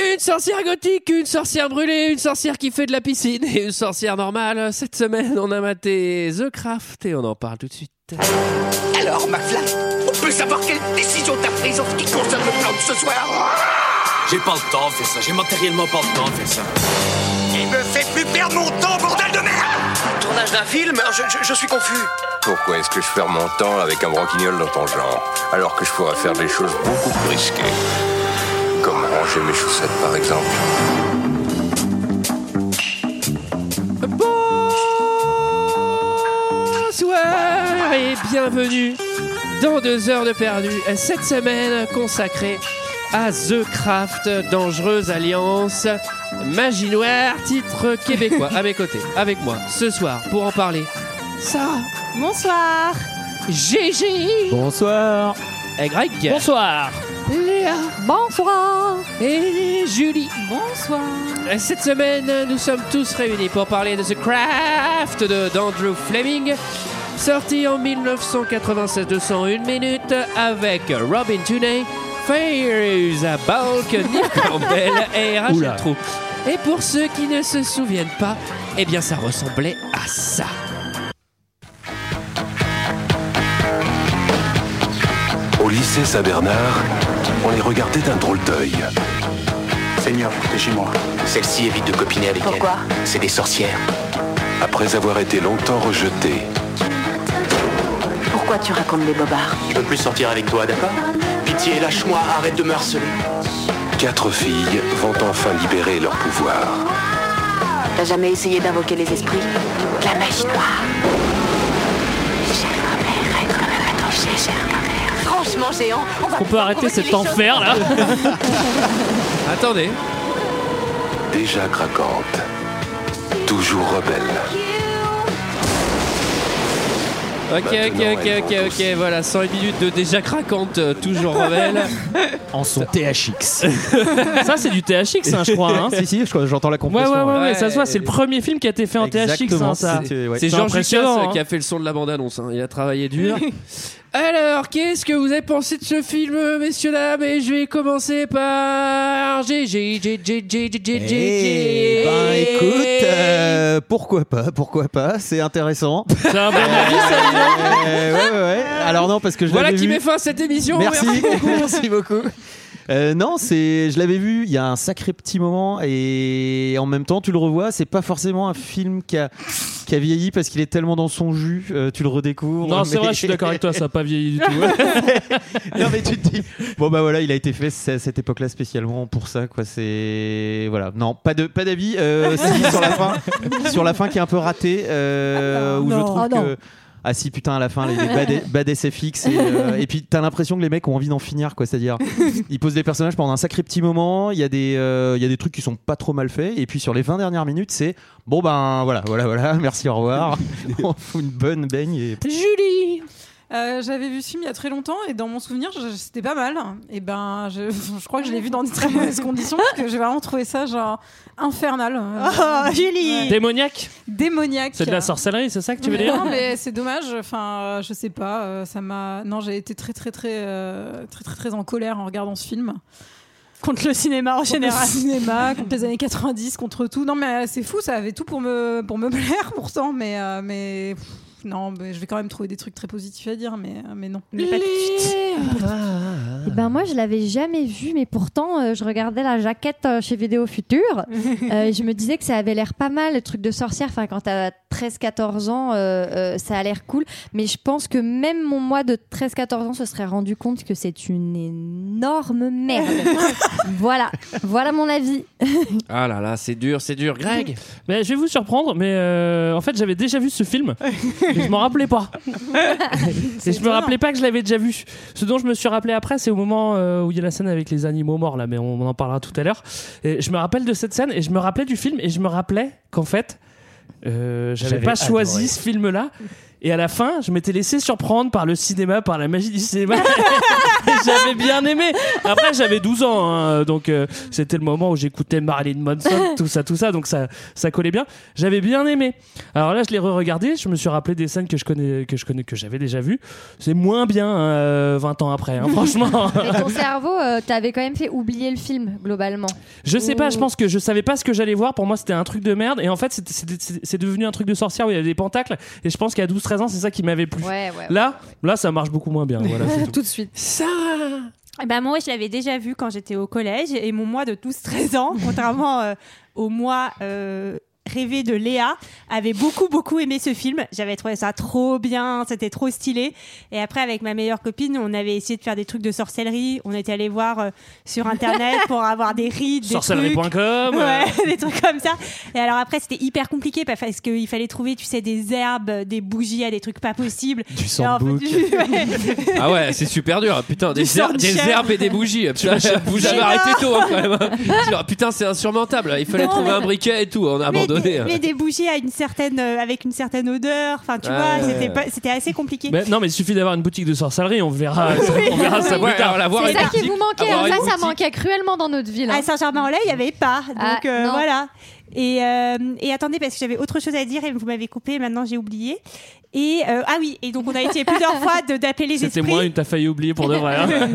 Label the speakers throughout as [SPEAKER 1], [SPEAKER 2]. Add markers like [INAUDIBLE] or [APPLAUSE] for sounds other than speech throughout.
[SPEAKER 1] Une sorcière gothique, une sorcière brûlée, une sorcière qui fait de la piscine et une sorcière normale. Cette semaine, on a maté The Craft et on en parle tout de suite.
[SPEAKER 2] Alors, McFly, on peut savoir quelle décision t'as prise en ce qui concerne le plan de ce soir
[SPEAKER 3] J'ai pas le temps de faire ça, j'ai matériellement pas le temps de faire ça.
[SPEAKER 2] Il me fait plus perdre mon temps, bordel de merde
[SPEAKER 4] Tournage d'un film Ah, je, je- je suis confus.
[SPEAKER 5] Pourquoi est-ce que je perds mon temps avec un broquignol dans ton genre Alors que je pourrais faire des choses beaucoup plus risquées. Comme ranger mes chaussettes par exemple.
[SPEAKER 1] Bonsoir et bienvenue dans deux heures de perdu. Cette semaine consacrée à The Craft, Dangereuse Alliance, Magie Noire, titre québécois. À mes côtés, avec moi, ce soir, pour en parler. Ça,
[SPEAKER 6] Bonsoir
[SPEAKER 1] GG
[SPEAKER 7] Bonsoir.
[SPEAKER 1] et Greg. Bonsoir. Léa
[SPEAKER 6] Bonsoir
[SPEAKER 1] et Julie.
[SPEAKER 6] Bonsoir
[SPEAKER 1] Euh, Cette semaine, nous sommes tous réunis pour parler de The Craft de d'Andrew Fleming, sorti en 1996 201 minutes avec Robin Tooney, Faiza Balk, [LAUGHS] Nick Campbell et Rachel
[SPEAKER 7] Oula.
[SPEAKER 1] Trou. Et pour ceux qui ne se souviennent pas, eh bien ça ressemblait à ça.
[SPEAKER 8] Au lycée Saint-Bernard, on les regardait d'un drôle d'œil.
[SPEAKER 4] Seigneur, protégez-moi.
[SPEAKER 2] Celle-ci évite de copiner avec
[SPEAKER 9] Pourquoi
[SPEAKER 2] elle. C'est des sorcières.
[SPEAKER 8] Après avoir été longtemps rejetés,
[SPEAKER 9] Pourquoi tu racontes des bobards
[SPEAKER 4] Je peux plus sortir avec toi, d'accord Pitié, lâche-moi, arrête de me harceler.
[SPEAKER 8] quatre filles vont enfin libérer leur pouvoir.
[SPEAKER 9] T'as jamais essayé d'invoquer les esprits La magie noire. Chère grand-mère, être comme un danger, chère grand-mère. Franchement, géant, on va...
[SPEAKER 10] On peut arrêter cet enfer là
[SPEAKER 1] Attendez,
[SPEAKER 8] Déjà craquantes, toujours rebelles.
[SPEAKER 1] ok, ok,
[SPEAKER 8] Maintenant,
[SPEAKER 1] ok,
[SPEAKER 8] elles
[SPEAKER 1] ok,
[SPEAKER 8] vont
[SPEAKER 1] ok,
[SPEAKER 8] tous.
[SPEAKER 1] voilà, 101 minutes de déjà craquante, euh, toujours rebelle.
[SPEAKER 7] En son [LAUGHS] THX.
[SPEAKER 10] Ça c'est du THX hein, je crois. hein.
[SPEAKER 7] [LAUGHS] si, si, je crois- j'entends la
[SPEAKER 10] Ouais ouais,
[SPEAKER 7] compression.
[SPEAKER 10] ouais ouais
[SPEAKER 1] Ouais.
[SPEAKER 10] ça se voit c'est le premier film qui a été fait en THX hein,
[SPEAKER 7] Exactement,
[SPEAKER 10] ça.
[SPEAKER 7] c'est- c'est- ouais.
[SPEAKER 1] C'est
[SPEAKER 10] C'est
[SPEAKER 1] Georges Lucas
[SPEAKER 10] impressionnant,
[SPEAKER 1] euh,
[SPEAKER 10] hein.
[SPEAKER 1] qui a fait le son de la bande-annonce. hein. Il a travaillé dur. [LAUGHS] Alors, qu'est-ce que vous avez pensé de ce film, euh, messieurs dames Et je vais commencer par GG, GG, GG,
[SPEAKER 7] Eh
[SPEAKER 1] GG.
[SPEAKER 7] ben écoute, euh, pourquoi pas, pourquoi pas, c'est
[SPEAKER 1] [LAUGHS]
[SPEAKER 7] intéressant.
[SPEAKER 10] C'est un bon avis ça.
[SPEAKER 7] Euh, ouais, ouais, ouais. Alors non, parce que je
[SPEAKER 1] Voilà
[SPEAKER 7] l'avais
[SPEAKER 1] qui
[SPEAKER 7] vu.
[SPEAKER 1] met fin à cette émission.
[SPEAKER 7] Merci, [LAUGHS]
[SPEAKER 1] [LAUGHS]
[SPEAKER 7] merci beaucoup. Euh, non, c'est, je l'avais vu. Il y a un sacré petit moment et en même temps, tu le revois. C'est pas forcément un film qui a, qui a vieilli parce qu'il est tellement dans son jus. euh, tu le redécouvres.
[SPEAKER 10] Non c'est
[SPEAKER 7] mais-
[SPEAKER 10] vrai je suis d'accord avec toi ça a pas vieilli du tout.
[SPEAKER 7] [LAUGHS] non mais tu te dis bon bah voilà il a été fait c- à cette époque là spécialement pour ça quoi c'est voilà non pas de pas d'avis
[SPEAKER 6] [LAUGHS]
[SPEAKER 7] euh, si, sur la fin sur la fin qui est un peu ratée euh, où je trouve
[SPEAKER 6] Ah non.
[SPEAKER 7] que ah si putain à la fin les, les bad, bad SFX et,
[SPEAKER 1] [LAUGHS]
[SPEAKER 7] euh, et puis t'as l'impression que les mecs ont envie d'en finir quoi c'est-à-dire ils posent des personnages pendant un sacré petit moment il y a des euh, il y a des trucs qui sont pas trop mal faits et puis sur les 20 dernières minutes c'est bon ben voilà voilà voilà [LAUGHS] merci au
[SPEAKER 1] [LAUGHS]
[SPEAKER 7] revoir on fout une bonne baigne et
[SPEAKER 1] Julie.
[SPEAKER 6] Euh, J'avais vu ce film il y a très longtemps et dans mon souvenir, je- c'était pas mal. Et ben, je, je crois que je l'ai vu dans des très mauvaises conditions parce que j'ai vraiment trouvé ça genre infernal.
[SPEAKER 10] Ah,
[SPEAKER 6] Oh, Julie
[SPEAKER 10] Démoniaque
[SPEAKER 6] Démoniaque.
[SPEAKER 10] c'est de la sorcellerie c'est ça que tu veux dire
[SPEAKER 6] Non, mais c'est dommage. Enfin, euh, je sais pas. euh, ça m'a. Non, j'ai été très, très, très, euh, très, très, très en colère en regardant ce film. Contre le cinéma en général. Contre le [LAUGHS] cinéma, contre les années 90, contre tout. Non, mais euh, c'est fou. Ça avait tout pour me, pour me [LAUGHS] plaire pourtant. Mais, euh, mais pff, non, mais je vais quand même trouver des trucs très positifs à dire. Mais, euh, mais non. Mais pas tout de suite.
[SPEAKER 10] Ah.
[SPEAKER 11] Eh ben moi, je l'avais jamais vu, mais pourtant, euh, je regardais la jaquette euh, chez Vidéo
[SPEAKER 10] [LAUGHS]
[SPEAKER 11] Future. Euh, et je me disais que ça avait l'air pas mal, le truc de sorcière. Enfin, quand t'as 13-14 ans, euh, euh, ça a l'air cool. Mais je pense que même mon moi de 13-14 ans se serait rendu compte que c'est une énorme merde.
[SPEAKER 10] [LAUGHS]
[SPEAKER 11] voilà, voilà mon avis.
[SPEAKER 1] Ah là là, c'est dur, c'est dur. Greg.
[SPEAKER 10] [LAUGHS] Mais je vais vous surprendre mais euh, en fait j'avais déjà vu ce film mais je m'en rappelais pas. Et je me
[SPEAKER 6] étonnant.
[SPEAKER 10] rappelais pas que je l'avais déjà vu. Ce dont je me suis rappelé après, c'est au moment euh, où il y a la scène avec les animaux morts, là, mais on, on en parlera tout à l'heure. Et je me rappelle de cette scène et je me rappelais du film et je me rappelais qu'en fait, euh, j'avais
[SPEAKER 7] J'avais
[SPEAKER 10] pas choisi
[SPEAKER 7] adoré.
[SPEAKER 10] ce film-là. Et à la fin, je m'étais laissé surprendre par le cinéma, par la magie du cinéma. [LAUGHS] Et j'avais bien aimé. Après, j'avais 12 ans, hein, donc euh, c'était le moment où j'écoutais
[SPEAKER 11] [LAUGHS]
[SPEAKER 10] Marilyn Manson, tout ça, tout ça, donc ça, ça collait bien. J'avais bien aimé. Alors là, je l'ai re-regardé, je me suis rappelé des scènes que je connais, que je connais, que j'avais déjà vues. C'est moins bien euh, 20 ans
[SPEAKER 11] [LAUGHS]
[SPEAKER 10] après, hein, franchement.
[SPEAKER 11] Mais ton cerveau, euh, t'avais quand même fait oublier le film, globalement.
[SPEAKER 10] Je sais pas, je pense que je savais pas ce que j'allais voir. Pour moi, c'était un truc de merde. Et en fait, c'était- c'était- c'était- c'est devenu un truc de sorcière où il y avait des pentacles. Et je pense qu'à 12-13 ans, c'est ça qui m'avait plu.
[SPEAKER 12] Ouais, ouais, ouais.
[SPEAKER 10] là, là, ça marche beaucoup moins bien. Voilà,
[SPEAKER 6] [LAUGHS]
[SPEAKER 10] c'est tout.
[SPEAKER 6] de suite.
[SPEAKER 12] Ça bah moi, je l'avais déjà vu quand j'étais au collège et mon mois de 12-13
[SPEAKER 6] [LAUGHS]
[SPEAKER 12] ans, contrairement euh, au mois euh, rêvé de Léa, avait beaucoup, beaucoup aimé ce film. J'avais trouvé ça trop bien, c'était trop stylé. Et après, avec ma meilleure copine, on avait essayé de faire des trucs de sorcellerie. On était allé voir euh, sur
[SPEAKER 6] [LAUGHS]
[SPEAKER 12] Internet pour avoir des rides, [LAUGHS] des trucs.
[SPEAKER 10] Sorcellerie.com. euh,
[SPEAKER 12] Ouais, [LAUGHS] des trucs comme ça. Et alors après, c'était hyper compliqué parce qu'il fallait trouver, tu sais, des herbes, des bougies, des trucs pas possibles.
[SPEAKER 1] Du
[SPEAKER 12] Et en fait,
[SPEAKER 1] sandbook.
[SPEAKER 12] ouais.
[SPEAKER 1] Ah ouais, c'est super dur. Ah,
[SPEAKER 12] [LAUGHS]
[SPEAKER 1] Putain, des,
[SPEAKER 12] sang
[SPEAKER 1] her-
[SPEAKER 12] de
[SPEAKER 1] des
[SPEAKER 12] chèvre.
[SPEAKER 1] herbes et
[SPEAKER 7] [LAUGHS]
[SPEAKER 1] des bougies. Ah, Putain, vous
[SPEAKER 12] Mais
[SPEAKER 1] avez
[SPEAKER 12] non.
[SPEAKER 1] arrêté tôt hein, quand même. hein. Genre, Putain, c'est insurmontable. Il fallait
[SPEAKER 12] Non,
[SPEAKER 1] trouver
[SPEAKER 12] mais-
[SPEAKER 1] un hein. briquet et tout. On a
[SPEAKER 12] mais,
[SPEAKER 1] abandonné.
[SPEAKER 12] des, [LAUGHS] mais des bougies à une certaine, euh, avec une certaine odeur. Enfin, tu
[SPEAKER 10] Ouais.
[SPEAKER 12] vois, c'était pas- c'était assez compliqué.
[SPEAKER 10] Mais non, mais il suffit d'avoir une boutique de sorcellerie, on verra,
[SPEAKER 12] Oui.
[SPEAKER 10] on verra ça
[SPEAKER 12] Oui.
[SPEAKER 10] plus tard.
[SPEAKER 11] C'est ça qui vous manquait. hein. Ça, ça manquait cruellement dans notre ville. hein.
[SPEAKER 12] À Saint-Germain-en-Laye, il n'y avait pas. Donc
[SPEAKER 11] Ah,
[SPEAKER 12] euh,
[SPEAKER 11] non.
[SPEAKER 12] voilà. Et, euh, et attendez, parce que j'avais autre chose à dire et vous m'avez coupé, maintenant j'ai oublié. Et euh, ah oui, et donc on a essayé
[SPEAKER 11] [LAUGHS]
[SPEAKER 12] plusieurs fois de- d'appeler les
[SPEAKER 10] C'était
[SPEAKER 12] esprits.
[SPEAKER 10] moi, une t'as failli oublier pour de vrai. [LAUGHS] hein.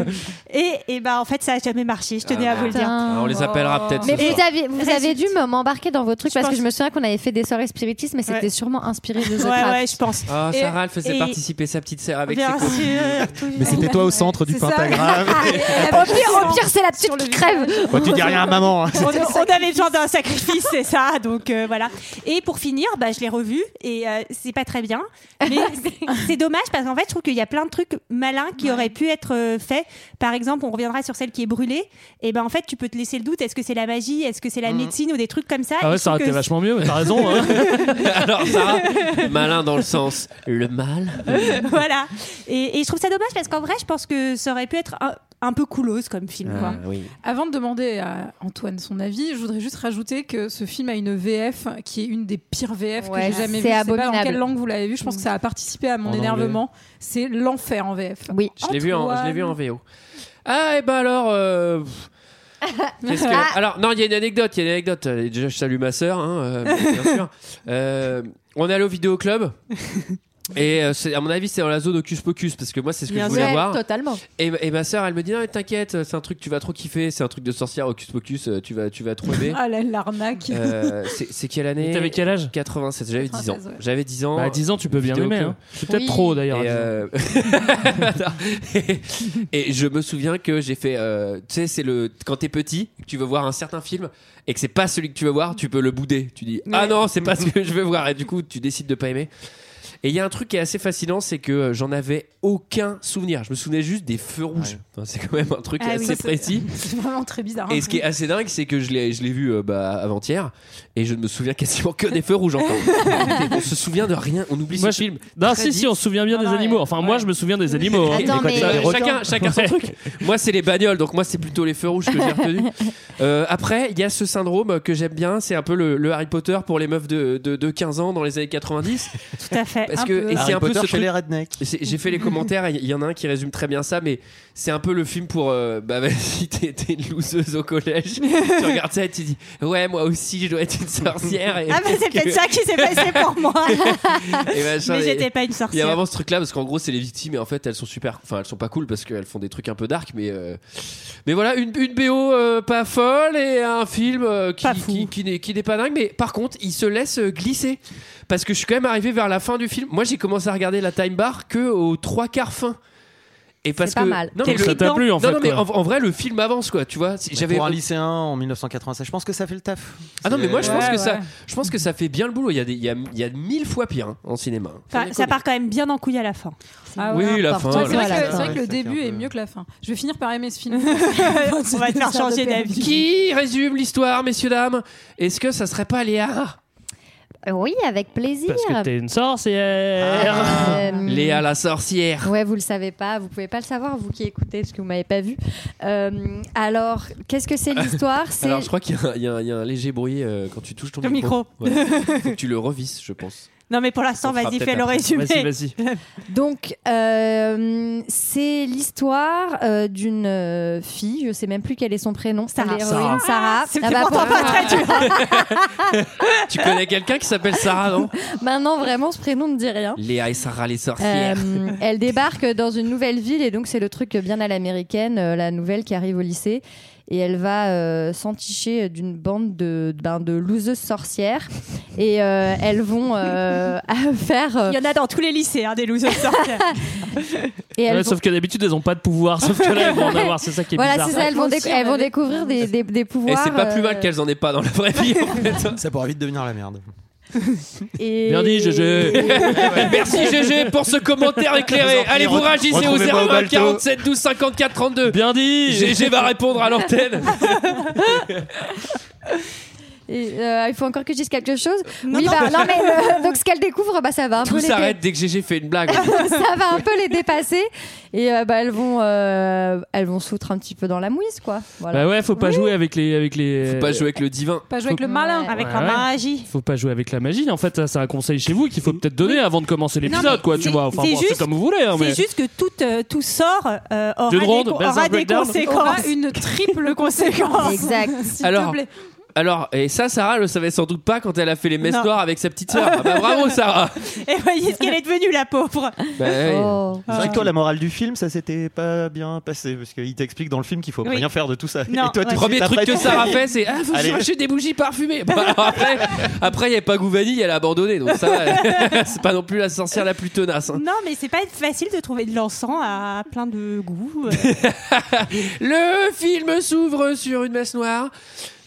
[SPEAKER 12] Et, et bah en fait, ça a jamais marché, je tenais à vous le dire.
[SPEAKER 1] Ah, on les appellera peut-être.
[SPEAKER 11] Mais
[SPEAKER 1] ce
[SPEAKER 11] vous
[SPEAKER 1] soir.
[SPEAKER 11] avez, vous
[SPEAKER 12] Et-
[SPEAKER 11] avez dû me- m'embarquer dans vos trucs parce que
[SPEAKER 12] pense-
[SPEAKER 11] je me souviens qu'on avait fait des soirées spiritistes, mais c'était
[SPEAKER 12] Ouais.
[SPEAKER 11] sûrement inspiré de The
[SPEAKER 12] Ouais,
[SPEAKER 11] Craft.
[SPEAKER 12] ouais, je pense.
[SPEAKER 1] Ah,
[SPEAKER 12] Et-
[SPEAKER 1] Sarah, elle faisait
[SPEAKER 12] et-
[SPEAKER 1] participer sa petite sœur avec
[SPEAKER 12] Bien
[SPEAKER 1] ses copines.
[SPEAKER 12] sûr.
[SPEAKER 7] Mais c'était toi au centre du
[SPEAKER 12] C'est ça. Ah,
[SPEAKER 7] pentagramme.
[SPEAKER 11] Au pire, au pire, c'est la petite qui crève.
[SPEAKER 7] Bon, tu dis rien à maman. hein.
[SPEAKER 12] on, on avait besoin d'un sacrifice, c'est ça. Donc euh, voilà. Et pour finir, bah, je l'ai revu et euh, c'est pas très bien. Mais c'est- c'est dommage parce qu'en fait, je trouve qu'il y a plein de trucs malins qui auraient pu être euh, faits. Par exemple, on reviendra sur celle qui est brûlée. Et ben en fait, tu peux te laisser le doute. Est-ce que c'est la magie Est-ce que c'est la médecine ou des trucs comme ça
[SPEAKER 10] Ah
[SPEAKER 12] Et
[SPEAKER 10] ouais,
[SPEAKER 12] je
[SPEAKER 10] ça aurait
[SPEAKER 12] trouve
[SPEAKER 10] été
[SPEAKER 12] que-
[SPEAKER 10] vachement mieux, mais t'as raison. hein.
[SPEAKER 1] [LAUGHS] Alors, Sarah, malin dans le sens le mal.
[SPEAKER 12] [LAUGHS] voilà. Et, et je trouve ça dommage parce qu'en vrai, je pense que ça aurait pu être un, un peu coolos comme film.
[SPEAKER 1] Ah,
[SPEAKER 12] quoi.
[SPEAKER 6] Avant de demander à Antoine son avis, je voudrais juste rajouter que ce film a une VF qui est une des pires VF
[SPEAKER 11] Ouais,
[SPEAKER 6] que j'ai jamais
[SPEAKER 11] c'est
[SPEAKER 6] vue. Je sais pas dans
[SPEAKER 11] abominable.
[SPEAKER 6] quelle langue vous l'avez vu Je pense
[SPEAKER 12] Mm.
[SPEAKER 6] que ça a participé à mon
[SPEAKER 1] En anglais.
[SPEAKER 6] énervement. C'est l'enfer en VF.
[SPEAKER 11] Oui.
[SPEAKER 1] Je l'ai vu, en- je l'ai vu en VO. Ah, et ben alors. euh, Qu'est-ce
[SPEAKER 6] [LAUGHS] Ah.
[SPEAKER 1] que- Alors, non, il y a une anecdote. Il y a une anecdote. Euh, Déjà, je salue ma sœur, hein, euh, bien sûr. Euh, on est allé au vidéoclub. Et euh, c'est- à mon avis, c'est dans la zone Hocus Pocus parce que moi, c'est ce que je voulais voir.
[SPEAKER 11] Totalement.
[SPEAKER 1] Et, et ma sœur, elle me dit non, mais t'inquiète, c'est un truc que tu vas trop kiffer, c'est un truc de sorcière Hocus Pocus, euh, tu vas, tu vas trop aimer.
[SPEAKER 6] Ah là, l'arnaque. [LAUGHS]
[SPEAKER 1] Euh, c'est c'est quelle année
[SPEAKER 10] Et t'avais quel âge
[SPEAKER 1] 96, j'avais 10 ans.
[SPEAKER 6] 96, ouais.
[SPEAKER 1] J'avais 10 ans.
[SPEAKER 10] Bah, à 10 ans, tu peux bien
[SPEAKER 1] Vidéo
[SPEAKER 10] aimer,
[SPEAKER 1] club.
[SPEAKER 10] hein. C'est peut-être
[SPEAKER 11] Oui.
[SPEAKER 10] trop d'ailleurs. à
[SPEAKER 1] Et,
[SPEAKER 10] 10 ans.
[SPEAKER 1] euh, Attends. Et- [LAUGHS] et je me souviens que j'ai fait. euh, tu sais, c'est le. Quand t'es petit, que tu veux voir un certain film et que c'est pas celui que tu veux voir, tu peux le bouder. Tu dis Ah non, c'est pas ce que je veux voir. Et du coup, tu décides de pas aimer. Et il y a un truc qui est assez fascinant, c'est que euh, j'en avais aucun souvenir. Je me souvenais juste des feux rouges. Enfin, c'est quand même un truc
[SPEAKER 6] Ah oui,
[SPEAKER 1] assez
[SPEAKER 6] ça, c'est-
[SPEAKER 1] précis.
[SPEAKER 6] C'est vraiment très
[SPEAKER 12] Ah,
[SPEAKER 6] bizarre. hein.
[SPEAKER 1] Et ce qui est assez dingue, c'est que je l'ai, je l'ai vu euh, bah, avant-hier et je ne me souviens quasiment que des feux rouges encore.
[SPEAKER 12] [LAUGHS]
[SPEAKER 1] on se souvient de rien, on oublie
[SPEAKER 10] Moi,
[SPEAKER 1] ce
[SPEAKER 10] je-
[SPEAKER 1] film.
[SPEAKER 10] Non,
[SPEAKER 1] Très
[SPEAKER 10] si,
[SPEAKER 1] vite.
[SPEAKER 10] si, on se souvient bien des animaux. Enfin, moi, je me souviens des animaux. hein.
[SPEAKER 11] Attends, mais-
[SPEAKER 1] Ça,
[SPEAKER 11] Les
[SPEAKER 1] chacun,
[SPEAKER 11] gens.
[SPEAKER 1] chacun son
[SPEAKER 10] Ouais. [LAUGHS]
[SPEAKER 1] truc. Moi, c'est les bagnoles, donc moi, c'est plutôt les feux rouges que
[SPEAKER 12] [LAUGHS]
[SPEAKER 1] j'ai retenu. Euh, après, il y a ce syndrome que j'aime bien, c'est un peu le, le Harry Potter pour les meufs de, de, de 15 ans dans les années 90.
[SPEAKER 12] Tout à fait.
[SPEAKER 1] Parce
[SPEAKER 12] Un
[SPEAKER 1] que
[SPEAKER 12] peu.
[SPEAKER 1] et c'est
[SPEAKER 7] Harry
[SPEAKER 1] un peu
[SPEAKER 7] Potter
[SPEAKER 1] ce
[SPEAKER 7] chez
[SPEAKER 1] truc-
[SPEAKER 7] les rednecks.
[SPEAKER 1] c'est- J'ai fait les commentaires, et il y en a un qui résume très bien ça, mais c'est un peu le film pour. euh, bah, [LAUGHS] vas-y, t'es t'es une loseuse
[SPEAKER 12] [LAUGHS]
[SPEAKER 1] au collège. tu regardes ça et tu dis Ouais, moi aussi, je dois être une sorcière. Et
[SPEAKER 12] Ah, mais c'est
[SPEAKER 1] que-
[SPEAKER 12] peut-être ça qui s'est passé
[SPEAKER 1] [LAUGHS]
[SPEAKER 12] pour
[SPEAKER 10] [LAUGHS]
[SPEAKER 12] moi.
[SPEAKER 1] et machin,
[SPEAKER 12] mais
[SPEAKER 1] et-
[SPEAKER 12] j'étais pas une
[SPEAKER 1] Il y a
[SPEAKER 12] sorcière.
[SPEAKER 1] vraiment ce truc là parce qu'en gros c'est les victimes et en fait elles sont super enfin elles sont pas cool parce qu'elles font des trucs un peu dark mais euh, mais voilà une, une BO euh, pas folle et un film euh, qui,
[SPEAKER 12] Pas fou.
[SPEAKER 1] qui, qui n'est qui n'est pas dingue mais par contre il se laisse euh, glisser parce que je suis quand même arrivé vers la fin du film moi j'ai commencé à regarder la time bar que aux trois quarts fin et parce
[SPEAKER 11] pas
[SPEAKER 1] que
[SPEAKER 11] mal.
[SPEAKER 1] non mais,
[SPEAKER 10] Comme ça
[SPEAKER 1] le-
[SPEAKER 10] t'a plu, en
[SPEAKER 1] non,
[SPEAKER 10] fait.
[SPEAKER 1] non, mais
[SPEAKER 10] quoi.
[SPEAKER 1] en, en vrai le film avance quoi tu vois Si
[SPEAKER 7] J'avais
[SPEAKER 1] j'avais
[SPEAKER 7] pour un lycéen en 1996, je pense que ça fait le taf. euh,
[SPEAKER 1] ah non mais moi je pense
[SPEAKER 6] Ouais,
[SPEAKER 1] que
[SPEAKER 6] ouais.
[SPEAKER 1] ça je pense que ça fait bien le boulot il y a des il y a, il y a mille fois pire hein, en cinéma Faut
[SPEAKER 12] Enfin,
[SPEAKER 1] déconner.
[SPEAKER 12] ça part quand même bien en couille à la fin.
[SPEAKER 6] Ah ouais.
[SPEAKER 1] oui la
[SPEAKER 11] n'importe
[SPEAKER 1] fin
[SPEAKER 11] quoi,
[SPEAKER 6] Ouais,
[SPEAKER 1] la
[SPEAKER 6] c'est vrai,
[SPEAKER 11] Voilà,
[SPEAKER 6] que,
[SPEAKER 11] ouais,
[SPEAKER 6] c'est vrai que
[SPEAKER 7] ça
[SPEAKER 6] le
[SPEAKER 7] fait un
[SPEAKER 6] début
[SPEAKER 7] peu-
[SPEAKER 6] est mieux que la fin. Je vais finir par aimer ce [LAUGHS] film.
[SPEAKER 12] On va te faire changer d'avis.
[SPEAKER 1] Qui résume l'histoire, messieurs, dames Est-ce que ça serait pas Léa
[SPEAKER 11] Euh, Oui, avec plaisir.
[SPEAKER 10] Parce que t'es une sorcière.
[SPEAKER 11] Euh,
[SPEAKER 1] Mmh. Léa la sorcière.
[SPEAKER 11] Ouais, vous le savez pas, vous pouvez pas le savoir, vous qui écoutez, parce que vous m'avez pas vu. Euh, alors, qu'est-ce que c'est
[SPEAKER 10] [LAUGHS]
[SPEAKER 11] l'histoire C'est
[SPEAKER 1] Alors, je crois qu'il y, a un- il y a un- il y a un léger bruit euh, quand tu touches ton
[SPEAKER 12] Le
[SPEAKER 1] micro.
[SPEAKER 12] micro.
[SPEAKER 1] Ouais. Faut que tu le revisses, je pense.
[SPEAKER 12] Non, mais pour l'instant,
[SPEAKER 10] On fera
[SPEAKER 12] vas-y,
[SPEAKER 10] peut-être
[SPEAKER 12] fais le
[SPEAKER 10] après.
[SPEAKER 12] résumé.
[SPEAKER 10] Vas-y, vas-y.
[SPEAKER 12] [LAUGHS]
[SPEAKER 11] Donc, euh, c'est l'histoire euh, d'une euh, fille, je sais même plus quel est son prénom, Sarah. L'héroïne
[SPEAKER 1] Sarah.
[SPEAKER 11] Sarah.
[SPEAKER 1] C'était
[SPEAKER 11] Ah bah,
[SPEAKER 1] pourtant
[SPEAKER 11] pour-
[SPEAKER 1] pas Tu connais quelqu'un qui s'appelle Sarah, non
[SPEAKER 11] Bah non, vraiment, ce prénom ne dit rien.
[SPEAKER 1] Léa et Sarah les
[SPEAKER 11] Euh,
[SPEAKER 1] sorcières.
[SPEAKER 11] elle débarque dans une nouvelle ville et donc c'est le truc bien à l'américaine, euh, la nouvelle qui arrive au lycée et elle va euh, s'enticher d'une bande de ben, de loseuses sorcières et euh, elles vont euh, [LAUGHS] à faire.
[SPEAKER 12] Il y en a dans tous les lycées, hein, des losers sorcières.
[SPEAKER 11] et elles
[SPEAKER 10] Ouais,
[SPEAKER 11] vont-
[SPEAKER 10] Sauf que d'habitude, elles ont pas de pouvoir.
[SPEAKER 11] [LAUGHS]
[SPEAKER 10] Sauf que là, elles vont en avoir. C'est ça qui est
[SPEAKER 11] voilà,
[SPEAKER 10] bizarre.
[SPEAKER 11] c'est ça, elles vont, déc- elles vont découvrir des, des, des pouvoirs.
[SPEAKER 1] Et c'est pas plus
[SPEAKER 11] euh,
[SPEAKER 1] mal qu'elles en aient pas dans la vraie vie, en fait.
[SPEAKER 7] Ça pourra vite devenir la merde.
[SPEAKER 11] et-
[SPEAKER 10] Bien dit, GG.
[SPEAKER 1] [LAUGHS] Merci GG pour ce
[SPEAKER 10] [LAUGHS]
[SPEAKER 1] commentaire éclairé. Allez, vous réagissez au
[SPEAKER 10] Retrouvez-moi au
[SPEAKER 1] 01
[SPEAKER 10] Balto.
[SPEAKER 1] 47 12 54 32.
[SPEAKER 10] Bien dit.
[SPEAKER 1] GG va répondre à l'antenne.
[SPEAKER 11] et, euh, il faut encore que je dise quelque chose.
[SPEAKER 12] Non,
[SPEAKER 11] oui,
[SPEAKER 12] non.
[SPEAKER 11] bah, non,
[SPEAKER 12] [LAUGHS]
[SPEAKER 11] mais euh, donc ce qu'elles découvrent, bah, ça va un peu
[SPEAKER 1] Tout
[SPEAKER 11] les dé-
[SPEAKER 1] s'arrête dès que GG fait une blague.
[SPEAKER 11] [LAUGHS] ça va un peu
[SPEAKER 6] [LAUGHS]
[SPEAKER 11] les dépasser et euh, bah, elles vont euh, elles vont se foutre un petit peu dans la mouise quoi. Voilà.
[SPEAKER 10] Bah ouais, faut pas jouer avec les, avec les.
[SPEAKER 1] Faut pas jouer avec le divin.
[SPEAKER 11] Pas jouer avec le malin.
[SPEAKER 12] Avec
[SPEAKER 10] Ouais,
[SPEAKER 12] la
[SPEAKER 10] ouais.
[SPEAKER 12] magie.
[SPEAKER 10] Faut pas jouer avec la magie. En fait, ça, c'est un conseil chez vous qu'il faut peut-être donner avant de commencer
[SPEAKER 12] Non,
[SPEAKER 10] l'épisode,
[SPEAKER 12] mais
[SPEAKER 10] quoi. Tu
[SPEAKER 12] c'est-
[SPEAKER 10] vois. Enfin,
[SPEAKER 12] c'est
[SPEAKER 10] bon, c'est
[SPEAKER 12] juste-
[SPEAKER 10] comme vous voulez. hein, mais-
[SPEAKER 12] C'est juste que tout, euh, tout sort euh, aura
[SPEAKER 10] D'une
[SPEAKER 12] des,
[SPEAKER 10] ronde,
[SPEAKER 12] co-
[SPEAKER 10] Buzzer
[SPEAKER 12] aura des
[SPEAKER 10] Breakdown.
[SPEAKER 12] conséquences.
[SPEAKER 6] Aura
[SPEAKER 12] [LAUGHS]
[SPEAKER 6] une triple conséquence.
[SPEAKER 11] Exact.
[SPEAKER 6] S'il te
[SPEAKER 1] Alors,
[SPEAKER 6] plaît.
[SPEAKER 1] alors, et ça, Sarah le savait sans doute pas quand elle a fait les messes
[SPEAKER 12] Non.
[SPEAKER 1] noires avec sa petite sœur. Ah bah,
[SPEAKER 7] [LAUGHS]
[SPEAKER 1] bravo, Sarah.
[SPEAKER 12] Et voyez ce qu'elle est devenue, la pauvre.
[SPEAKER 1] Bah, ouais.
[SPEAKER 12] Oh.
[SPEAKER 7] C'est vrai que toi, la morale du film, ça s'était pas bien passé parce qu'il t'explique dans le film qu'il faut
[SPEAKER 12] Oui.
[SPEAKER 7] rien faire de tout ça.
[SPEAKER 12] Non,
[SPEAKER 7] Et toi, tout de
[SPEAKER 12] ouais.
[SPEAKER 7] suite,
[SPEAKER 1] Premier truc
[SPEAKER 7] après,
[SPEAKER 1] que
[SPEAKER 7] tu-
[SPEAKER 1] Sarah fait, c'est ah, faut
[SPEAKER 7] Allez.
[SPEAKER 1] chercher des bougies parfumées. Bah,
[SPEAKER 10] [LAUGHS]
[SPEAKER 1] alors après, après, il n'y a pas Gouvani, elle a abandonné. Donc ça, [LAUGHS] va. c'est pas non plus la sorcière la plus tenace. hein.
[SPEAKER 12] Non, mais c'est pas facile de trouver de l'encens à plein de
[SPEAKER 10] [LAUGHS]
[SPEAKER 12] goûts.
[SPEAKER 1] Le film s'ouvre sur une messe noire,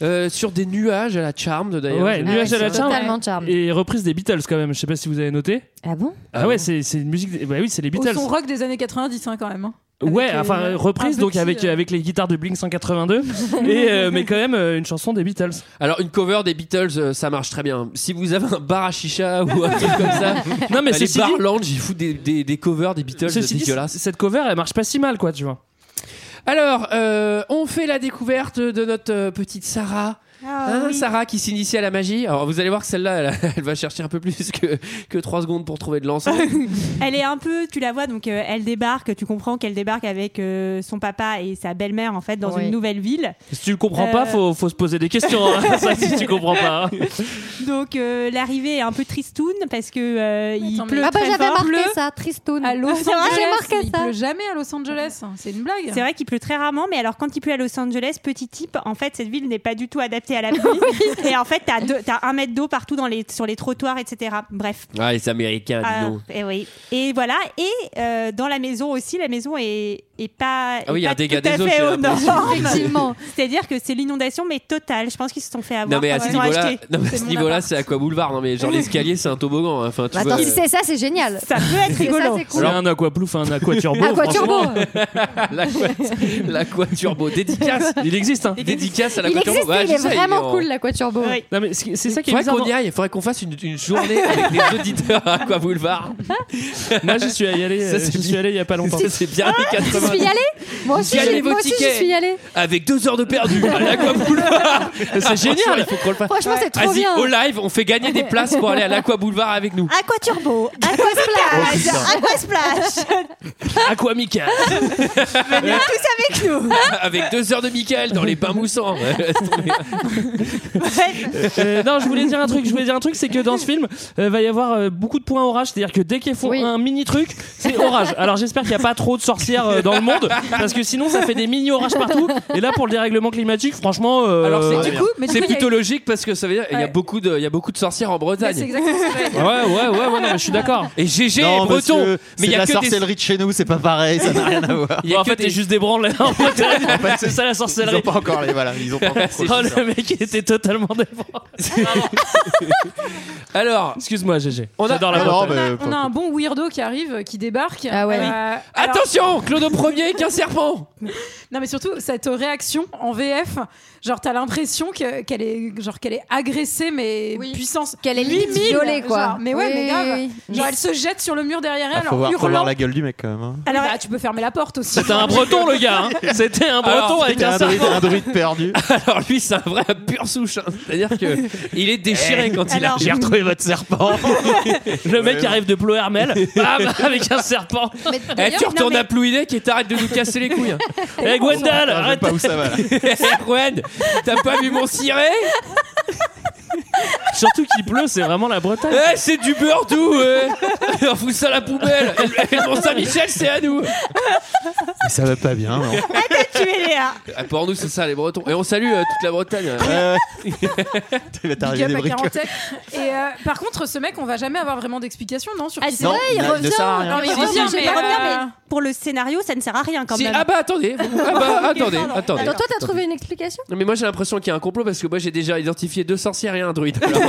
[SPEAKER 1] euh, sur des nuages à la Charmed d'ailleurs.
[SPEAKER 10] Ouais,
[SPEAKER 1] Je-
[SPEAKER 10] nuages à la Charmed.
[SPEAKER 11] Totalement charme.
[SPEAKER 10] Et reprise des Beatles quand même. Je sais pas si vous avez noté.
[SPEAKER 11] Ah bon
[SPEAKER 10] Ah ouais, c'est c'est une musique. des- Bah oui, c'est les
[SPEAKER 6] Au
[SPEAKER 10] Beatles.
[SPEAKER 6] son rock des années 90 hein, quand même. hein.
[SPEAKER 10] Ouais,
[SPEAKER 6] Avec, euh,
[SPEAKER 10] enfin
[SPEAKER 6] un
[SPEAKER 10] reprise donc
[SPEAKER 6] petit,
[SPEAKER 10] avec
[SPEAKER 6] euh,
[SPEAKER 10] avec les guitares de Blink 182 et euh, mais quand même euh, une chanson des Beatles.
[SPEAKER 1] Alors une cover des Beatles, euh, ça marche très bien. Si vous avez un bar à chicha ou un truc comme ça,
[SPEAKER 10] Non mais
[SPEAKER 1] les
[SPEAKER 10] ceci
[SPEAKER 1] bar
[SPEAKER 10] dit,
[SPEAKER 1] lounge, ils foutent des, des- des covers des Beatles
[SPEAKER 10] ceci dit,
[SPEAKER 1] dégueulasses.
[SPEAKER 10] cette cover elle marche pas si mal quoi, tu vois.
[SPEAKER 1] Alors, euh, on fait la découverte de notre euh, petite Sarah.
[SPEAKER 11] Ah,
[SPEAKER 1] Hein, Sarah qui s'initie à la magie. Alors vous allez voir que celle-là, elle, [LAUGHS] elle va chercher un peu plus que, que 3 secondes pour trouver
[SPEAKER 11] [LAUGHS]
[SPEAKER 1] de l'encens.
[SPEAKER 12] Elle est un peu, tu la vois, donc euh, elle débarque, tu comprends qu'elle débarque avec euh, son papa et sa belle-mère en fait dans
[SPEAKER 11] Oui.
[SPEAKER 12] une nouvelle ville.
[SPEAKER 10] Si tu le comprends
[SPEAKER 12] Euh.
[SPEAKER 10] pas, faut faut se poser des questions. hein. [LAUGHS] ça, si tu comprends pas. hein.
[SPEAKER 12] Donc euh, l'arrivée est un peu tristoune parce que euh, il
[SPEAKER 6] Attends, mais-
[SPEAKER 12] pleut
[SPEAKER 11] Ah bah
[SPEAKER 12] très
[SPEAKER 11] j'avais
[SPEAKER 12] fort.
[SPEAKER 11] marqué
[SPEAKER 12] Bleu.
[SPEAKER 11] ça, Tristone.
[SPEAKER 6] À Los
[SPEAKER 12] C'est vrai,
[SPEAKER 6] Angeles,
[SPEAKER 11] j'ai marqué
[SPEAKER 6] il
[SPEAKER 11] ça.
[SPEAKER 6] pleut jamais à Los Angeles. hein. C'est une blague.
[SPEAKER 12] C'est vrai qu'il pleut très rarement, mais alors quand il pleut à Los Angeles, petit type, en fait, cette ville n'est pas du tout adaptée à la
[SPEAKER 11] [LAUGHS]
[SPEAKER 12] pluie. Et en fait, t'as, deux- t'as un mètre d'eau partout dans les, sur les trottoirs, etc. Bref.
[SPEAKER 1] Ah, les Américains,
[SPEAKER 12] Ah,
[SPEAKER 1] dis donc.
[SPEAKER 12] et oui. Et voilà. Et euh, dans la maison aussi, la maison est, est pas.
[SPEAKER 1] Ah
[SPEAKER 12] est
[SPEAKER 1] oui, il y a
[SPEAKER 12] pas
[SPEAKER 1] un dégât
[SPEAKER 12] tout à
[SPEAKER 1] des eaux,
[SPEAKER 12] fait
[SPEAKER 1] j'ai
[SPEAKER 12] aux
[SPEAKER 1] l'impression.
[SPEAKER 12] normes.
[SPEAKER 11] Effectivement.
[SPEAKER 12] [LAUGHS] C'est-à-dire que c'est l'inondation, mais totale. Je pense qu'ils se sont fait
[SPEAKER 11] Ah,
[SPEAKER 12] avoir.
[SPEAKER 1] Non mais à
[SPEAKER 12] quand
[SPEAKER 1] ce
[SPEAKER 12] ils ont
[SPEAKER 1] niveau-là,
[SPEAKER 12] acheté.
[SPEAKER 1] non, mais à
[SPEAKER 6] C'est
[SPEAKER 1] ce
[SPEAKER 6] mon
[SPEAKER 1] niveau-là,
[SPEAKER 6] appart.
[SPEAKER 1] c'est Aqua Boulevard. Non mais genre l'escalier, c'est un toboggan. hein, Attends,
[SPEAKER 11] Bah, Attends, si c'est ça, c'est génial.
[SPEAKER 12] Ça peut être
[SPEAKER 11] C'est ça,
[SPEAKER 12] rigolo.
[SPEAKER 11] c'est
[SPEAKER 10] C'est
[SPEAKER 11] cool.
[SPEAKER 10] un aquaplouf, un aquaturbo.
[SPEAKER 11] À quoi turbo
[SPEAKER 1] [LAUGHS]
[SPEAKER 10] franchement.
[SPEAKER 1] L'Aqua Turbo. Dédicace.
[SPEAKER 10] Il existe hein.
[SPEAKER 1] Dédicace à
[SPEAKER 11] Il
[SPEAKER 1] l'Aqua Turbo.
[SPEAKER 11] existe,
[SPEAKER 1] Ouais,
[SPEAKER 11] il
[SPEAKER 1] je
[SPEAKER 11] est
[SPEAKER 1] sais,
[SPEAKER 11] vraiment
[SPEAKER 1] en-
[SPEAKER 11] cool l'Aquaturbo.
[SPEAKER 12] Oui.
[SPEAKER 10] Non mais c'est c'est ça qui est
[SPEAKER 1] Faudrait
[SPEAKER 10] bizarre.
[SPEAKER 1] qu'on y aille, faudrait qu'on fasse une, une journée avec les auditeurs à Aqua Boulevard.
[SPEAKER 10] Moi j'y suis allé,
[SPEAKER 1] Ça,
[SPEAKER 10] euh,
[SPEAKER 1] c'est
[SPEAKER 10] j'y suis
[SPEAKER 1] bien.
[SPEAKER 10] allé il y a pas longtemps.
[SPEAKER 1] Ça, c'est bien les
[SPEAKER 11] Je suis
[SPEAKER 1] 80.
[SPEAKER 11] y allée Moi aussi,
[SPEAKER 1] Gagnez
[SPEAKER 11] j'y-
[SPEAKER 1] vos
[SPEAKER 11] moi aussi j'y
[SPEAKER 1] tickets.
[SPEAKER 11] suis allée.
[SPEAKER 1] Avec deux heures de perdu à l'Aqua Boulevard. C'est génial. Il faut qu'on le fasse.
[SPEAKER 11] Franchement, c'est trop
[SPEAKER 1] Vas-y,
[SPEAKER 11] bien.
[SPEAKER 1] au live, on fait gagner des places pour aller à l'Aqua Boulevard avec nous.
[SPEAKER 12] Aqua
[SPEAKER 11] [LAUGHS]
[SPEAKER 12] Turbo, Aqua Splash, Aqua Splash. [LAUGHS]
[SPEAKER 10] Aqua Mika.
[SPEAKER 12] Venez tous avec nous.
[SPEAKER 1] [LAUGHS] Avec deux heures de Michael dans les bains moussants. [LAUGHS]
[SPEAKER 12] Bref.
[SPEAKER 10] Euh, non, je voulais dire un truc. Je voulais dire un truc, c'est que dans ce film, euh, va y avoir euh, beaucoup de points orage. C'est-à-dire que dès qu'ils font
[SPEAKER 11] Oui.
[SPEAKER 10] un mini truc, c'est orage. Alors j'espère qu'il n'y a pas trop de sorcières euh, dans le monde, parce que sinon ça fait des mini orages partout. Et là, pour le dérèglement climatique, franchement, euh,
[SPEAKER 1] Alors, c'est-
[SPEAKER 6] Du coup, mais du
[SPEAKER 1] C'est
[SPEAKER 6] coup, il y a
[SPEAKER 1] plutôt
[SPEAKER 6] eu-
[SPEAKER 1] logique parce que ça veut dire il y a
[SPEAKER 6] Ouais.
[SPEAKER 1] beaucoup de il y a beaucoup de sorcières en
[SPEAKER 6] Mais C'est
[SPEAKER 1] Bretagne.
[SPEAKER 6] exactement ça.
[SPEAKER 10] ouais, ouais, ouais, ouais, non, mais je suis d'accord.
[SPEAKER 1] Et GG est
[SPEAKER 7] Non,
[SPEAKER 1] breton.
[SPEAKER 7] monsieur,
[SPEAKER 1] mais
[SPEAKER 7] c'est
[SPEAKER 1] il y
[SPEAKER 7] de
[SPEAKER 1] a
[SPEAKER 7] la
[SPEAKER 1] que des
[SPEAKER 7] sorcellerie de chez nous, c'est pas pareil, ça n'a rien à voir.
[SPEAKER 1] il y a
[SPEAKER 10] Bon, en
[SPEAKER 1] que
[SPEAKER 10] fait,
[SPEAKER 1] des-
[SPEAKER 10] t'es juste des branles là,
[SPEAKER 7] [LAUGHS]
[SPEAKER 10] en Bretagne. c'est ça
[SPEAKER 7] Ils
[SPEAKER 10] la
[SPEAKER 7] ont
[SPEAKER 10] sorcellerie.
[SPEAKER 7] pas encore les voilà, ils ont pas encore.
[SPEAKER 10] Oh, le mec il était totalement débranlé.
[SPEAKER 1] Alors,
[SPEAKER 10] Excuse-moi, GG.
[SPEAKER 1] On a-
[SPEAKER 10] J'adore la
[SPEAKER 7] Alors, [LAUGHS]
[SPEAKER 10] Bretagne.
[SPEAKER 6] On a un bon weirdo qui arrive, qui débarque.
[SPEAKER 11] Ah ouais.
[SPEAKER 6] Euh, alors-
[SPEAKER 1] attention, Claude premier qu'un serpent
[SPEAKER 6] [LAUGHS] Non, mais surtout, cette réaction en VF, genre, t'as l'impression que- qu'elle est, genre, qu'elle est agressée, mais puissance.
[SPEAKER 11] Qu'elle est limite
[SPEAKER 6] mille,
[SPEAKER 11] violée, quoi.
[SPEAKER 6] genre, mais ouais,
[SPEAKER 11] Oui,
[SPEAKER 6] mais grave.
[SPEAKER 11] oui, oui.
[SPEAKER 6] Genre,
[SPEAKER 11] Mais-
[SPEAKER 6] elle se jette sur le mur derrière
[SPEAKER 1] Ah,
[SPEAKER 6] elle
[SPEAKER 7] faut
[SPEAKER 6] en
[SPEAKER 7] voir, faut voir
[SPEAKER 6] hurlant.
[SPEAKER 7] la gueule du mec quand même. hein.
[SPEAKER 6] Alors, tu peux fermer la porte aussi.
[SPEAKER 10] C'était un breton, le
[SPEAKER 6] [LAUGHS]
[SPEAKER 10] gars. hein.
[SPEAKER 7] [LAUGHS]
[SPEAKER 10] C'était un breton
[SPEAKER 7] Alors,
[SPEAKER 10] avec
[SPEAKER 7] c'était
[SPEAKER 10] un,
[SPEAKER 7] un druide-
[SPEAKER 10] serpent.
[SPEAKER 7] un druide perdu.
[SPEAKER 1] [LAUGHS] Alors lui, c'est un vrai pur souche. hein. C'est-à-dire que il est déchiré
[SPEAKER 10] Eh,
[SPEAKER 1] quand il
[SPEAKER 10] alors-
[SPEAKER 1] arrive.
[SPEAKER 10] J'ai retrouvé votre
[SPEAKER 1] [LAUGHS]
[SPEAKER 10] serpent. Le mec arrive de Plo Hermel bam, avec un serpent.
[SPEAKER 1] Mais
[SPEAKER 10] Eh,
[SPEAKER 1] d'ailleurs,
[SPEAKER 10] tu
[SPEAKER 1] non,
[SPEAKER 10] retournes
[SPEAKER 1] mais-
[SPEAKER 10] à Plouinec et t'arrêtes de nous casser les couilles. hein. Eh
[SPEAKER 1] Putain,
[SPEAKER 10] Gwendal,
[SPEAKER 1] je sais
[SPEAKER 10] arrête.
[SPEAKER 1] pas où ça va, là. [LAUGHS] Eh, Gwen, t'as pas vu mon ciré
[SPEAKER 10] Surtout qu'il pleut, c'est vraiment la Bretagne.
[SPEAKER 1] Eh, c'est du beurre doux ouais. [LAUGHS] On fout ça à la poubelle Et le Mont-Saint-Michel, c'est à nous
[SPEAKER 7] Mais ça va pas bien. hein. non.
[SPEAKER 12] Tu es Léa.
[SPEAKER 1] Ah, Pour nous, c'est ça, les Bretons. Et on salue euh, toute la Bretagne. [LAUGHS]
[SPEAKER 7] Ah, Il va
[SPEAKER 6] Big up à Quarantec. Et euh, par contre, ce mec, on va jamais avoir vraiment d'explication, non
[SPEAKER 1] Ah,
[SPEAKER 6] sur qui
[SPEAKER 12] c'est Non, vrai, il il ne- ne revient. sert à rien.
[SPEAKER 6] Non, mais il
[SPEAKER 12] Si, si,
[SPEAKER 6] revient,
[SPEAKER 12] je vais
[SPEAKER 6] mais,
[SPEAKER 12] pas revenir,
[SPEAKER 6] euh,
[SPEAKER 12] mais pour le scénario, ça ne sert à rien quand
[SPEAKER 1] Si,
[SPEAKER 12] même.
[SPEAKER 1] ah bah
[SPEAKER 12] [LAUGHS]
[SPEAKER 1] attendez, ah bah, attendez, attendez.
[SPEAKER 11] Donc toi, t'as trouvé une explication
[SPEAKER 12] Ah
[SPEAKER 1] Non, mais moi j'ai l'impression qu'il y a un complot parce que moi j'ai déjà identifié deux sorcières et un druide. Alors,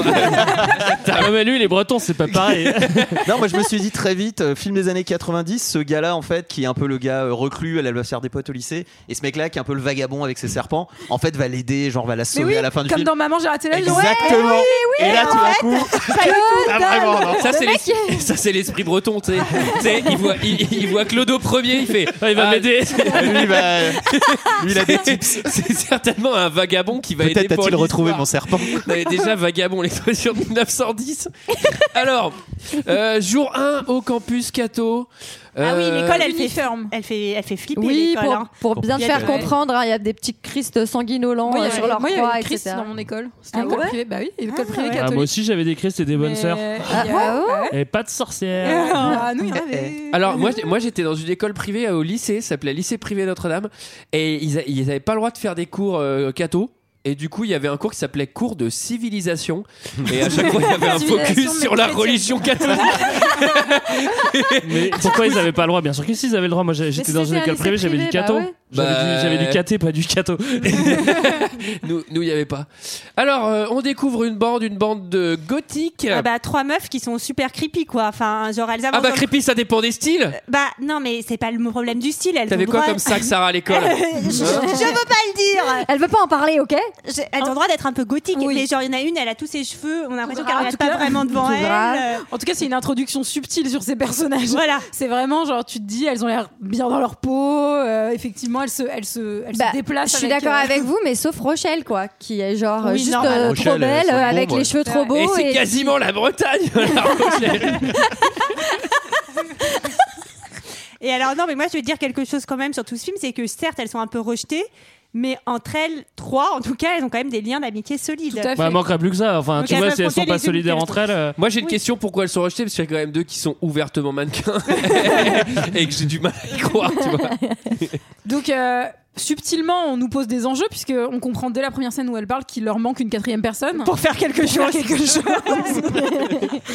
[SPEAKER 10] Ah, mais lui, les Bretons, c'est pas pareil.
[SPEAKER 7] [LAUGHS] non, moi je me suis dit très vite, euh, film des années 90, ce gars-là en fait, qui est un peu le gars euh, reclus, elle, elle va se faire des potes au lycée, et ce mec-là qui est un peu le vagabond avec ses serpents, en fait va l'aider, genre va la
[SPEAKER 6] mais
[SPEAKER 7] sauver
[SPEAKER 6] oui,
[SPEAKER 7] à la fin du
[SPEAKER 6] comme
[SPEAKER 7] film.
[SPEAKER 6] dans Maman, j'ai raté l'avion.
[SPEAKER 7] Exactement.
[SPEAKER 6] Ouais,
[SPEAKER 7] Et là, tout d'un
[SPEAKER 6] [LAUGHS]
[SPEAKER 7] coup, [LAUGHS]
[SPEAKER 1] Ah,
[SPEAKER 7] vraiment,
[SPEAKER 1] non. Ça, c'est
[SPEAKER 6] Le
[SPEAKER 1] l'es-
[SPEAKER 6] mec,
[SPEAKER 1] ça, c'est l'esprit breton, tu sais. Tu sais. Il voit, il, il voit Clodo premier, il fait. Ah,
[SPEAKER 10] il va m'aider.
[SPEAKER 7] lui, il a des tips.
[SPEAKER 1] [LAUGHS] C'est certainement un vagabond qui va aider
[SPEAKER 7] peut-être
[SPEAKER 1] pour
[SPEAKER 7] a-t-il retrouvé
[SPEAKER 1] l'histoire.
[SPEAKER 7] mon serpent.
[SPEAKER 1] Non, mais déjà, vagabond, l'expression de 1910. Alors, euh, jour 1 au campus Cato.
[SPEAKER 12] Ah oui,
[SPEAKER 1] Euh,
[SPEAKER 12] l'école, elle fait, elle fait, elle fait flipper
[SPEAKER 11] Oui,
[SPEAKER 12] l'école.
[SPEAKER 11] pour,
[SPEAKER 12] hein.
[SPEAKER 11] pour bien te
[SPEAKER 12] Il y a
[SPEAKER 11] faire
[SPEAKER 12] des-
[SPEAKER 11] comprendre, hein, il y a des petits Christ sanguinolents
[SPEAKER 6] Moi, il y
[SPEAKER 11] euh,
[SPEAKER 6] avait-
[SPEAKER 11] sur leur
[SPEAKER 6] moi, il y avait
[SPEAKER 11] croix,
[SPEAKER 6] une Christ
[SPEAKER 11] etc.
[SPEAKER 6] dans mon école. C'était
[SPEAKER 11] Ah
[SPEAKER 6] une école
[SPEAKER 11] ouais
[SPEAKER 6] privée. Bah oui, une école privée
[SPEAKER 10] Ah,
[SPEAKER 6] catholique.
[SPEAKER 10] moi aussi, j'avais des Christ et des bonnes sœurs.
[SPEAKER 6] Ah,
[SPEAKER 11] ouais
[SPEAKER 10] Et pas de sorcières.
[SPEAKER 6] Ah, nous, il y en avait.
[SPEAKER 7] Eh.
[SPEAKER 1] Alors moi, j'- moi j'étais dans une école privée euh, au lycée, ça s'appelait lycée privé Notre-Dame, et ils, a- ils avaient pas le droit de faire des cours euh, catho. Et du coup, il y avait un cours qui s'appelait cours de civilisation. Et à chaque fois, il y avait
[SPEAKER 12] [LAUGHS]
[SPEAKER 1] un
[SPEAKER 10] Civilisation,
[SPEAKER 1] focus sur
[SPEAKER 10] mais
[SPEAKER 1] la
[SPEAKER 10] chrétienne.
[SPEAKER 1] religion catholique. [LAUGHS]
[SPEAKER 10] Mais pourquoi ils avaient pas le droit Bien sûr que si, ils avaient le droit. Moi, j'ai-
[SPEAKER 1] Mais
[SPEAKER 10] j'étais dans
[SPEAKER 1] c'était
[SPEAKER 10] une
[SPEAKER 1] un
[SPEAKER 10] école
[SPEAKER 1] lycée
[SPEAKER 10] privée, j'avais du
[SPEAKER 1] privé, bah
[SPEAKER 10] cateau.
[SPEAKER 1] ouais.
[SPEAKER 10] J'avais
[SPEAKER 1] Bah-
[SPEAKER 10] du- j'avais du caté, pas du cateau.
[SPEAKER 1] Nous, nous, il n'y avait pas. Alors, euh, on découvre une bande, une bande de gothique.
[SPEAKER 12] Ah bah, trois meufs qui sont super creepy, quoi. Enfin, genre, elles avancent.
[SPEAKER 1] Ah bah,
[SPEAKER 12] dans-
[SPEAKER 1] creepy, ça dépend des styles.
[SPEAKER 12] Bah, non, mais c'est pas le problème du style. Elles
[SPEAKER 1] T'avais
[SPEAKER 12] ont
[SPEAKER 1] quoi
[SPEAKER 12] droit-
[SPEAKER 1] comme sac,
[SPEAKER 12] [LAUGHS]
[SPEAKER 1] Sarah, à l'école
[SPEAKER 12] Je je veux pas le dire.
[SPEAKER 11] Elle veut pas en parler, ok Ah.
[SPEAKER 12] Elles ont le droit d'être un peu gothiques. Mais genre, il y en a une, elle a tous ses cheveux. On a l'impression qu'elle
[SPEAKER 6] Ah, en
[SPEAKER 12] regarde
[SPEAKER 6] tout
[SPEAKER 12] pas
[SPEAKER 6] cas-
[SPEAKER 12] vraiment devant
[SPEAKER 6] tout grave.
[SPEAKER 12] elle.
[SPEAKER 6] En tout cas, c'est une introduction subtile sur ces personnages.
[SPEAKER 12] Voilà.
[SPEAKER 6] C'est vraiment genre, tu te dis, elles ont l'air bien dans leur peau. euh, effectivement, elles se, elles se, elles se
[SPEAKER 11] Bah,
[SPEAKER 6] déplacent.
[SPEAKER 11] Je suis
[SPEAKER 6] avec,
[SPEAKER 11] d'accord
[SPEAKER 6] euh,
[SPEAKER 11] avec vous, mais sauf Rochelle, quoi, qui est genre euh,
[SPEAKER 6] Oui,
[SPEAKER 11] juste
[SPEAKER 6] normal.
[SPEAKER 11] euh, trop
[SPEAKER 6] Rochelle,
[SPEAKER 11] belle,
[SPEAKER 6] elle,
[SPEAKER 11] euh,
[SPEAKER 6] c'est
[SPEAKER 11] avec
[SPEAKER 6] bon,
[SPEAKER 11] les
[SPEAKER 6] ouais.
[SPEAKER 11] cheveux trop beaux.
[SPEAKER 1] Et c'est
[SPEAKER 11] et-
[SPEAKER 1] quasiment la Bretagne.
[SPEAKER 11] [LAUGHS]
[SPEAKER 1] la Rochelle.
[SPEAKER 12] Et alors, non, mais moi, je veux dire quelque chose quand même sur tout ce film, c'est que certes, elles sont un peu rejetées, mais entre elles, trois, en tout cas, elles ont quand même des liens d'amitié solides.
[SPEAKER 10] Bah, manquera plus que ça. Enfin,
[SPEAKER 12] Donc,
[SPEAKER 10] tu
[SPEAKER 12] elles
[SPEAKER 10] vois,
[SPEAKER 12] peuvent
[SPEAKER 10] si elles sont
[SPEAKER 12] compter
[SPEAKER 10] pas
[SPEAKER 12] les unes
[SPEAKER 10] solidaires
[SPEAKER 12] qu'elles
[SPEAKER 10] entre elles. euh,
[SPEAKER 1] Moi j'ai une question pourquoi elles sont rejetées parce qu'il y a quand même deux qui sont ouvertement [LAUGHS] mannequins et que j'ai du mal à y croire, tu vois.
[SPEAKER 6] [LAUGHS] Donc, euh, subtilement, on nous pose des enjeux, puisqu'on comprend dès la première scène où elle parle qu'il leur manque une quatrième personne.
[SPEAKER 12] Pour faire quelque
[SPEAKER 6] Pour faire
[SPEAKER 12] chose.
[SPEAKER 6] quelque
[SPEAKER 12] [LAUGHS]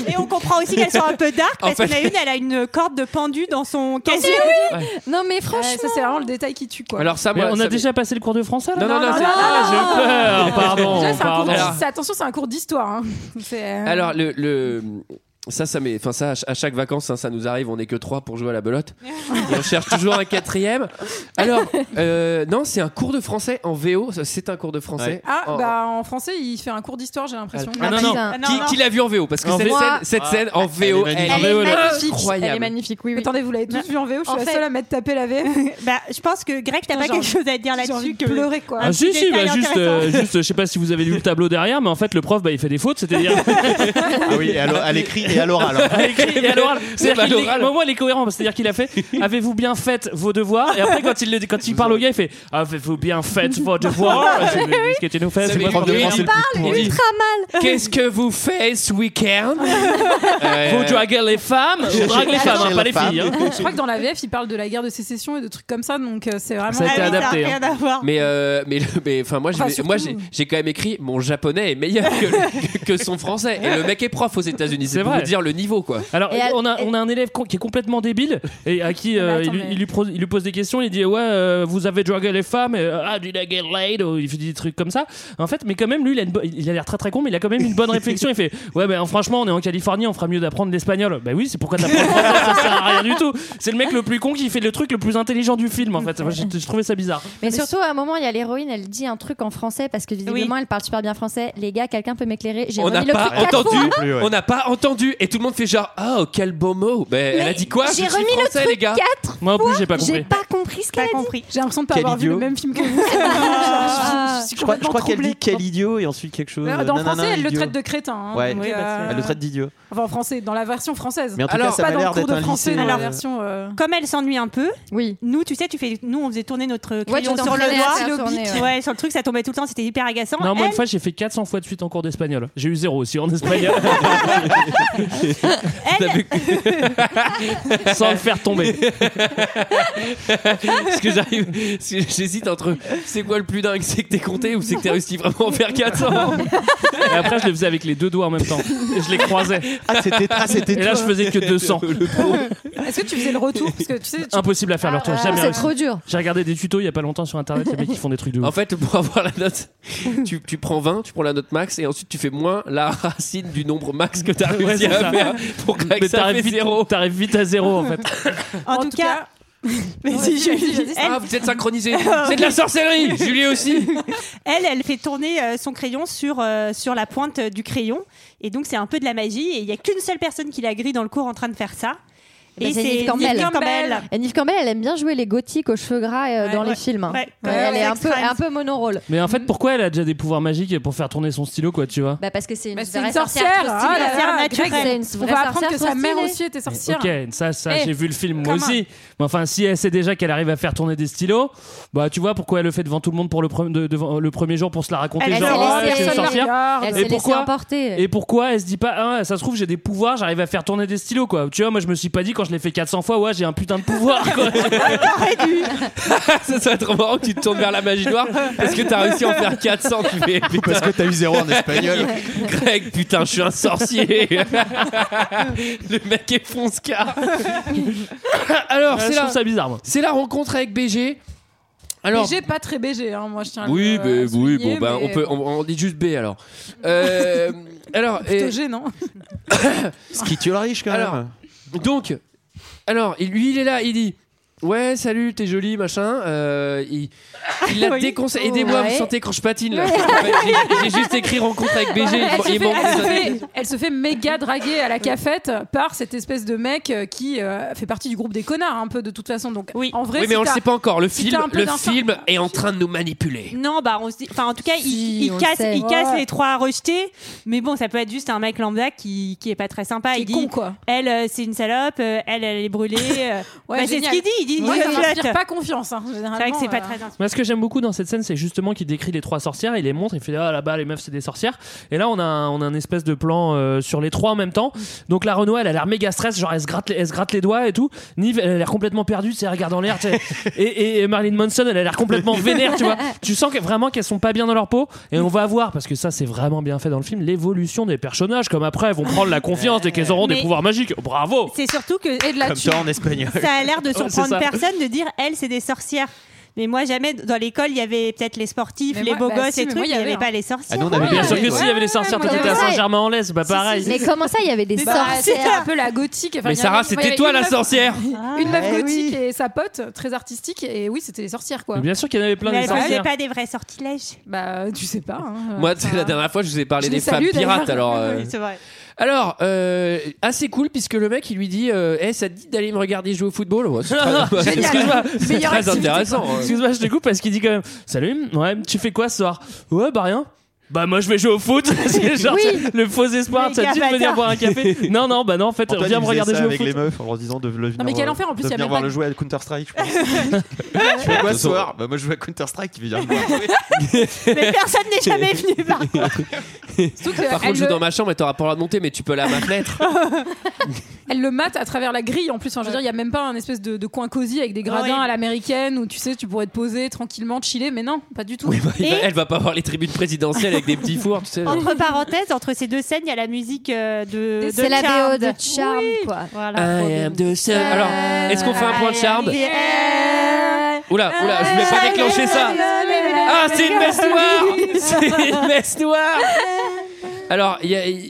[SPEAKER 12] Et on comprend aussi qu'elles sont un peu dark,
[SPEAKER 6] En
[SPEAKER 12] parce qu'on
[SPEAKER 6] fait-
[SPEAKER 12] a une, elle a une corde de pendu dans son casier. Euh,
[SPEAKER 1] oui. Ouais.
[SPEAKER 11] Non, mais franchement.
[SPEAKER 6] ça, c'est vraiment le détail qui tue, quoi.
[SPEAKER 1] Alors ça,
[SPEAKER 10] Mais
[SPEAKER 1] moi,
[SPEAKER 10] on a
[SPEAKER 1] ça-
[SPEAKER 10] déjà passé le cours de français là
[SPEAKER 1] Non, non, non, c'est-
[SPEAKER 10] Ah, j'ai peur, pardon.
[SPEAKER 6] Déjà, c'est un cours
[SPEAKER 10] pardon.
[SPEAKER 6] d'hi-
[SPEAKER 1] Alors-
[SPEAKER 6] c'est- attention, c'est un cours d'histoire. hein. C'est, euh,
[SPEAKER 1] Alors le, le- ça, ça m'est- enfin ça, à ch- à chaque vacances, hein, ça nous arrive. On est que trois pour jouer à la belote. Et on cherche toujours un quatrième. Alors euh, non, c'est un cours de français en VO. ça, C'est un cours de français.
[SPEAKER 6] Ah,
[SPEAKER 1] En-
[SPEAKER 6] bah en français, il fait un cours d'histoire, j'ai l'impression.
[SPEAKER 1] Ah, non, non. Qui, qui l'a vu en VO Parce que
[SPEAKER 6] En
[SPEAKER 1] cette
[SPEAKER 6] VO.
[SPEAKER 1] scène, cette
[SPEAKER 6] Ah,
[SPEAKER 1] scène en
[SPEAKER 6] elle est
[SPEAKER 1] VO, elle,
[SPEAKER 6] magnifique.
[SPEAKER 1] est
[SPEAKER 6] Elle est magnifique,
[SPEAKER 1] incroyable.
[SPEAKER 6] elle est magnifique, oui, oui. Attendez, vous l'avez tous vu en VO, je suis
[SPEAKER 12] En
[SPEAKER 6] la
[SPEAKER 12] fait-
[SPEAKER 6] seule à m'être tapé la VF.
[SPEAKER 12] [LAUGHS] bah, je pense que Greg, t'as pas
[SPEAKER 6] Putain,
[SPEAKER 12] quelque
[SPEAKER 6] j'ai envie-
[SPEAKER 12] chose à dire
[SPEAKER 6] j'ai envie
[SPEAKER 12] là-dessus
[SPEAKER 6] de
[SPEAKER 12] que
[SPEAKER 6] pleurer, quoi.
[SPEAKER 12] Un
[SPEAKER 10] Ah si
[SPEAKER 12] petit
[SPEAKER 10] si bah
[SPEAKER 12] détail
[SPEAKER 10] juste euh, juste je sais pas si vous avez lu le tableau derrière mais en fait le prof bah il fait des fautes c'est-à-dire
[SPEAKER 7] Ah oui, et à l'o- à l'écrit et à l'oral. hein.
[SPEAKER 10] À l'écrit et à l'oral. C'est-à-dire
[SPEAKER 7] Même à
[SPEAKER 10] qu'il est-
[SPEAKER 7] l'oral.
[SPEAKER 10] Moi, moi, il est cohérent. C'est-à-dire qu'il
[SPEAKER 7] [LAUGHS]
[SPEAKER 10] a fait Avez-vous bien fait vos devoirs Et après, quand il, le dit- quand il parle au gars, il fait Avez-vous bien fait vos
[SPEAKER 7] [LAUGHS]
[SPEAKER 1] Ah,
[SPEAKER 10] devoirs Et c'est- Qu'est-ce que tu nous fais
[SPEAKER 1] Ça,
[SPEAKER 10] C'est
[SPEAKER 1] mais
[SPEAKER 10] quoi
[SPEAKER 1] il
[SPEAKER 10] ton
[SPEAKER 1] parle
[SPEAKER 10] devoir
[SPEAKER 1] ultra
[SPEAKER 11] mal.
[SPEAKER 1] Qu'est-ce que vous faites ce [LAUGHS] week-end
[SPEAKER 12] [LAUGHS]
[SPEAKER 10] Vous draguez les femmes Vous draguez les femmes, hein, pas les
[SPEAKER 1] [LAUGHS]
[SPEAKER 10] filles. hein.
[SPEAKER 6] Je crois que dans la VF, il parle de la guerre de sécession et de trucs comme ça, donc euh, c'est vraiment.
[SPEAKER 1] Ça a été adapté. hein. Mais euh, mais le- mais, enfin moi j'ai-
[SPEAKER 6] Enfin, surtout-
[SPEAKER 1] moi j'ai j'ai quand même écrit mon japonais est meilleur que, que- que son français et le mec est prof aux États-Unis. C'est
[SPEAKER 10] vrai.
[SPEAKER 1] dire le niveau, quoi.
[SPEAKER 10] Alors,
[SPEAKER 1] Et à-
[SPEAKER 10] on, a, on a un élève con- qui est complètement débile et à qui euh, il, lui- il lui pro- il lui pose des questions. Il dit Ouais, euh, vous avez dragué les femmes et, euh, Ah, did I get laid Ou Il fait des trucs comme ça. En fait, mais quand même, lui, il a, une bo- il a l'air très très con, mais il a quand même une bonne réflexion. Il fait Ouais, mais euh, franchement, on est en Californie, on fera mieux d'apprendre l'espagnol. Bah oui, c'est pourquoi t'apprends le français, ça sert à rien du tout. C'est le mec le plus con qui fait le truc le plus intelligent du film, en fait. Moi, j'ai- Je trouvais ça bizarre.
[SPEAKER 11] Mais surtout, à un moment, il y a l'héroïne, elle dit un truc en français parce que visiblement, elle parle super bien français. Les gars, quelqu'un peut m'éclairer J'ai
[SPEAKER 1] On n'a
[SPEAKER 11] remis le
[SPEAKER 1] pas
[SPEAKER 11] clip quatre
[SPEAKER 1] entendu,
[SPEAKER 11] fois.
[SPEAKER 1] on n'a pas entendu, et tout le monde fait genre ah oh, quel beau mot. Mais, elle a dit quoi
[SPEAKER 11] j'ai
[SPEAKER 1] Je suis
[SPEAKER 11] remis le
[SPEAKER 1] français,
[SPEAKER 11] truc
[SPEAKER 1] les gars.
[SPEAKER 11] quatre
[SPEAKER 10] Moi en plus j'ai pas
[SPEAKER 11] J'ai pas compris ce qu'elle a
[SPEAKER 12] compris.
[SPEAKER 6] J'ai l'impression de pas
[SPEAKER 7] Quel
[SPEAKER 6] avoir vu
[SPEAKER 7] idiot.
[SPEAKER 6] le même film que vous. Ah, Je- je suis
[SPEAKER 7] Je crois, je
[SPEAKER 6] complètement
[SPEAKER 7] crois qu'elle
[SPEAKER 6] troublée.
[SPEAKER 7] dit quel idiot et ensuite quelque chose.
[SPEAKER 6] Dans
[SPEAKER 7] euh,
[SPEAKER 6] le
[SPEAKER 7] nanana,
[SPEAKER 6] français, elle le
[SPEAKER 7] idiot.
[SPEAKER 6] traite de crétin. hein,
[SPEAKER 7] Ouais,
[SPEAKER 6] donc, euh,
[SPEAKER 7] elle le traite d'idiot.
[SPEAKER 6] Enfin, en français, dans la version française.
[SPEAKER 7] Mais en tout cas, ça
[SPEAKER 6] pas
[SPEAKER 7] m'a
[SPEAKER 6] dans le
[SPEAKER 7] l'air
[SPEAKER 6] cours
[SPEAKER 7] d'être
[SPEAKER 6] de
[SPEAKER 7] un
[SPEAKER 6] français,
[SPEAKER 7] lycée,
[SPEAKER 6] dans la
[SPEAKER 7] euh,
[SPEAKER 6] version. euh,
[SPEAKER 12] Comme elle s'ennuie un peu,
[SPEAKER 11] oui.
[SPEAKER 12] nous, tu sais, tu fais, nous, on faisait tourner notre
[SPEAKER 11] Ouais,
[SPEAKER 12] crayon
[SPEAKER 11] tu
[SPEAKER 12] sur
[SPEAKER 11] t'entraînais à faire
[SPEAKER 12] le doigt,
[SPEAKER 11] tourner, ouais.
[SPEAKER 12] ouais, sur le truc, ça tombait tout le temps, c'était hyper agaçant.
[SPEAKER 10] Non, moi,
[SPEAKER 12] Elle,
[SPEAKER 10] une fois, j'ai fait 400 fois de suite en cours d'espagnol. J'ai eu zéro aussi en espagnol. [LAUGHS] [LAUGHS] Sans le faire
[SPEAKER 1] [LAUGHS]
[SPEAKER 10] tomber.
[SPEAKER 1] Parce que j'arrive, parce que j'hésite entre c'est quoi le plus dingue, c'est que t'es compté ou c'est que t'as réussi vraiment à en faire 400.
[SPEAKER 10] Et après, je le faisais avec les deux doigts en même temps. Et je les croisais.
[SPEAKER 7] Ah, c'était- ah, c'était
[SPEAKER 10] Et là,
[SPEAKER 7] toi.
[SPEAKER 10] je faisais
[SPEAKER 1] [LAUGHS]
[SPEAKER 7] [LAUGHS]
[SPEAKER 10] que 200.
[SPEAKER 6] Est-ce que tu faisais le retour Parce que tu sais, tu-
[SPEAKER 10] Impossible à faire leur tour.
[SPEAKER 6] Ah,
[SPEAKER 10] Jamais
[SPEAKER 6] c'est
[SPEAKER 10] réussi.
[SPEAKER 6] trop dur.
[SPEAKER 10] J'ai regardé des tutos il y a pas longtemps sur internet, les mecs qui font des trucs de ouf.
[SPEAKER 1] En fait, pour avoir la note, tu, tu prends 20, tu prends la note max et ensuite tu fais moins la racine du nombre max que [LAUGHS] t'as
[SPEAKER 10] Ouais,
[SPEAKER 1] réussi
[SPEAKER 10] c'est
[SPEAKER 1] à
[SPEAKER 10] ça.
[SPEAKER 1] faire pour que
[SPEAKER 10] Mais
[SPEAKER 1] ça
[SPEAKER 10] t'arrives
[SPEAKER 1] fait
[SPEAKER 10] vite,
[SPEAKER 1] 0.
[SPEAKER 10] t'arrives vite à zéro en fait.
[SPEAKER 12] en, tout, cas. Vas-y, Julie. Elle-
[SPEAKER 1] Ah, vous êtes synchronisés. C'est de la sorcellerie. Julie aussi.
[SPEAKER 12] Elle, elle fait tourner euh, son crayon sur, euh, sur la pointe euh, du crayon. Et donc, c'est un peu de la magie. Et il n'y a qu'une seule personne qui la grille dans le cours en train de faire ça.
[SPEAKER 11] Et Bah, c'est Neve Campbell. Et Neve Campbell, elle aime bien jouer les gothiques aux cheveux gras euh, dans les films. hein.
[SPEAKER 12] Ouais.
[SPEAKER 11] Ouais,
[SPEAKER 12] Ouais,
[SPEAKER 11] elle
[SPEAKER 12] ouais,
[SPEAKER 11] est un peu,
[SPEAKER 12] extrême.
[SPEAKER 11] un peu monorôle.
[SPEAKER 10] Mais en fait, pourquoi elle a déjà des pouvoirs magiques pour faire tourner son stylo, quoi, tu vois
[SPEAKER 11] Bah parce que c'est une,
[SPEAKER 6] Mais c'est
[SPEAKER 11] vraie
[SPEAKER 6] une sorcière,
[SPEAKER 11] trop
[SPEAKER 6] ah
[SPEAKER 11] stylée.
[SPEAKER 6] là là,
[SPEAKER 11] C'est une
[SPEAKER 6] Greg,
[SPEAKER 11] vraie
[SPEAKER 6] on va apprendre
[SPEAKER 11] sorcière
[SPEAKER 6] que
[SPEAKER 11] trop
[SPEAKER 6] sa mère
[SPEAKER 11] stylée.
[SPEAKER 6] aussi était sorcière.
[SPEAKER 10] Ok, ça, ça
[SPEAKER 6] Eh,
[SPEAKER 10] j'ai vu le film moi
[SPEAKER 6] come on.
[SPEAKER 10] aussi. Mais enfin, si elle sait déjà qu'elle arrive à faire tourner des stylos, bah tu vois pourquoi elle le fait devant tout le monde pour le, pre- de- devant- le premier jour pour se la raconter.
[SPEAKER 11] Elle
[SPEAKER 10] genre,
[SPEAKER 11] s'est
[SPEAKER 10] ah,
[SPEAKER 11] laissée-
[SPEAKER 10] je suis une
[SPEAKER 11] personne la
[SPEAKER 10] sorcière.
[SPEAKER 11] regarde. Elle s'est
[SPEAKER 10] et
[SPEAKER 11] laissée
[SPEAKER 10] pourquoi
[SPEAKER 11] emporter.
[SPEAKER 10] Et pourquoi elle se dit pas, ah, ça se trouve j'ai des pouvoirs, j'arrive à faire tourner des stylos quoi. Tu vois, moi je me suis pas dit quand je l'ai fait 400 fois, ouais j'ai un putain de pouvoir. Quoi.
[SPEAKER 1] [LAUGHS] ça serait trop marrant que tu te tournes vers la magie noire parce que t'as réussi à en faire 400. Tu fais,
[SPEAKER 4] Parce que t'as eu zéro en espagnol.
[SPEAKER 1] [LAUGHS] Greg, putain, je suis
[SPEAKER 6] [LAUGHS]
[SPEAKER 10] [LAUGHS]
[SPEAKER 1] un sorcier. le mec est fonce-car. Alors,
[SPEAKER 10] Ouais,
[SPEAKER 1] c'est
[SPEAKER 10] je
[SPEAKER 1] la,
[SPEAKER 10] trouve ça bizarre moi.
[SPEAKER 1] c'est la rencontre avec BG. Alors,
[SPEAKER 6] BG, pas très BG, hein, moi je tiens à
[SPEAKER 1] oui,
[SPEAKER 6] le- à
[SPEAKER 1] mais,
[SPEAKER 6] le
[SPEAKER 1] oui, bon,
[SPEAKER 6] souligner,
[SPEAKER 1] ben, on
[SPEAKER 6] mais-
[SPEAKER 1] peut, on, on dit juste B alors. Euh,
[SPEAKER 6] [LAUGHS]
[SPEAKER 1] alors,
[SPEAKER 6] Plutôt
[SPEAKER 1] et-
[SPEAKER 6] gênant.
[SPEAKER 7] Ce qui tue le riche quand
[SPEAKER 1] Alors,
[SPEAKER 7] même.
[SPEAKER 1] Donc, alors, il- lui, il est là, il dit. Ouais, salut, t'es joli, machin. Euh, il,
[SPEAKER 10] [LAUGHS]
[SPEAKER 1] il
[SPEAKER 6] [LAUGHS]
[SPEAKER 1] la
[SPEAKER 6] Oui.
[SPEAKER 1] déconseille. Aidez-moi,
[SPEAKER 11] Ouais.
[SPEAKER 1] vous sentez quand je patine là. En fait, j'ai- J'ai juste écrit rencontre [LAUGHS] avec BG.
[SPEAKER 6] Elle se,
[SPEAKER 1] il, il
[SPEAKER 6] fait,
[SPEAKER 1] manque
[SPEAKER 6] elle se
[SPEAKER 1] des
[SPEAKER 6] fait- elle se fait méga draguer à la cafette par cette espèce de mec euh, qui euh, fait partie du groupe des connards un peu de toute façon. Donc
[SPEAKER 12] Oui.
[SPEAKER 6] en vrai,
[SPEAKER 1] Oui, mais
[SPEAKER 6] si
[SPEAKER 1] on le
[SPEAKER 6] t'as-
[SPEAKER 1] sait pas encore. Le
[SPEAKER 6] si
[SPEAKER 1] film,
[SPEAKER 6] t'as un peu
[SPEAKER 1] le
[SPEAKER 6] d'instinct-
[SPEAKER 1] film est en train de nous manipuler.
[SPEAKER 12] Non, bah, on se dit- Enfin, en tout cas,
[SPEAKER 11] Si,
[SPEAKER 12] il, il
[SPEAKER 11] on le
[SPEAKER 12] casse,
[SPEAKER 11] sait.
[SPEAKER 12] il casse
[SPEAKER 6] Ouais.
[SPEAKER 12] les trois rejetés. Mais bon, ça peut être juste un mec lambda qui, qui est pas très sympa.
[SPEAKER 6] qui est
[SPEAKER 12] il dit,
[SPEAKER 6] con quoi.
[SPEAKER 12] elle, euh, c'est une salope. euh, Elle, elle est brûlée. euh.
[SPEAKER 6] [LAUGHS] Ouais,
[SPEAKER 12] Bah, c'est ce
[SPEAKER 6] génial.
[SPEAKER 12] qu'il dit. Il dit,
[SPEAKER 6] Moi, ça
[SPEAKER 12] une
[SPEAKER 6] m'inspire
[SPEAKER 12] idiote.
[SPEAKER 6] pas confiance. hein,
[SPEAKER 12] C'est vrai que c'est pas
[SPEAKER 6] généralement,
[SPEAKER 12] très
[SPEAKER 6] euh.
[SPEAKER 12] inspirant.
[SPEAKER 10] Mais ce que j'aime beaucoup dans cette scène, c'est justement qu'il décrit les trois sorcières, il les montre, il fait ah là-bas les meufs c'est des sorcières. Et là on a un, on a un espèce de plan euh, sur les trois en même temps. Donc la Renoir elle a l'air méga stress, genre elle se gratte les, elle se gratte les doigts et tout. Nive elle a l'air complètement perdue, tu sais, elle regarde en l'air. tu sais. Et, et, et Marilyn Manson elle a l'air complètement vénère, tu vois. Tu sens que, vraiment qu'elles sont pas bien dans leur peau. Et on va voir parce que ça c'est vraiment bien fait dans le film l'évolution des personnages. Comme après elles vont prendre la confiance dès qu'elles auront des
[SPEAKER 12] Mais-
[SPEAKER 10] pouvoirs magiques. Bravo.
[SPEAKER 12] C'est surtout que
[SPEAKER 6] Et de la
[SPEAKER 7] Comme
[SPEAKER 6] thune.
[SPEAKER 7] toi en espagnol.
[SPEAKER 12] ça a l'air de surprendre
[SPEAKER 10] c'est ça.
[SPEAKER 12] personne de dire elle c'est des sorcières. Mais moi jamais dans l'école il y avait peut-être les sportifs,
[SPEAKER 6] Mais
[SPEAKER 12] les
[SPEAKER 6] moi-
[SPEAKER 12] beaux
[SPEAKER 6] bah
[SPEAKER 12] gosses
[SPEAKER 6] si,
[SPEAKER 12] et
[SPEAKER 6] mais
[SPEAKER 12] trucs,
[SPEAKER 6] moi,
[SPEAKER 12] mais
[SPEAKER 6] il
[SPEAKER 12] il
[SPEAKER 6] y
[SPEAKER 12] n'y
[SPEAKER 6] avait,
[SPEAKER 12] avait
[SPEAKER 6] hein.
[SPEAKER 12] pas les sorcières.
[SPEAKER 7] Ah nous on avait
[SPEAKER 10] Mais bien
[SPEAKER 7] bien
[SPEAKER 10] sûr que
[SPEAKER 6] Ouais,
[SPEAKER 10] si, il y avait les sorcières, toi
[SPEAKER 6] ouais,
[SPEAKER 10] t'étais à
[SPEAKER 11] ouais.
[SPEAKER 10] Saint-Germain-en-Laye, c'est pas pareil.
[SPEAKER 11] Mais comment ça, il y avait
[SPEAKER 12] Bah,
[SPEAKER 11] des
[SPEAKER 6] C'était un
[SPEAKER 11] sorcières
[SPEAKER 6] peu la gothique. enfin,
[SPEAKER 1] Mais
[SPEAKER 6] il y
[SPEAKER 1] Sarah,
[SPEAKER 6] avait- il y
[SPEAKER 1] c'était
[SPEAKER 6] avait
[SPEAKER 1] toi
[SPEAKER 6] une
[SPEAKER 1] la
[SPEAKER 6] meuf-
[SPEAKER 1] sorcière.
[SPEAKER 6] [LAUGHS] Une
[SPEAKER 12] Ah,
[SPEAKER 6] meuf
[SPEAKER 7] Eh oui.
[SPEAKER 6] gothique et sa pote, très artistique. Et oui, c'était les sorcières quoi.
[SPEAKER 10] Mais bien sûr qu'il y en avait plein
[SPEAKER 12] Mais
[SPEAKER 10] des
[SPEAKER 12] elles faisaient
[SPEAKER 10] sorcières.
[SPEAKER 12] pas des vrais sortilèges.
[SPEAKER 6] Bah, tu sais pas. hein,
[SPEAKER 1] Moi,
[SPEAKER 6] euh,
[SPEAKER 1] c'est
[SPEAKER 6] enfin,
[SPEAKER 1] la dernière fois, je vous ai parlé
[SPEAKER 6] je
[SPEAKER 1] des
[SPEAKER 6] les
[SPEAKER 1] femmes
[SPEAKER 6] salue, d'ailleurs.
[SPEAKER 12] [LAUGHS]
[SPEAKER 1] pirates. Alors, euh,
[SPEAKER 12] Oui, c'est vrai.
[SPEAKER 1] alors euh, assez cool puisque le mec il lui dit euh, Eh, ça te dit d'aller me regarder jouer au
[SPEAKER 10] [LAUGHS]
[SPEAKER 1] football Ouais, c'est très- c'est
[SPEAKER 10] Excuse-moi,
[SPEAKER 1] très
[SPEAKER 6] meilleure activité,
[SPEAKER 1] intéressant. hein.
[SPEAKER 10] excuse-moi, je te coupe parce qu'il dit quand même Salut, ouais, tu fais quoi ce soir Ouais, bah rien. Bah moi je vais jouer au foot, [LAUGHS] C'est genre
[SPEAKER 11] Oui.
[SPEAKER 10] le faux espoir,
[SPEAKER 12] Les
[SPEAKER 10] ça dit de venir
[SPEAKER 12] avatars.
[SPEAKER 10] boire
[SPEAKER 6] [LAUGHS]
[SPEAKER 10] un café. Non non, bah non en fait,
[SPEAKER 7] Antoine,
[SPEAKER 10] viens
[SPEAKER 7] il
[SPEAKER 10] me
[SPEAKER 7] faisait
[SPEAKER 10] regarder
[SPEAKER 7] ça
[SPEAKER 10] jouer au
[SPEAKER 7] avec
[SPEAKER 10] foot.
[SPEAKER 7] les meufs en leur disant de le venir.
[SPEAKER 6] mais quel
[SPEAKER 7] euh,
[SPEAKER 6] enfer, en plus,
[SPEAKER 7] de
[SPEAKER 6] il y a
[SPEAKER 7] venir
[SPEAKER 6] même
[SPEAKER 7] voir
[SPEAKER 6] pas
[SPEAKER 7] le
[SPEAKER 6] de-
[SPEAKER 7] jouer à Counter Strike.
[SPEAKER 6] [LAUGHS]
[SPEAKER 7] Je pense. tu fais quoi ce soir Bah moi je joue à Counter Strike. Tu viens me voir.
[SPEAKER 1] [LAUGHS]
[SPEAKER 12] Mais personne n'est jamais venu par contre.
[SPEAKER 6] surtout que
[SPEAKER 1] Par
[SPEAKER 6] elle
[SPEAKER 1] contre, je joue
[SPEAKER 6] le-
[SPEAKER 1] dans ma chambre et t'auras pas le droit de monter, mais tu peux aller à ma [LAUGHS] fenêtre.
[SPEAKER 6] [LAUGHS] Elle le mate à travers la grille en plus. Enfin, je veux dire, il y a même pas un espèce de, de coin cosy avec des gradins
[SPEAKER 12] Horrible.
[SPEAKER 6] à l'américaine où tu sais, tu pourrais te poser tranquillement, chiller. Mais non, pas du tout.
[SPEAKER 10] bah,
[SPEAKER 1] Il va-
[SPEAKER 12] Et-
[SPEAKER 1] elle va pas voir les tribunes présidentielles avec des petits fours, tu sais.
[SPEAKER 6] Euh.
[SPEAKER 1] là.
[SPEAKER 12] Entre parenthèses, entre ces deux scènes, il y a la musique euh, de. de
[SPEAKER 11] C'est la
[SPEAKER 12] Charmed.
[SPEAKER 11] BO de Charmed, quoi.
[SPEAKER 12] Voilà.
[SPEAKER 1] I am the sun. Alors, est-ce qu'on fait un point de charme Oula, oula, je voulais pas déclencher ça. Ah, c'est une messe noire C'est une messe noire Alors, il y a,
[SPEAKER 11] [LAUGHS]
[SPEAKER 1] il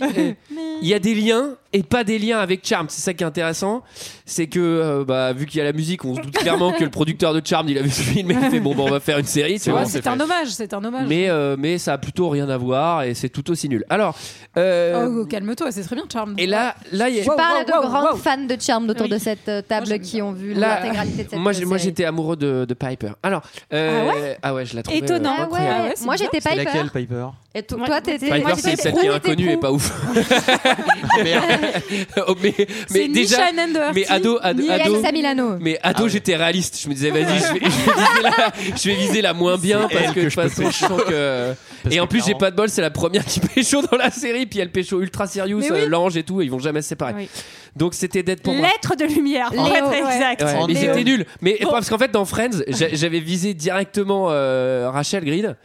[SPEAKER 1] y a des liens et pas des liens avec Charmed. C'est ça qui est intéressant. C'est que, euh, bah, vu qu'il y a la musique, on se doute clairement que le producteur de Charmed, il a vu ce film et il fait bon, bah, on va faire une série.
[SPEAKER 6] C'est
[SPEAKER 1] tu vois,
[SPEAKER 6] c'est un hommage, c'est un hommage.
[SPEAKER 1] Mais, euh, mais ça a plutôt rien à voir et c'est tout aussi nul. Alors, euh,
[SPEAKER 6] Oh, calme-toi, c'est très bien Charmed.
[SPEAKER 1] et là, là, il y a...
[SPEAKER 11] Je parle à de
[SPEAKER 6] wow,
[SPEAKER 11] grandes
[SPEAKER 6] wow.
[SPEAKER 11] fans de Charmed autour de cette euh, table qui ont vu
[SPEAKER 1] Là,
[SPEAKER 11] l'intégralité de cette
[SPEAKER 1] moi, j'ai- moi,
[SPEAKER 11] série.
[SPEAKER 1] j'étais amoureux de, de Piper. Alors, euh, ah, ouais je la trouvais
[SPEAKER 11] Étonnant.
[SPEAKER 1] euh,
[SPEAKER 11] Ah ouais.
[SPEAKER 1] incroyable.
[SPEAKER 11] Moi, j'étais
[SPEAKER 7] C'est
[SPEAKER 11] Piper.
[SPEAKER 7] laquelle, Piper
[SPEAKER 11] Et to- toi, t'étais.
[SPEAKER 1] Piper,
[SPEAKER 11] moi,
[SPEAKER 1] c'est
[SPEAKER 11] j'étais
[SPEAKER 1] celle
[SPEAKER 11] Prue,
[SPEAKER 1] qui est
[SPEAKER 11] t'étais
[SPEAKER 1] inconnue
[SPEAKER 11] Prue.
[SPEAKER 1] et pas ouf.
[SPEAKER 11] [LAUGHS]
[SPEAKER 1] [LAUGHS] Oh, mais mais
[SPEAKER 11] ni
[SPEAKER 1] déjà,
[SPEAKER 11] Shannon Doherty,
[SPEAKER 1] mais ado, ado,
[SPEAKER 11] ni
[SPEAKER 1] ado,
[SPEAKER 11] Alexa Milano.
[SPEAKER 1] mais ado, j'étais réaliste. Je me disais, vas-y, je, vais- je vais viser la- je vais viser la moins bien
[SPEAKER 7] C'est
[SPEAKER 1] parce
[SPEAKER 7] elle
[SPEAKER 1] que de
[SPEAKER 7] que je
[SPEAKER 1] toute
[SPEAKER 7] peux
[SPEAKER 1] façon, je
[SPEAKER 7] pécho.
[SPEAKER 1] sens que. Et en plus, j'ai
[SPEAKER 7] clairement-
[SPEAKER 1] pas de bol, c'est la première qui [LAUGHS] pécho dans la série, puis elle pécho ultra serious,
[SPEAKER 12] Mais oui.
[SPEAKER 1] euh, l'ange et tout, et ils vont jamais se séparer. Donc c'était dead pour moi.
[SPEAKER 12] Lettre de lumière, pour être exact.
[SPEAKER 1] Ouais, mais c'était nul. Mais
[SPEAKER 12] Bon.
[SPEAKER 1] parce qu'en fait, dans Friends, j'a- j'avais visé directement euh, Rachel Green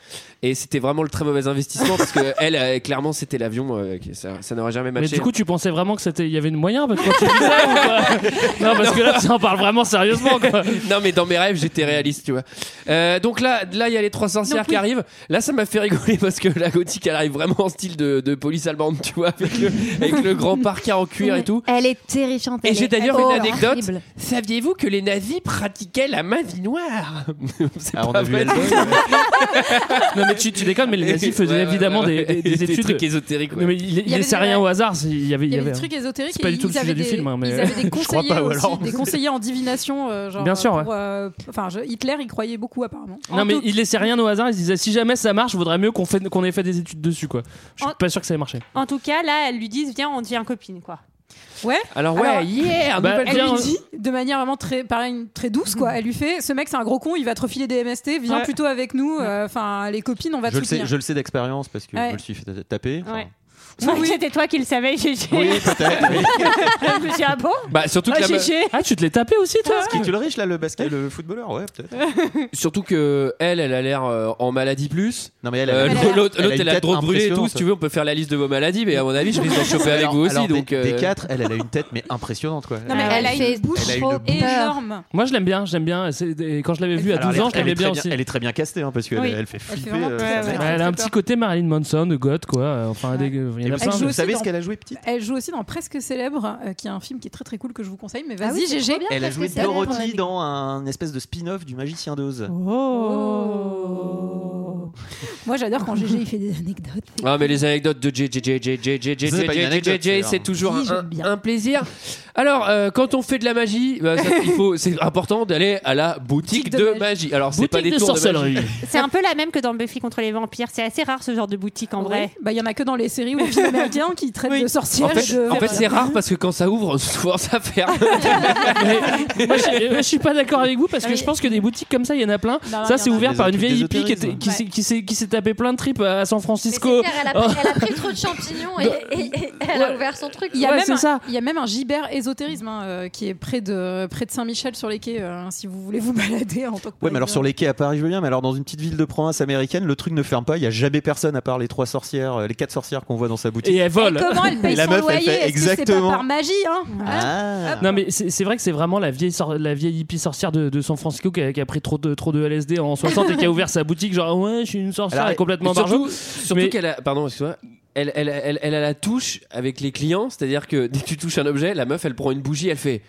[SPEAKER 1] et c'était vraiment le très mauvais investissement parce que elle, euh, clairement, c'était l'avion. euh, qui- ça ça n'aurait jamais
[SPEAKER 10] Mais
[SPEAKER 1] matché.
[SPEAKER 10] du coup, tu pensais vraiment que c'était, il y avait une moyen parce que
[SPEAKER 7] [LAUGHS]
[SPEAKER 10] quand tu dis ça, ou pas Non, parce que là, tu en parles vraiment sérieusement. Quoi.
[SPEAKER 1] [LAUGHS] non, mais dans mes rêves, j'étais réaliste, tu vois. Euh, donc là, là, il y a les trois sorcières
[SPEAKER 10] Donc,
[SPEAKER 1] qui
[SPEAKER 10] oui.
[SPEAKER 1] arrivent. Là, ça m'a fait rigoler parce que la gothique, elle arrive vraiment en style de, de police allemande, tu vois, avec le, avec le grand parka en cuir et tout.
[SPEAKER 11] Elle est terrifiante.
[SPEAKER 1] Et
[SPEAKER 11] elle
[SPEAKER 1] j'ai
[SPEAKER 11] est
[SPEAKER 1] d'ailleurs une
[SPEAKER 11] horrible.
[SPEAKER 1] anecdote. Saviez-vous que les nazis pratiquaient la main noire C'est
[SPEAKER 7] Ah, on
[SPEAKER 1] pas
[SPEAKER 7] a vu
[SPEAKER 1] vrai.
[SPEAKER 7] Hellboy,
[SPEAKER 10] Non, mais tu, tu déconnes, mais les nazis faisaient
[SPEAKER 1] Ouais,
[SPEAKER 10] évidemment
[SPEAKER 1] ouais, ouais,
[SPEAKER 10] des, des- des
[SPEAKER 1] des
[SPEAKER 10] études.
[SPEAKER 1] trucs ésotériques, ouais.
[SPEAKER 10] Non, mais il, il
[SPEAKER 6] avait
[SPEAKER 10] laissait
[SPEAKER 6] des-
[SPEAKER 10] rien au hasard. c'est- [LAUGHS] Il y avait,
[SPEAKER 6] Il y avait
[SPEAKER 10] avait
[SPEAKER 6] des trucs ésotériques.
[SPEAKER 10] C'est pas
[SPEAKER 6] et
[SPEAKER 10] du tout le
[SPEAKER 6] ils avaient
[SPEAKER 10] sujet du
[SPEAKER 6] des-
[SPEAKER 10] film, hein, mais-
[SPEAKER 6] Ils avaient des
[SPEAKER 10] [LAUGHS] Je crois
[SPEAKER 6] conseillers,
[SPEAKER 10] pas, ou
[SPEAKER 6] aussi,
[SPEAKER 10] alors.
[SPEAKER 6] des conseillers en divination. euh, genre,
[SPEAKER 10] Bien sûr,
[SPEAKER 6] euh,
[SPEAKER 10] ouais.
[SPEAKER 6] pour, euh, Enfin, je- Hitler, il croyait beaucoup apparemment. En
[SPEAKER 10] Non, mais
[SPEAKER 6] tout-
[SPEAKER 10] il laissait rien au hasard. Il se disait si jamais ça marche, vaudrait mieux qu'on fait- qu'on ait fait des études dessus. quoi. Je suis
[SPEAKER 12] En-
[SPEAKER 10] pas sûr que ça ait marché.
[SPEAKER 12] En tout cas, là, elles lui disent Viens, on devient copine, quoi.
[SPEAKER 6] Ouais.
[SPEAKER 1] Alors ouais,
[SPEAKER 6] Alors,
[SPEAKER 1] yeah,
[SPEAKER 10] bah,
[SPEAKER 1] nouvelle
[SPEAKER 10] elle
[SPEAKER 1] bière.
[SPEAKER 10] lui
[SPEAKER 6] dit de manière vraiment très pareil, très douce quoi elle lui fait ce mec c'est un gros con il va te refiler des MST viens
[SPEAKER 12] Ouais.
[SPEAKER 6] plutôt avec nous euh, enfin les copines on va
[SPEAKER 7] je
[SPEAKER 6] te
[SPEAKER 7] le, sais,
[SPEAKER 6] soutenir
[SPEAKER 7] je le sais d'expérience parce que
[SPEAKER 6] Ouais.
[SPEAKER 7] je me le suis fait
[SPEAKER 6] [LAUGHS]
[SPEAKER 7] taper.
[SPEAKER 12] Ouais. Je crois que c'était toi qui le savais, Gégé. [LAUGHS]
[SPEAKER 7] Oui, peut-être. oui.
[SPEAKER 12] Je me suis dit, ah bon
[SPEAKER 1] Bah surtout que,
[SPEAKER 12] Ah,
[SPEAKER 1] la meuf-
[SPEAKER 12] Gégé.
[SPEAKER 10] Ah, tu te l'es tapé aussi, toi
[SPEAKER 7] Qui tu le riche là, le basket, le footballeur, ouais, peut-être.
[SPEAKER 1] [LAUGHS] surtout que elle, elle a l'air euh, en maladie plus.
[SPEAKER 7] Non mais elle,
[SPEAKER 1] Euh,
[SPEAKER 7] elle,
[SPEAKER 1] l'autre- L'autre,
[SPEAKER 7] elle a
[SPEAKER 1] elle,
[SPEAKER 7] une
[SPEAKER 1] a
[SPEAKER 7] tête
[SPEAKER 1] trop brûlée et tout. Si
[SPEAKER 7] impressionnante.
[SPEAKER 1] tu veux, on peut faire la liste de vos maladies, mais à mon avis, je risque d'en choper avec
[SPEAKER 7] Alors-
[SPEAKER 1] vous aussi.
[SPEAKER 7] alors, des-
[SPEAKER 1] donc, euh,
[SPEAKER 7] des quatre,
[SPEAKER 6] [LAUGHS]
[SPEAKER 7] elle, elle a une tête mais impressionnante quoi.
[SPEAKER 6] Non, mais
[SPEAKER 11] Elle
[SPEAKER 6] elle, a
[SPEAKER 11] fait
[SPEAKER 6] une bouche
[SPEAKER 7] elle a une
[SPEAKER 11] trop
[SPEAKER 7] bouche.
[SPEAKER 11] peur.
[SPEAKER 6] énorme
[SPEAKER 10] Moi, je l'aime bien. J'aime bien. C'est- et Quand je l'avais vu à
[SPEAKER 7] Alors,
[SPEAKER 10] 12 ans, je
[SPEAKER 7] elle, est- elle est
[SPEAKER 10] l'aimais
[SPEAKER 7] très
[SPEAKER 10] bien
[SPEAKER 7] bien-
[SPEAKER 10] aussi.
[SPEAKER 7] elle est très bien castée hein, parce qu'elle
[SPEAKER 6] Oui.
[SPEAKER 7] elle fait
[SPEAKER 6] Elle fait
[SPEAKER 7] flipper.
[SPEAKER 6] vraiment
[SPEAKER 7] euh,
[SPEAKER 6] très,
[SPEAKER 10] Ouais,
[SPEAKER 6] très,
[SPEAKER 10] elle
[SPEAKER 6] très
[SPEAKER 10] a un
[SPEAKER 6] peur.
[SPEAKER 10] petit côté Marilyn Manson, de goth, quoi. euh, Enfin, des- il y en a
[SPEAKER 7] Et
[SPEAKER 10] plein.
[SPEAKER 7] vous,
[SPEAKER 6] joue
[SPEAKER 7] vous
[SPEAKER 6] aussi
[SPEAKER 7] savez
[SPEAKER 6] dans-
[SPEAKER 7] ce qu'elle a joué petite
[SPEAKER 6] elle joue aussi dans Presque Célèbre euh, qui est un film qui est très très cool que je vous conseille mais
[SPEAKER 11] Ah
[SPEAKER 6] vas-y
[SPEAKER 11] oui, c'est
[SPEAKER 6] GG
[SPEAKER 11] trop bien,
[SPEAKER 7] Elle a
[SPEAKER 11] parce que
[SPEAKER 7] joué
[SPEAKER 11] c'est vrai, on a
[SPEAKER 7] Dorothy
[SPEAKER 11] des-
[SPEAKER 7] dans un espèce de spin-off du Magicien d'Oz.
[SPEAKER 6] Oh. Moi j'adore quand GG il fait des anecdotes.
[SPEAKER 1] Ah mais les anecdotes de JJJJJJJJJJJJ
[SPEAKER 7] C'est pas une anecdote, c'est
[SPEAKER 1] c'est
[SPEAKER 7] un-
[SPEAKER 1] toujours
[SPEAKER 6] Oui, j'aime
[SPEAKER 1] un,
[SPEAKER 6] bien.
[SPEAKER 1] un plaisir. Alors euh, quand on fait de la magie, bah, ça, il faut c'est important d'aller à la boutique
[SPEAKER 6] Boutique de
[SPEAKER 1] de
[SPEAKER 6] magie.
[SPEAKER 1] magie. Alors c'est
[SPEAKER 10] Boutique
[SPEAKER 1] pas des
[SPEAKER 10] de
[SPEAKER 1] tours de magie.
[SPEAKER 10] sorcellerie.
[SPEAKER 1] [LAUGHS]
[SPEAKER 12] C'est un peu la même que dans Buffy contre les vampires. C'est assez rare ce genre de boutique en vrai.
[SPEAKER 6] Ouais. Bah il y en a que dans les séries ou les films américains qui traitent de
[SPEAKER 1] En
[SPEAKER 6] sorcières. et
[SPEAKER 1] fait,
[SPEAKER 6] de-
[SPEAKER 1] en fait, c'est rare parce que quand ça ouvre, [LAUGHS] souvent ça
[SPEAKER 11] [LAUGHS]
[SPEAKER 1] ferme.
[SPEAKER 10] Moi, je, moi, je suis pas d'accord avec vous parce que
[SPEAKER 12] Oui.
[SPEAKER 10] je pense que des boutiques comme ça, il y en a plein.
[SPEAKER 6] Non, non,
[SPEAKER 10] ça,
[SPEAKER 6] il y
[SPEAKER 10] c'est
[SPEAKER 6] en a.
[SPEAKER 10] ouvert
[SPEAKER 7] Des
[SPEAKER 10] par une
[SPEAKER 7] trucs
[SPEAKER 10] vieille hippie qui,
[SPEAKER 7] d'ésotérisme.
[SPEAKER 10] était- qui
[SPEAKER 6] Ouais.
[SPEAKER 10] s'est- qui s'est qui s'est tapé plein de tripes à
[SPEAKER 11] Mais
[SPEAKER 10] San
[SPEAKER 11] c'est
[SPEAKER 10] Francisco.
[SPEAKER 11] clair, elle a pris- elle a
[SPEAKER 10] [LAUGHS]
[SPEAKER 11] pris trop
[SPEAKER 1] Oh.
[SPEAKER 11] de champignons et et- et elle a
[SPEAKER 10] Ouais.
[SPEAKER 11] ouvert son truc.
[SPEAKER 6] Il y, a
[SPEAKER 10] Ouais,
[SPEAKER 6] même
[SPEAKER 10] c'est
[SPEAKER 6] un,
[SPEAKER 10] ça.
[SPEAKER 6] il y a même un gibert ésotérisme hein, euh, qui est près de, près de Saint-Michel sur les quais, euh, si vous voulez vous balader en tant que.
[SPEAKER 7] Ouais, mais alors sur les quais à Paris, je veux bien, mais alors dans une petite ville de province américaine, le truc ne ferme pas, il y a jamais personne à part les trois sorcières, euh, les quatre sorcières qu'on voit dans sa
[SPEAKER 10] Et
[SPEAKER 7] boutique.
[SPEAKER 10] elle
[SPEAKER 6] Et
[SPEAKER 10] vole.
[SPEAKER 6] comment elle paye
[SPEAKER 7] Et la
[SPEAKER 6] son
[SPEAKER 7] meuf, elle
[SPEAKER 6] loyer
[SPEAKER 7] fait
[SPEAKER 6] Est-ce que c'est pas
[SPEAKER 7] exactement.
[SPEAKER 6] par magie hein
[SPEAKER 7] Ah.
[SPEAKER 10] Non mais c'est c'est vrai que c'est vraiment la vieille sor- la vieille hippie sorcière de, de San Francisco qui a, qui a pris trop de trop de LSD en 60 et qui a ouvert sa boutique genre ouais je suis une sorcière
[SPEAKER 7] Alors,
[SPEAKER 10] et complètement
[SPEAKER 1] Mais surtout,
[SPEAKER 10] barjou.
[SPEAKER 1] surtout
[SPEAKER 10] Mais-
[SPEAKER 1] qu'elle a, pardon, excuse-moi, elle, elle, elle, elle a la touche avec les clients, c'est-à-dire que dès que tu touches un objet, la meuf, elle prend une bougie, elle fait.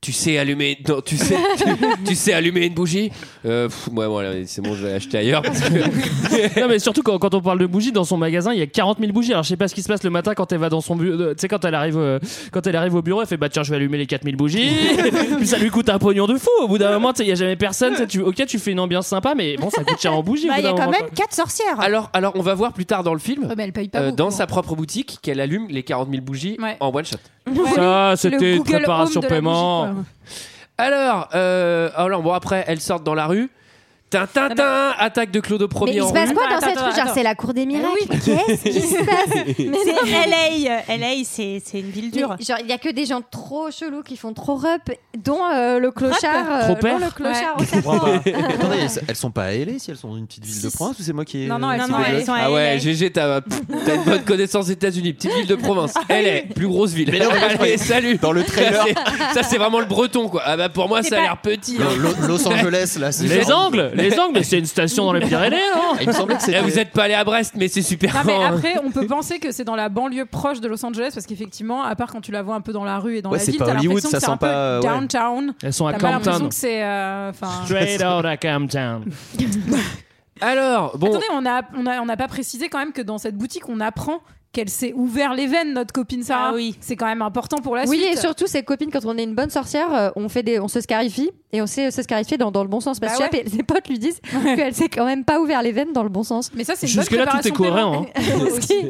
[SPEAKER 1] Tu sais allumer, non,
[SPEAKER 6] [LAUGHS]
[SPEAKER 1] tu sais, tu, tu sais allumer une bougie. Euh, pff, ouais, bon, allez, c'est bon, je vais acheter ailleurs parce
[SPEAKER 10] [LAUGHS]
[SPEAKER 1] que
[SPEAKER 10] Non mais surtout quand, quand on parle de bougies dans son magasin il y a 40 000 bougies alors je sais pas ce qui se passe le matin quand elle va dans son bureau tu sais quand elle arrive euh, quand elle arrive au bureau elle fait bah tiens je vais allumer les 4000 bougies puis ça lui coûte un pognon de fou au bout d'un moment tu sais, il y a jamais personne tu sais, tu, ok tu fais une ambiance sympa mais bon ça coûte cher en bougies au
[SPEAKER 12] Bah,
[SPEAKER 10] bout
[SPEAKER 12] il y a
[SPEAKER 10] d'un
[SPEAKER 12] quand
[SPEAKER 10] moment
[SPEAKER 12] même quatre sorcières.
[SPEAKER 1] Alors, alors, on va voir plus tard dans le film,
[SPEAKER 6] Ouais, mais elle paye pas
[SPEAKER 1] euh,
[SPEAKER 6] beaucoup,
[SPEAKER 1] dans
[SPEAKER 6] hein.
[SPEAKER 1] sa propre boutique, qu'elle allume les 40 000 bougies
[SPEAKER 6] Ouais.
[SPEAKER 1] en one shot.
[SPEAKER 10] quoi. ça c'était
[SPEAKER 6] Le
[SPEAKER 10] une
[SPEAKER 6] Google Home
[SPEAKER 10] préparation
[SPEAKER 6] de la
[SPEAKER 10] paiement
[SPEAKER 6] bougie, quoi.
[SPEAKER 1] Alors, euh, alors bon, après, elles sortent dans la rue.
[SPEAKER 6] Ah ben.
[SPEAKER 1] Tintintin, attaque de Claude
[SPEAKER 11] Mais
[SPEAKER 1] Premier
[SPEAKER 11] il
[SPEAKER 1] en
[SPEAKER 11] se passe
[SPEAKER 1] rue.
[SPEAKER 11] quoi dans
[SPEAKER 12] Attends,
[SPEAKER 11] cette
[SPEAKER 12] attends,
[SPEAKER 11] rue Genre,
[SPEAKER 12] attends.
[SPEAKER 11] c'est la cour des
[SPEAKER 6] Ah
[SPEAKER 11] miracles. Qu'est-ce qui
[SPEAKER 6] [LAUGHS]
[SPEAKER 11] se passe
[SPEAKER 12] C'est LA. euh, LA, c'est c'est une ville
[SPEAKER 11] Mais,
[SPEAKER 12] dure.
[SPEAKER 11] Genre, il n'y a que des gens trop chelous qui font trop rep, dont euh, le clochard. euh,
[SPEAKER 7] Trop
[SPEAKER 11] dont
[SPEAKER 7] père
[SPEAKER 11] le clochard au
[SPEAKER 7] Je [LAUGHS] comprends
[SPEAKER 11] serpent.
[SPEAKER 7] pas. Attendez, elles, elles sont pas à LA si elles sont dans une petite ville de province ou c'est moi qui ai.
[SPEAKER 11] Non, non,
[SPEAKER 7] euh,
[SPEAKER 11] elles
[SPEAKER 7] qui
[SPEAKER 11] sont-
[SPEAKER 7] dégueule
[SPEAKER 11] elles sont à
[SPEAKER 1] Ah ouais,
[SPEAKER 11] LA.
[SPEAKER 1] GG, t'as t'as une bonne connaissance des États-Unis. Petite ville de province. Elle est plus grosse ville.
[SPEAKER 7] Mais non, mais je
[SPEAKER 1] Allez,
[SPEAKER 7] croyais-
[SPEAKER 1] salut.
[SPEAKER 7] dans le trailer.
[SPEAKER 1] Ça, c'est- Ça, c'est vraiment le breton, quoi. Ah bah pour moi,
[SPEAKER 7] C'est
[SPEAKER 1] ça a
[SPEAKER 7] pas-
[SPEAKER 1] l'air petit.
[SPEAKER 7] Non,
[SPEAKER 1] [LAUGHS]
[SPEAKER 7] Lo- Los Angeles, là, c'est
[SPEAKER 10] Les
[SPEAKER 7] genre-
[SPEAKER 10] Angles, les Angles, mais c'est une station dans les Pyrénées, non
[SPEAKER 7] Il me semblait que c'était-
[SPEAKER 1] Eh, Vous êtes pas allé à Brest, mais c'est super
[SPEAKER 6] Non, mais
[SPEAKER 1] grand, hein.
[SPEAKER 6] après, on
[SPEAKER 7] [LAUGHS]
[SPEAKER 6] peut penser que c'est dans la banlieue proche de Los Angeles parce qu'effectivement, à part quand tu la vois un peu dans la rue et dans
[SPEAKER 7] Ouais,
[SPEAKER 6] la
[SPEAKER 7] c'est
[SPEAKER 6] ville,
[SPEAKER 7] pas
[SPEAKER 6] t'as
[SPEAKER 7] Hollywood,
[SPEAKER 6] l'impression
[SPEAKER 7] ça
[SPEAKER 6] que c'est
[SPEAKER 7] sent
[SPEAKER 6] un peu
[SPEAKER 7] pas, euh, ouais.
[SPEAKER 6] downtown.
[SPEAKER 10] Elles sont à
[SPEAKER 6] T'as pas l'impression
[SPEAKER 10] Compton.
[SPEAKER 6] que c'est, euh, enfin-
[SPEAKER 10] Straight out of
[SPEAKER 12] [LAUGHS]
[SPEAKER 10] Compton.
[SPEAKER 1] Alors, bon.
[SPEAKER 6] Attendez, on n'a on a, on a pas précisé quand même que dans cette boutique, on apprend qu'elle s'est ouvert les veines, notre copine Sarah. oui. C'est quand même important pour la
[SPEAKER 11] Ah oui,
[SPEAKER 6] suite.
[SPEAKER 11] et surtout, ces copines, quand on est une bonne sorcière, euh, on, fait des, on se scarifie et on sait se scarifier dans, dans le bon sens. Parce que
[SPEAKER 6] Bah
[SPEAKER 11] Chap et ses potes lui disent qu'elle s'est quand même pas ouvert les veines dans le bon sens.
[SPEAKER 6] Mais ça,
[SPEAKER 7] c'est une bonne Jusque-là, tout est préparation cohérent,
[SPEAKER 11] hein.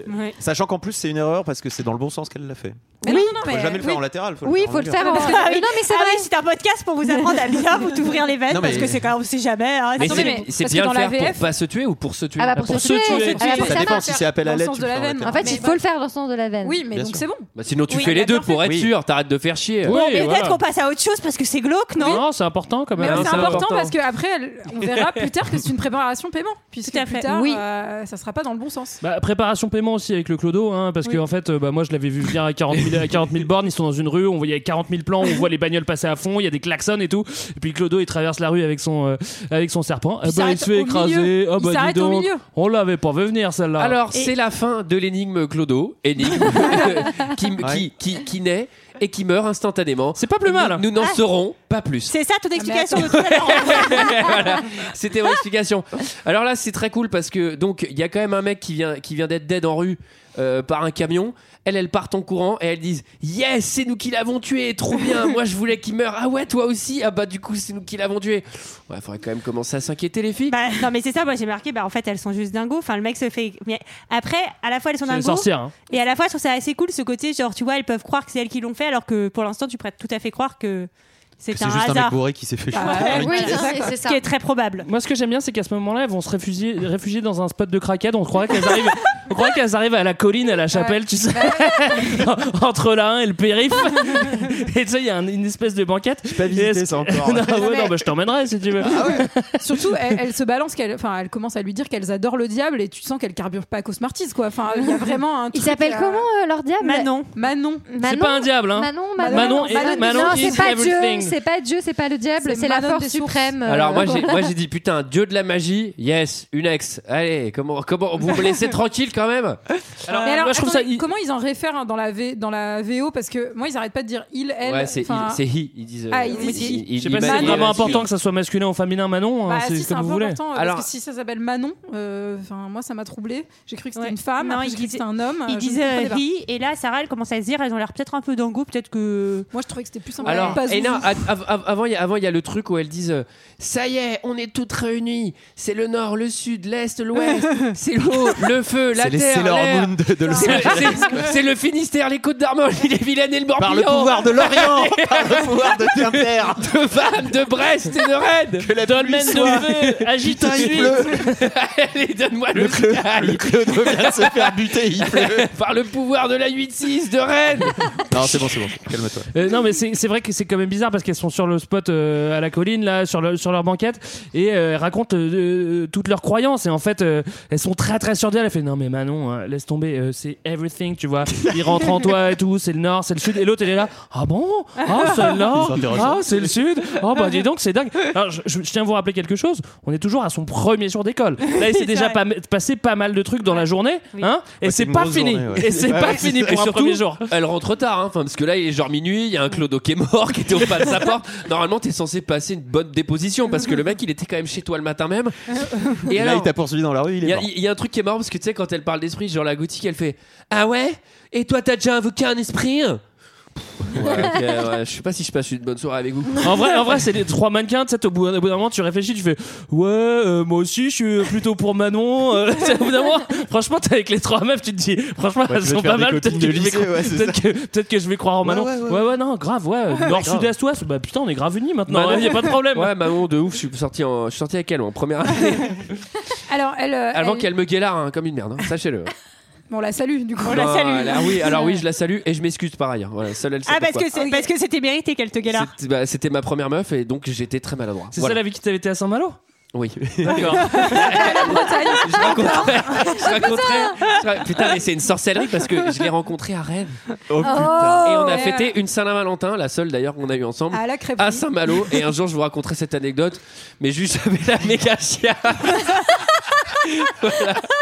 [SPEAKER 11] [LAUGHS]
[SPEAKER 1] hein.
[SPEAKER 6] Ouais.
[SPEAKER 7] Sachant qu'en plus, c'est une erreur parce que c'est dans le bon sens qu'elle l'a fait.
[SPEAKER 6] Mais non, non, non,
[SPEAKER 7] Faut
[SPEAKER 6] mais-
[SPEAKER 7] jamais le faire
[SPEAKER 6] oui.
[SPEAKER 7] en latéral. Faut
[SPEAKER 11] Oui,
[SPEAKER 7] le faire en
[SPEAKER 11] faut le
[SPEAKER 7] longueur.
[SPEAKER 11] faire en-
[SPEAKER 12] Ah oui,
[SPEAKER 11] Non, mais c'est
[SPEAKER 12] ah
[SPEAKER 11] vrai.
[SPEAKER 12] oui, c'est un podcast pour vous apprendre à bien vous ouvrir les veines
[SPEAKER 1] Non, mais-
[SPEAKER 12] parce que c'est quand même, on sait jamais. hein.
[SPEAKER 1] Mais
[SPEAKER 12] Attendez,
[SPEAKER 1] c'est- c'est
[SPEAKER 12] parce
[SPEAKER 1] bien
[SPEAKER 12] que
[SPEAKER 1] le
[SPEAKER 12] dans la
[SPEAKER 1] faire pour
[SPEAKER 12] VF,
[SPEAKER 1] pas se tuer ou pour se tuer
[SPEAKER 11] Ah bah, pour se tuer, ah bah, pour
[SPEAKER 1] Ça
[SPEAKER 11] ça
[SPEAKER 1] dépend
[SPEAKER 11] marche.
[SPEAKER 1] si
[SPEAKER 7] c'est appel à
[SPEAKER 6] Dans le
[SPEAKER 7] l'aide,
[SPEAKER 6] sens
[SPEAKER 7] tu
[SPEAKER 6] de
[SPEAKER 7] le
[SPEAKER 6] la
[SPEAKER 7] fais en
[SPEAKER 6] veine.
[SPEAKER 11] En fait, il faut le faire dans le sens de la veine.
[SPEAKER 6] Oui, mais
[SPEAKER 7] Bien
[SPEAKER 6] donc
[SPEAKER 7] sûr.
[SPEAKER 6] c'est bon.
[SPEAKER 1] Bah, sinon, tu
[SPEAKER 6] Oui,
[SPEAKER 1] fais
[SPEAKER 6] il
[SPEAKER 1] les
[SPEAKER 6] a
[SPEAKER 1] deux
[SPEAKER 6] bien
[SPEAKER 1] pour
[SPEAKER 6] fait.
[SPEAKER 1] être
[SPEAKER 6] Oui.
[SPEAKER 1] sûr. T'arrêtes de faire
[SPEAKER 10] Oui,
[SPEAKER 1] chier. Bon,
[SPEAKER 10] voilà.
[SPEAKER 12] Peut-être qu'on passe à autre chose parce que c'est glauque, non
[SPEAKER 10] Non, c'est important quand
[SPEAKER 6] Mais
[SPEAKER 10] même.
[SPEAKER 6] oui, c'est important parce qu'après, elle- on verra plus tard que c'est une préparation paiement. Puisque plus tard,
[SPEAKER 12] Oui.
[SPEAKER 6] euh, ça sera pas dans le bon sens.
[SPEAKER 10] Bah, préparation paiement aussi avec le Clodo, hein, parce que en fait, euh, bah, moi je l'avais vu venir à 40 000, à 40 000 bornes, ils sont dans une rue, on voyait 40 000 plans, on voit les bagnoles passer à fond, il y a des klaxons et tout, et puis Clodo il traverse la rue avec son, euh, avec son serpent, Eh bah,
[SPEAKER 1] il
[SPEAKER 10] il
[SPEAKER 1] s'arrête
[SPEAKER 10] se fait
[SPEAKER 1] au milieu.
[SPEAKER 10] écraser, Ah
[SPEAKER 1] Il
[SPEAKER 10] bah, dis
[SPEAKER 1] s'arrête au
[SPEAKER 10] donc,
[SPEAKER 1] milieu.
[SPEAKER 10] on l'avait pas vu venir celle-là.
[SPEAKER 1] Alors, c'est la fin de l'énigme Clodo, énigme qui, qui, qui, qui naît et qui meurt instantanément. C'est pas plus mal. Nous n'en
[SPEAKER 12] Ah.
[SPEAKER 1] saurons pas plus.
[SPEAKER 12] C'est ça ton explication de tout à l'heure.
[SPEAKER 1] [LAUGHS] Voilà, c'était mon explication. Alors là, c'est très cool parce que donc il y a quand même un mec qui vient qui vient d'être dead en rue euh, par un camion. Elle, elle part en courant et elles disent yes, c'est nous qui l'avons tué, trop bien. Moi, je voulais qu'il meure. Ah ouais, toi aussi. Ah bah du coup, c'est nous qui l'avons tué. Ouais, faudrait quand même commencer à s'inquiéter les filles.
[SPEAKER 12] Bah, non mais c'est ça, moi j'ai marqué, bah en fait elles sont juste dingos. Enfin le mec se fait. mais Après, à la fois elles sont
[SPEAKER 10] C'est
[SPEAKER 12] dingos.
[SPEAKER 10] les sorcières, hein.
[SPEAKER 12] Et à la fois je trouve ça assez cool ce côté, genre tu vois, elles peuvent croire que c'est elles qui l'ont fait, alors que pour l'instant tu prêtes tout à fait croire que c'est
[SPEAKER 7] C'est
[SPEAKER 12] un
[SPEAKER 7] juste un mec
[SPEAKER 12] hasard.
[SPEAKER 7] bourré qui s'est fait
[SPEAKER 12] Ah,
[SPEAKER 7] shooter.
[SPEAKER 12] oui, c'est ça, quoi. Ce qui est très probable.
[SPEAKER 10] Moi, ce que j'aime bien, c'est qu'à ce moment-là, elles vont se réfugier, réfugier dans un spot de craquade. On croirait qu'elles arrivent, on croirait qu'elles arrivent à la colline, à la chapelle, tu sais,
[SPEAKER 1] Bah,
[SPEAKER 10] [LAUGHS] entre la 1 et le périph. [LAUGHS] et tu sais, il y a un- une espèce de banquette. Je
[SPEAKER 7] pas visité ça encore.
[SPEAKER 10] [LAUGHS]
[SPEAKER 1] Ah
[SPEAKER 10] non, ouais,
[SPEAKER 6] Mais-
[SPEAKER 10] non, bah, je t'emmènerai si tu veux.
[SPEAKER 6] [LAUGHS] Surtout, elle, elle se balance, qu'elle- enfin, elle commence à lui dire qu'elles adorent le diable et tu sens qu'elle carbure pas à Cosmartis, quoi. Enfin, il y a vraiment un.
[SPEAKER 11] Il s'appelle comment, euh,
[SPEAKER 6] leur diable Manon. Manon.
[SPEAKER 11] Manon-
[SPEAKER 10] pas un diable, hein.
[SPEAKER 11] Manon,
[SPEAKER 10] Manon,
[SPEAKER 11] Manon,
[SPEAKER 10] et- Manon
[SPEAKER 11] non,
[SPEAKER 10] is
[SPEAKER 11] c'est pas
[SPEAKER 10] everything.
[SPEAKER 11] Dieu, c'est pas Dieu, c'est pas le diable,
[SPEAKER 6] C'est
[SPEAKER 11] c'est la
[SPEAKER 6] Manon
[SPEAKER 11] force
[SPEAKER 6] des sources.
[SPEAKER 11] suprême. euh,
[SPEAKER 1] Alors moi j'ai moi j'ai dit putain dieu de la magie yes une ex allez comment comment vous me laissez tranquille quand même Euh,
[SPEAKER 6] Mais alors, attendez, comment ils en réfèrent hein, dans, la v, dans la VO Parce que moi, ils arrêtent pas de dire il, elle.
[SPEAKER 1] ouais c'est
[SPEAKER 6] enfin-
[SPEAKER 1] il- c'est he ils disent euh,
[SPEAKER 6] Ah, ils disent he.
[SPEAKER 1] il-
[SPEAKER 10] Je sais
[SPEAKER 1] il- euh,
[SPEAKER 10] pas si
[SPEAKER 1] il-
[SPEAKER 10] c'est
[SPEAKER 1] il-
[SPEAKER 10] vraiment
[SPEAKER 1] il-
[SPEAKER 10] important que ça soit masculin ou féminin, Manon. hein,
[SPEAKER 6] Bah,
[SPEAKER 10] c'est
[SPEAKER 6] si, c'est
[SPEAKER 10] comme
[SPEAKER 6] un
[SPEAKER 10] vous
[SPEAKER 6] peu
[SPEAKER 10] voulez.
[SPEAKER 6] important, euh,
[SPEAKER 1] Alors-
[SPEAKER 6] parce que si ça s'appelle Manon, euh, enfin moi ça m'a troublé. J'ai cru que c'était une femme,
[SPEAKER 12] Non,
[SPEAKER 6] après,
[SPEAKER 12] il
[SPEAKER 6] j'ai cru que
[SPEAKER 12] disait-
[SPEAKER 6] c'était un homme. euh, je
[SPEAKER 12] Ils
[SPEAKER 6] ne
[SPEAKER 12] disaient
[SPEAKER 6] comprenais
[SPEAKER 12] euh,
[SPEAKER 6] pas.
[SPEAKER 12] hi, et là Sarah elle commence à se dire, elles ont l'air peut-être un peu dingos, peut-être que.
[SPEAKER 6] Moi je trouvais que c'était plus
[SPEAKER 12] simple.
[SPEAKER 1] Alors, et non, a- av- av- avant, il y a- avant, il y a le truc où elles disent euh, Ça y est, on est toutes réunies. C'est le nord, le sud, l'est,
[SPEAKER 6] [LAUGHS]
[SPEAKER 1] l'ouest. C'est l'eau, le feu, la
[SPEAKER 7] C'est les
[SPEAKER 1] terre.
[SPEAKER 7] Sailor
[SPEAKER 1] l'air.
[SPEAKER 7] Moon de- de Los
[SPEAKER 1] C'est-
[SPEAKER 7] Angeles.
[SPEAKER 1] c'est- C'est le Finistère, les Côtes d'Armor, les Vilaines et le Morbihan.
[SPEAKER 7] Par le pouvoir de
[SPEAKER 1] [LAUGHS]
[SPEAKER 7] l'Orient, par le pouvoir de Quimper.
[SPEAKER 1] De Vannes, de Brest et de Rennes.
[SPEAKER 7] Que la
[SPEAKER 10] Dolmen de
[SPEAKER 7] pluie soit-
[SPEAKER 10] feu, agite
[SPEAKER 7] Putain, il
[SPEAKER 10] ensuite.
[SPEAKER 7] pleut.
[SPEAKER 1] [LAUGHS] Allez, donne-moi le,
[SPEAKER 7] Le Claude,
[SPEAKER 1] sky.
[SPEAKER 7] le Claude revient se faire buter,
[SPEAKER 1] [LAUGHS]
[SPEAKER 7] il pleut.
[SPEAKER 1] Par le pouvoir de la 8-6 de Rennes.
[SPEAKER 7] Non, c'est bon, c'est bon, calme-toi.
[SPEAKER 10] Euh, non mais c'est c'est vrai que c'est quand même bizarre parce qu'elles sont sur le spot euh, à la colline là sur, le, sur leur banquette et euh, elles racontent euh, euh, toutes leurs croyances et en fait euh, elles sont très très sûres d'elles elles fait non mais Manon euh, laisse tomber euh, c'est everything tu vois il rentre en toi et tout c'est le nord c'est le sud et l'autre elle est là ah bon ah c'est le nord
[SPEAKER 7] C'est intéressant.
[SPEAKER 10] ah c'est le sud oh bah dis donc c'est dingue alors je, je- je tiens à vous rappeler quelque chose on est toujours à son premier jour d'école là il s'est
[SPEAKER 12] C'est
[SPEAKER 10] déjà
[SPEAKER 12] vrai.
[SPEAKER 10] pas- passé pas mal de trucs dans la journée hein et
[SPEAKER 7] Ouais,
[SPEAKER 10] c'est
[SPEAKER 7] c'est une
[SPEAKER 10] pas
[SPEAKER 7] grosse
[SPEAKER 10] fini
[SPEAKER 7] journée, ouais.
[SPEAKER 10] et c'est
[SPEAKER 7] Ouais,
[SPEAKER 10] pas
[SPEAKER 7] ouais,
[SPEAKER 10] fini
[SPEAKER 1] et
[SPEAKER 10] pour un
[SPEAKER 1] surtout,
[SPEAKER 10] premier jour
[SPEAKER 1] Elle rentre tard, hein, enfin, parce que là, il est genre minuit, il y a un Clodo qui est mort, qui était au pas de
[SPEAKER 10] [LAUGHS]
[SPEAKER 1] sa porte. Normalement, t'es censé passer une bonne déposition, parce que le mec, il était quand même chez toi le matin même. Et,
[SPEAKER 7] Et là,
[SPEAKER 1] alors,
[SPEAKER 7] il t'a poursuivi dans la rue, il
[SPEAKER 1] il y,
[SPEAKER 7] est
[SPEAKER 1] a-
[SPEAKER 7] mort.
[SPEAKER 1] il y a un truc qui est marrant, parce que tu sais, quand elle parle d'esprit, genre la goutique, elle fait Ah ouais Et toi, t'as déjà invoqué un esprit Ouais, ok, ouais, je sais pas si je passe une bonne soirée avec vous.
[SPEAKER 10] En vrai, en vrai c'est les trois mannequins, tu sais, au bout au bout d'un moment, tu réfléchis, tu fais Ouais, euh, moi aussi, je suis plutôt pour Manon. euh, [LAUGHS] tu sais, au bout d'un moment, franchement, t'es avec les trois meufs, tu te dis Franchement,
[SPEAKER 7] Ouais,
[SPEAKER 10] elles
[SPEAKER 7] je vais
[SPEAKER 10] sont
[SPEAKER 7] faire
[SPEAKER 10] pas
[SPEAKER 7] des
[SPEAKER 10] mal. Peut-être
[SPEAKER 7] copines
[SPEAKER 10] que,
[SPEAKER 7] de
[SPEAKER 10] je vais
[SPEAKER 7] lycée,
[SPEAKER 10] cro-
[SPEAKER 7] ouais, c'est
[SPEAKER 10] peut-être
[SPEAKER 7] ça.
[SPEAKER 10] que- peut-être que je vais croire en Manon. Ouais, ouais, non, grave, ouais.
[SPEAKER 1] Ouais,
[SPEAKER 10] Nord,
[SPEAKER 1] grave.
[SPEAKER 10] sud, est, ouest, bah putain, on est grave unis maintenant,
[SPEAKER 1] Manon-
[SPEAKER 10] il y a pas de problème.
[SPEAKER 1] Ouais, Manon, de ouf, je suis sorti, en... je suis sorti avec elle
[SPEAKER 10] [LAUGHS]
[SPEAKER 1] en première [LAUGHS] année.
[SPEAKER 6] Alors, elle. euh,
[SPEAKER 1] Avant
[SPEAKER 6] elle-
[SPEAKER 1] qu'elle me guélarde hein, comme une merde, hein, sachez-le.
[SPEAKER 6] Bon, on la salue, du coup.
[SPEAKER 1] Non, elle- ah oui, alors
[SPEAKER 10] [LAUGHS]
[SPEAKER 1] oui, je la salue et je m'excuse par ailleurs. Voilà, seule elle sait
[SPEAKER 12] Ah, parce
[SPEAKER 1] pourquoi.
[SPEAKER 12] que, c'est- parce que c'était mérité qu'elle te galère.
[SPEAKER 1] C'était- bah, C'était ma première meuf et donc j'étais très maladroit.
[SPEAKER 10] C'est
[SPEAKER 1] Voilà.
[SPEAKER 10] celle avec qui t'avais été à Saint-Malo
[SPEAKER 1] Oui. [LAUGHS]
[SPEAKER 10] D'accord.
[SPEAKER 12] la Bretagne.
[SPEAKER 1] Je raconterai. je raconterai- je ra- Putain, mais c'est une sorcellerie parce que je l'ai rencontrée à Rennes.
[SPEAKER 6] Oh, putain.
[SPEAKER 1] Et on a
[SPEAKER 6] merde.
[SPEAKER 1] fêté une Saint-Valentin, la seule d'ailleurs qu'on a eu ensemble.
[SPEAKER 6] À la crêperie.
[SPEAKER 1] À Saint-Malo. Et un jour, je vous raconterai cette anecdote, mais juste j'avais la méga chia. [LAUGHS]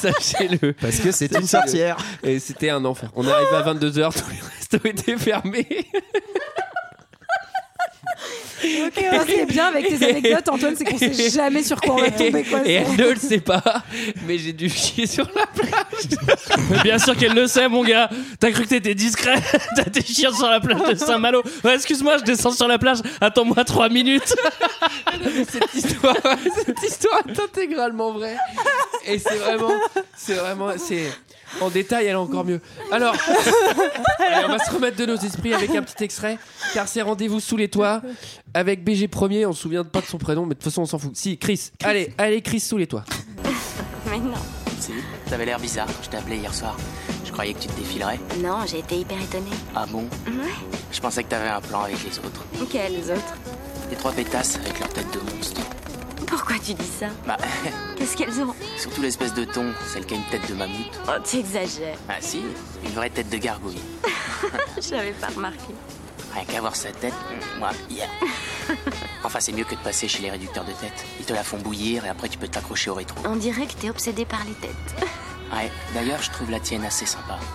[SPEAKER 1] Sachez-le.
[SPEAKER 7] Parce que c'est une
[SPEAKER 1] Sachez-le.
[SPEAKER 7] sorcière.
[SPEAKER 1] Et c'était un enfer. On est arrivé à 22h, tous les restos étaient fermés.
[SPEAKER 6] Ok, ouais, c'est bien avec tes anecdotes, Antoine, c'est qu'on
[SPEAKER 1] [LAUGHS]
[SPEAKER 6] sait jamais sur quoi on va tomber. Quoi,
[SPEAKER 1] Et
[SPEAKER 6] C'est-
[SPEAKER 1] [LAUGHS] elle ne le sait pas, mais j'ai dû chier sur la
[SPEAKER 10] [LAUGHS] Mais bien sûr qu'elle le sait, mon gars. T'as cru que t'étais discret. [LAUGHS] T'as tes chiens sur la
[SPEAKER 1] [LAUGHS]
[SPEAKER 10] plage de Saint-Malo. Ouais, excuse-moi, je descends sur la plage. Attends-moi trois minutes.
[SPEAKER 1] [LAUGHS] cette histoire. cette histoire est intégralement vraie. Et c'est vraiment, c'est vraiment, c'est en détail, elle est encore mieux. [LAUGHS] Alors, allez, on va se remettre de nos esprits avec un petit extrait, car c'est rendez-vous sous les toits avec BG Premier. On se souvient pas de son prénom, mais de toute façon, on s'en fout. Si, Chris. Allez, allez, Chris sous les toits.
[SPEAKER 9] Mais non.
[SPEAKER 2] Si, t'avais l'air bizarre. Je t'ai appelé hier soir. Je croyais que tu te défilerais.
[SPEAKER 9] Non, j'ai été hyper étonnée.
[SPEAKER 2] Ah bon
[SPEAKER 9] Ouais.
[SPEAKER 2] Je pensais que t'avais un plan avec les autres.
[SPEAKER 9] Quels autres
[SPEAKER 2] Les trois pétasses avec leur tête de monstre.
[SPEAKER 9] Pourquoi tu dis ça
[SPEAKER 2] Bah, [LAUGHS]
[SPEAKER 9] Qu'est-ce qu'elles ont
[SPEAKER 2] surtout l'espèce de ton, celle qui a une tête de mammouth.
[SPEAKER 9] Oh, [LAUGHS] t'exagères.
[SPEAKER 2] Ah si, une vraie tête de gargouille.
[SPEAKER 9] Je l'avais pas remarqué.
[SPEAKER 2] Rien qu'à voir sa tête, mm, moi, [LAUGHS] yeah. Enfin, c'est mieux que de passer chez les réducteurs de tête. Ils te la font bouillir et après tu peux t'accrocher au rétro.
[SPEAKER 9] On dirait que t'es obsédé par les têtes.
[SPEAKER 2] Ouais, d'ailleurs, je trouve la tienne assez sympa.
[SPEAKER 9] [LAUGHS]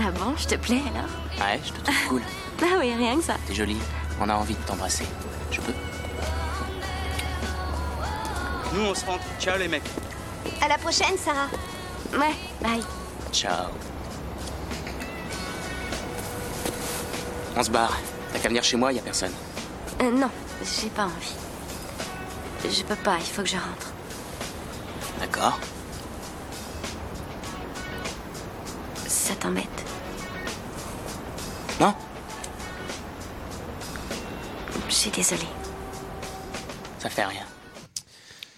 [SPEAKER 9] Ah bon, je te plais alors
[SPEAKER 2] Ouais, je te [LAUGHS] trouve cool.
[SPEAKER 9] Ah oui, rien que ça.
[SPEAKER 2] T'es jolie, on a envie de t'embrasser. Je peux
[SPEAKER 13] Nous, on se rentre. Ciao, les mecs.
[SPEAKER 9] À la prochaine, Sarah. Ouais, bye.
[SPEAKER 2] Ciao. On se barre. T'as qu'à venir chez moi, y a personne.
[SPEAKER 9] Euh, non, j'ai pas envie. Je peux pas, il faut que je rentre.
[SPEAKER 2] D'accord
[SPEAKER 9] Ça t'embête
[SPEAKER 2] Non
[SPEAKER 9] Je suis désolée.
[SPEAKER 2] Ça fait rien.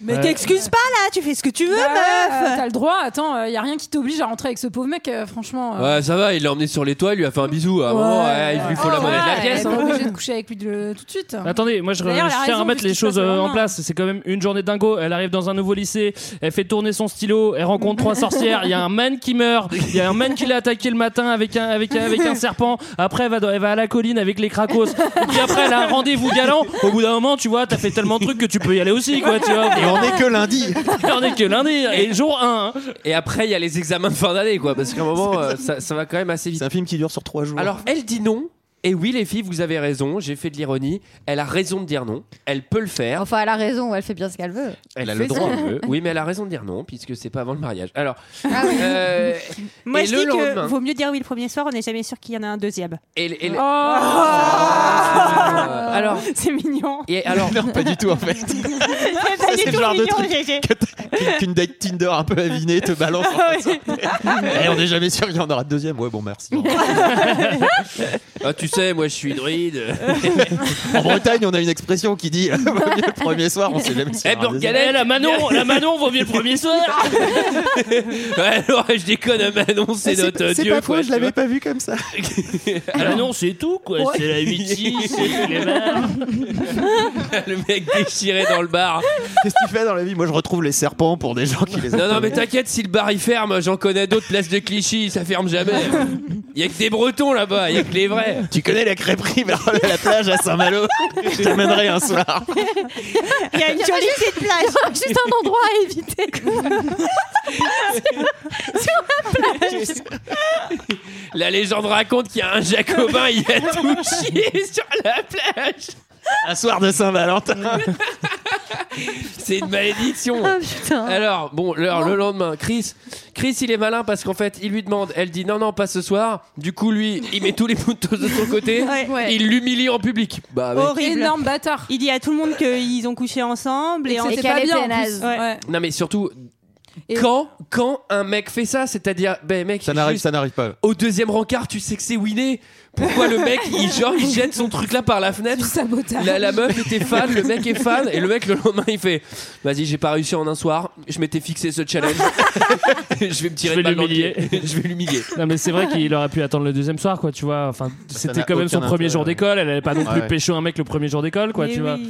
[SPEAKER 12] Mais
[SPEAKER 2] Ouais.
[SPEAKER 12] t'excuses pas là, tu fais ce que tu veux,
[SPEAKER 6] Bah ouais,
[SPEAKER 12] meuf.
[SPEAKER 6] euh, T'as le droit, attends, euh, y a rien qui t'oblige à rentrer avec ce pauvre mec, euh, franchement. euh.
[SPEAKER 1] Ouais, ça va, il l'a emmené sur les toits, il lui a fait un bisou. À un moment, ouais, il lui faut la monnaie de la
[SPEAKER 6] Elle est
[SPEAKER 1] pièce.
[SPEAKER 6] pas
[SPEAKER 1] hein.
[SPEAKER 6] obligée de coucher avec lui de- tout de suite.
[SPEAKER 10] Attendez, moi je,
[SPEAKER 6] D'ailleurs, elle a
[SPEAKER 10] je tiens à
[SPEAKER 6] raison,
[SPEAKER 10] remettre
[SPEAKER 6] vu
[SPEAKER 10] les
[SPEAKER 6] qu'il passe hein.
[SPEAKER 10] choses
[SPEAKER 6] le
[SPEAKER 10] euh, en
[SPEAKER 6] lendemain.
[SPEAKER 10] place. C'est quand même une journée dingo. Elle arrive dans un nouveau lycée, elle fait tourner son stylo, elle rencontre trois sorcières. Il y a un man qui meurt, il y a un man qui l'a attaqué le matin avec un, avec, un- avec un serpent. Après, elle va, dans- elle va à la colline avec les cracos. Et puis après, elle a un rendez-vous galant. Au bout d'un moment, tu vois, t'as fait tellement de trucs que tu peux y aller aussi. Quoi, tu vois.
[SPEAKER 7] Et on est que lundi.
[SPEAKER 10] Et on est que lundi. Et jour hein. 1.
[SPEAKER 1] Et après, il y a les examens de fin d'année, quoi, parce qu'à un moment, euh, ça, ça va quand même assez vite. C'est
[SPEAKER 7] un film qui dure sur trois jours.
[SPEAKER 1] Alors, elle dit non. Et oui, les filles, vous avez raison. J'ai fait de l'ironie. Elle a raison de dire non. Elle peut le faire.
[SPEAKER 11] Enfin, [LAUGHS] elle a raison, elle fait bien ce qu'elle veut.
[SPEAKER 1] Elle,
[SPEAKER 11] a
[SPEAKER 1] fait
[SPEAKER 11] le
[SPEAKER 1] ce
[SPEAKER 11] droit.
[SPEAKER 1] qu'elle veut. Oui, mais elle a raison de dire non, puisque c'est pas avant le mariage. Alors,
[SPEAKER 11] oui.
[SPEAKER 1] euh,
[SPEAKER 12] Ah Moi,
[SPEAKER 1] et
[SPEAKER 12] je
[SPEAKER 1] le
[SPEAKER 12] dis que
[SPEAKER 1] lendemain.
[SPEAKER 12] vaut mieux dire oui le premier soir, on n'est jamais sûr qu'il y en a un deuxième.
[SPEAKER 1] Et, et le-
[SPEAKER 12] Ah.
[SPEAKER 1] alors,
[SPEAKER 12] [LAUGHS] c'est mignon.
[SPEAKER 1] Et alors,
[SPEAKER 7] [LAUGHS] non, pas du tout en fait.
[SPEAKER 12] [LAUGHS] C'est
[SPEAKER 7] Ça,
[SPEAKER 12] pas du
[SPEAKER 7] c'est le
[SPEAKER 12] tout
[SPEAKER 7] genre de
[SPEAKER 12] mignon,
[SPEAKER 7] truc
[SPEAKER 12] GG.
[SPEAKER 7] Qu'une- Qu'une date Tinder un peu avinée te balance. en
[SPEAKER 12] Ah
[SPEAKER 7] fait. [LAUGHS]
[SPEAKER 12] oui.
[SPEAKER 7] Eh, on n'est jamais sûr qu'il y en aura de deuxième. Ouais, bon, merci.
[SPEAKER 1] Ah, tu sais, moi, je suis druide.
[SPEAKER 7] Ah, En Bretagne, on a une expression qui dit [LAUGHS] le premier soir, on sait jamais si.
[SPEAKER 1] Eh, Burgalais,
[SPEAKER 10] Eh, la Manon, la Manon vaut mieux
[SPEAKER 12] [LAUGHS]
[SPEAKER 10] le premier soir.
[SPEAKER 1] Ouais, alors, je déconne, Manon, [LAUGHS] c'est notre euh,
[SPEAKER 7] Ah, C'est
[SPEAKER 1] dieu.
[SPEAKER 7] pas
[SPEAKER 1] quoi,
[SPEAKER 7] faux, je
[SPEAKER 1] tu
[SPEAKER 7] l'avais
[SPEAKER 1] vois.
[SPEAKER 7] pas vu comme
[SPEAKER 1] [LAUGHS]
[SPEAKER 7] ça.
[SPEAKER 10] Ah non, c'est tout quoi.
[SPEAKER 7] Ouais.
[SPEAKER 10] C'est la 8 c'est les mêmes.
[SPEAKER 1] [LAUGHS] Le mec déchiré dans le bar.
[SPEAKER 7] [LAUGHS] Qu'est-ce que tu fais dans la vie Moi, je retrouve les serpents pour des gens qui les ont.
[SPEAKER 1] Non, non,
[SPEAKER 7] tombés.
[SPEAKER 1] mais t'inquiète, si le bar il ferme, j'en connais d'autres places de Clichy, ça ferme jamais. Y a que des Bretons là-bas, y a que les vrais.
[SPEAKER 7] Tu connais la crêperie vers la
[SPEAKER 1] [LAUGHS]
[SPEAKER 7] plage à [LAUGHS] Saint-Malo Je t'amènerai un soir.
[SPEAKER 12] Il y a une
[SPEAKER 11] Il y en a
[SPEAKER 12] jolie petite plage.
[SPEAKER 11] Juste un endroit à éviter.
[SPEAKER 1] La légende raconte qu'il y a un Jacobin, il a tout chié sur la plage.
[SPEAKER 7] Un soir de Saint-Valentin.
[SPEAKER 1] [LAUGHS] C'est une malédiction.
[SPEAKER 12] Oh,
[SPEAKER 1] Alors, bon, l'heure, le lendemain, Chris, Chris, il est malin parce qu'en fait, il lui demande, elle dit non, non, pas ce soir. Du coup, lui, il met tous les [LAUGHS] puntos de son côté.
[SPEAKER 12] Ouais. Ouais.
[SPEAKER 1] Il l'humilie en public. Bah, mec.
[SPEAKER 12] Horrible. Énorme bâtard. Il dit à tout le monde qu'ils ont couché ensemble
[SPEAKER 6] Et
[SPEAKER 12] et,
[SPEAKER 6] que
[SPEAKER 12] en-
[SPEAKER 6] c'est
[SPEAKER 12] c'est
[SPEAKER 6] qu'elle
[SPEAKER 12] pas
[SPEAKER 6] était
[SPEAKER 12] bien. en
[SPEAKER 6] naze.
[SPEAKER 12] plus. Ouais.
[SPEAKER 1] Non, mais surtout. Quand, quand un mec fait ça, c'est-à-dire, ben mec,
[SPEAKER 7] Ça n'arrive,
[SPEAKER 1] juste-
[SPEAKER 7] ça n'arrive pas.
[SPEAKER 1] au deuxième rencard, tu sais que c'est Winné. Pourquoi le mec, il, genre, il jette son truc là par la fenêtre la, la meuf était fan, le mec est fan, et le mec le lendemain il fait Vas-y, j'ai pas réussi en un soir, je m'étais fixé ce challenge. [LAUGHS] je vais me tirer
[SPEAKER 10] Je vais
[SPEAKER 1] une balle dans le
[SPEAKER 10] l'humilier.
[SPEAKER 1] pied. [LAUGHS] Je vais l'humilier.
[SPEAKER 10] Non mais c'est vrai qu'il aurait pu attendre le deuxième soir quoi tu vois enfin c'était
[SPEAKER 1] n'a
[SPEAKER 10] quand même son
[SPEAKER 1] aucun
[SPEAKER 10] premier
[SPEAKER 1] intérêt.
[SPEAKER 10] jour d'école elle allait pas non plus
[SPEAKER 1] Ouais.
[SPEAKER 10] pécho un mec le premier jour d'école quoi
[SPEAKER 6] Mais
[SPEAKER 10] tu vois
[SPEAKER 6] oui.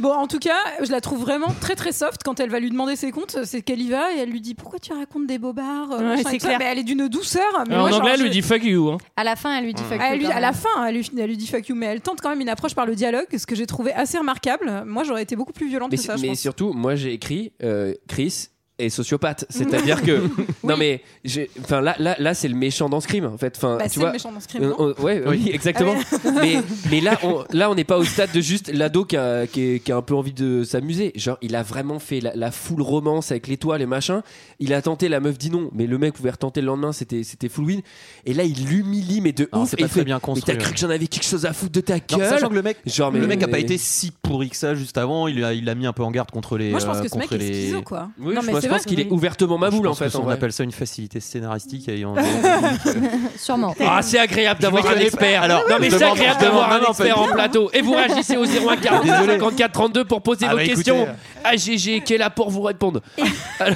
[SPEAKER 6] Bon, en tout cas, je la trouve vraiment très très soft quand elle va lui demander ses comptes. C'est qu'elle y va et elle lui dit Pourquoi tu racontes des bobards euh,
[SPEAKER 12] Ouais,
[SPEAKER 6] machin et
[SPEAKER 12] c'est
[SPEAKER 6] tout ça.
[SPEAKER 12] clair.
[SPEAKER 6] Mais elle est d'une douceur. Mais moi,
[SPEAKER 10] Alors, Euh, en
[SPEAKER 6] genre,
[SPEAKER 10] anglais elle
[SPEAKER 6] je-
[SPEAKER 10] lui dit fuck you hein.
[SPEAKER 11] À la fin, elle lui dit fuck
[SPEAKER 6] Elle
[SPEAKER 11] you,
[SPEAKER 6] lui-
[SPEAKER 11] quand
[SPEAKER 6] à la
[SPEAKER 11] même.
[SPEAKER 6] fin, elle lui, elle lui dit fuck you, mais elle tente quand même une approche par le dialogue, ce que j'ai trouvé assez remarquable. Moi, j'aurais été beaucoup plus violente
[SPEAKER 1] Mais,
[SPEAKER 6] que ça, je
[SPEAKER 1] mais
[SPEAKER 6] pense.
[SPEAKER 1] surtout, moi j'ai écrit euh, Chris est sociopathe.
[SPEAKER 6] [LAUGHS]
[SPEAKER 1] C'est-à-dire que. Non mais, j'ai- enfin, là, là, là c'est le méchant dans Scream en fait. Enfin,
[SPEAKER 6] Bah,
[SPEAKER 1] tu
[SPEAKER 6] c'est
[SPEAKER 1] vois,
[SPEAKER 6] le méchant dans Scream,
[SPEAKER 1] Euh,
[SPEAKER 6] non
[SPEAKER 1] on- ouais, oui,
[SPEAKER 6] Oui.
[SPEAKER 1] exactement.
[SPEAKER 6] Ah ouais.
[SPEAKER 1] mais, mais là, on, là, on n'est pas au stade de juste l'ado qui a, qui, est- qui a un peu envie de s'amuser. Genre, il a vraiment fait la, la full romance avec l'étoile et machin. Il a tenté, la meuf dit non, mais le mec pouvait retenter le lendemain, c'était, c'était full win. Et là, il l'humilie, mais de
[SPEAKER 7] Non,
[SPEAKER 1] ouf.
[SPEAKER 7] c'est
[SPEAKER 1] et
[SPEAKER 7] pas
[SPEAKER 1] il
[SPEAKER 7] très
[SPEAKER 1] fait,
[SPEAKER 7] bien construit,
[SPEAKER 1] Mais t'as cru
[SPEAKER 7] ouais.
[SPEAKER 1] que j'en avais quelque chose à foutre de ta
[SPEAKER 7] Non,
[SPEAKER 1] gueule.
[SPEAKER 7] sachant que le mec,
[SPEAKER 1] Genre, mais-
[SPEAKER 7] le mec a pas
[SPEAKER 1] mais-
[SPEAKER 7] été si pourri que ça juste avant. Il a, il l'a mis un peu en garde contre les.
[SPEAKER 6] Moi, je pense
[SPEAKER 7] euh,
[SPEAKER 6] que ce
[SPEAKER 7] contre
[SPEAKER 6] mec est
[SPEAKER 7] les-
[SPEAKER 6] schizo, quoi.
[SPEAKER 1] Oui,
[SPEAKER 6] Non,
[SPEAKER 1] je
[SPEAKER 6] mais
[SPEAKER 1] pense,
[SPEAKER 6] c'est
[SPEAKER 1] je pense
[SPEAKER 6] vrai.
[SPEAKER 1] qu'il est ouvertement ma
[SPEAKER 7] Je
[SPEAKER 1] boule en
[SPEAKER 7] pense que
[SPEAKER 1] fait.
[SPEAKER 7] ça,
[SPEAKER 1] en
[SPEAKER 7] on
[SPEAKER 1] vrai.
[SPEAKER 7] appelle ça une facilité scénaristique et
[SPEAKER 6] [LAUGHS]
[SPEAKER 7] on-
[SPEAKER 11] Sûrement.
[SPEAKER 1] Ah, c'est agréable d'avoir
[SPEAKER 7] Je
[SPEAKER 1] un
[SPEAKER 7] m'étonne-
[SPEAKER 1] expert.
[SPEAKER 7] Alors,
[SPEAKER 1] non, mais
[SPEAKER 7] je
[SPEAKER 1] c'est
[SPEAKER 7] demande-
[SPEAKER 1] agréable
[SPEAKER 7] je demande-
[SPEAKER 1] d'avoir un
[SPEAKER 7] non, non,
[SPEAKER 1] expert
[SPEAKER 7] pas
[SPEAKER 1] en
[SPEAKER 7] du tout.
[SPEAKER 1] plateau. Et vous
[SPEAKER 7] [LAUGHS]
[SPEAKER 1] réagissez au 01 40
[SPEAKER 7] Désolé.
[SPEAKER 1] 54 32 pour poser
[SPEAKER 7] Ah
[SPEAKER 1] vos
[SPEAKER 7] bah, écoutez,
[SPEAKER 1] questions.
[SPEAKER 7] euh.
[SPEAKER 1] AGG qui est là pour vous répondre. [LAUGHS]
[SPEAKER 12] Moi, là,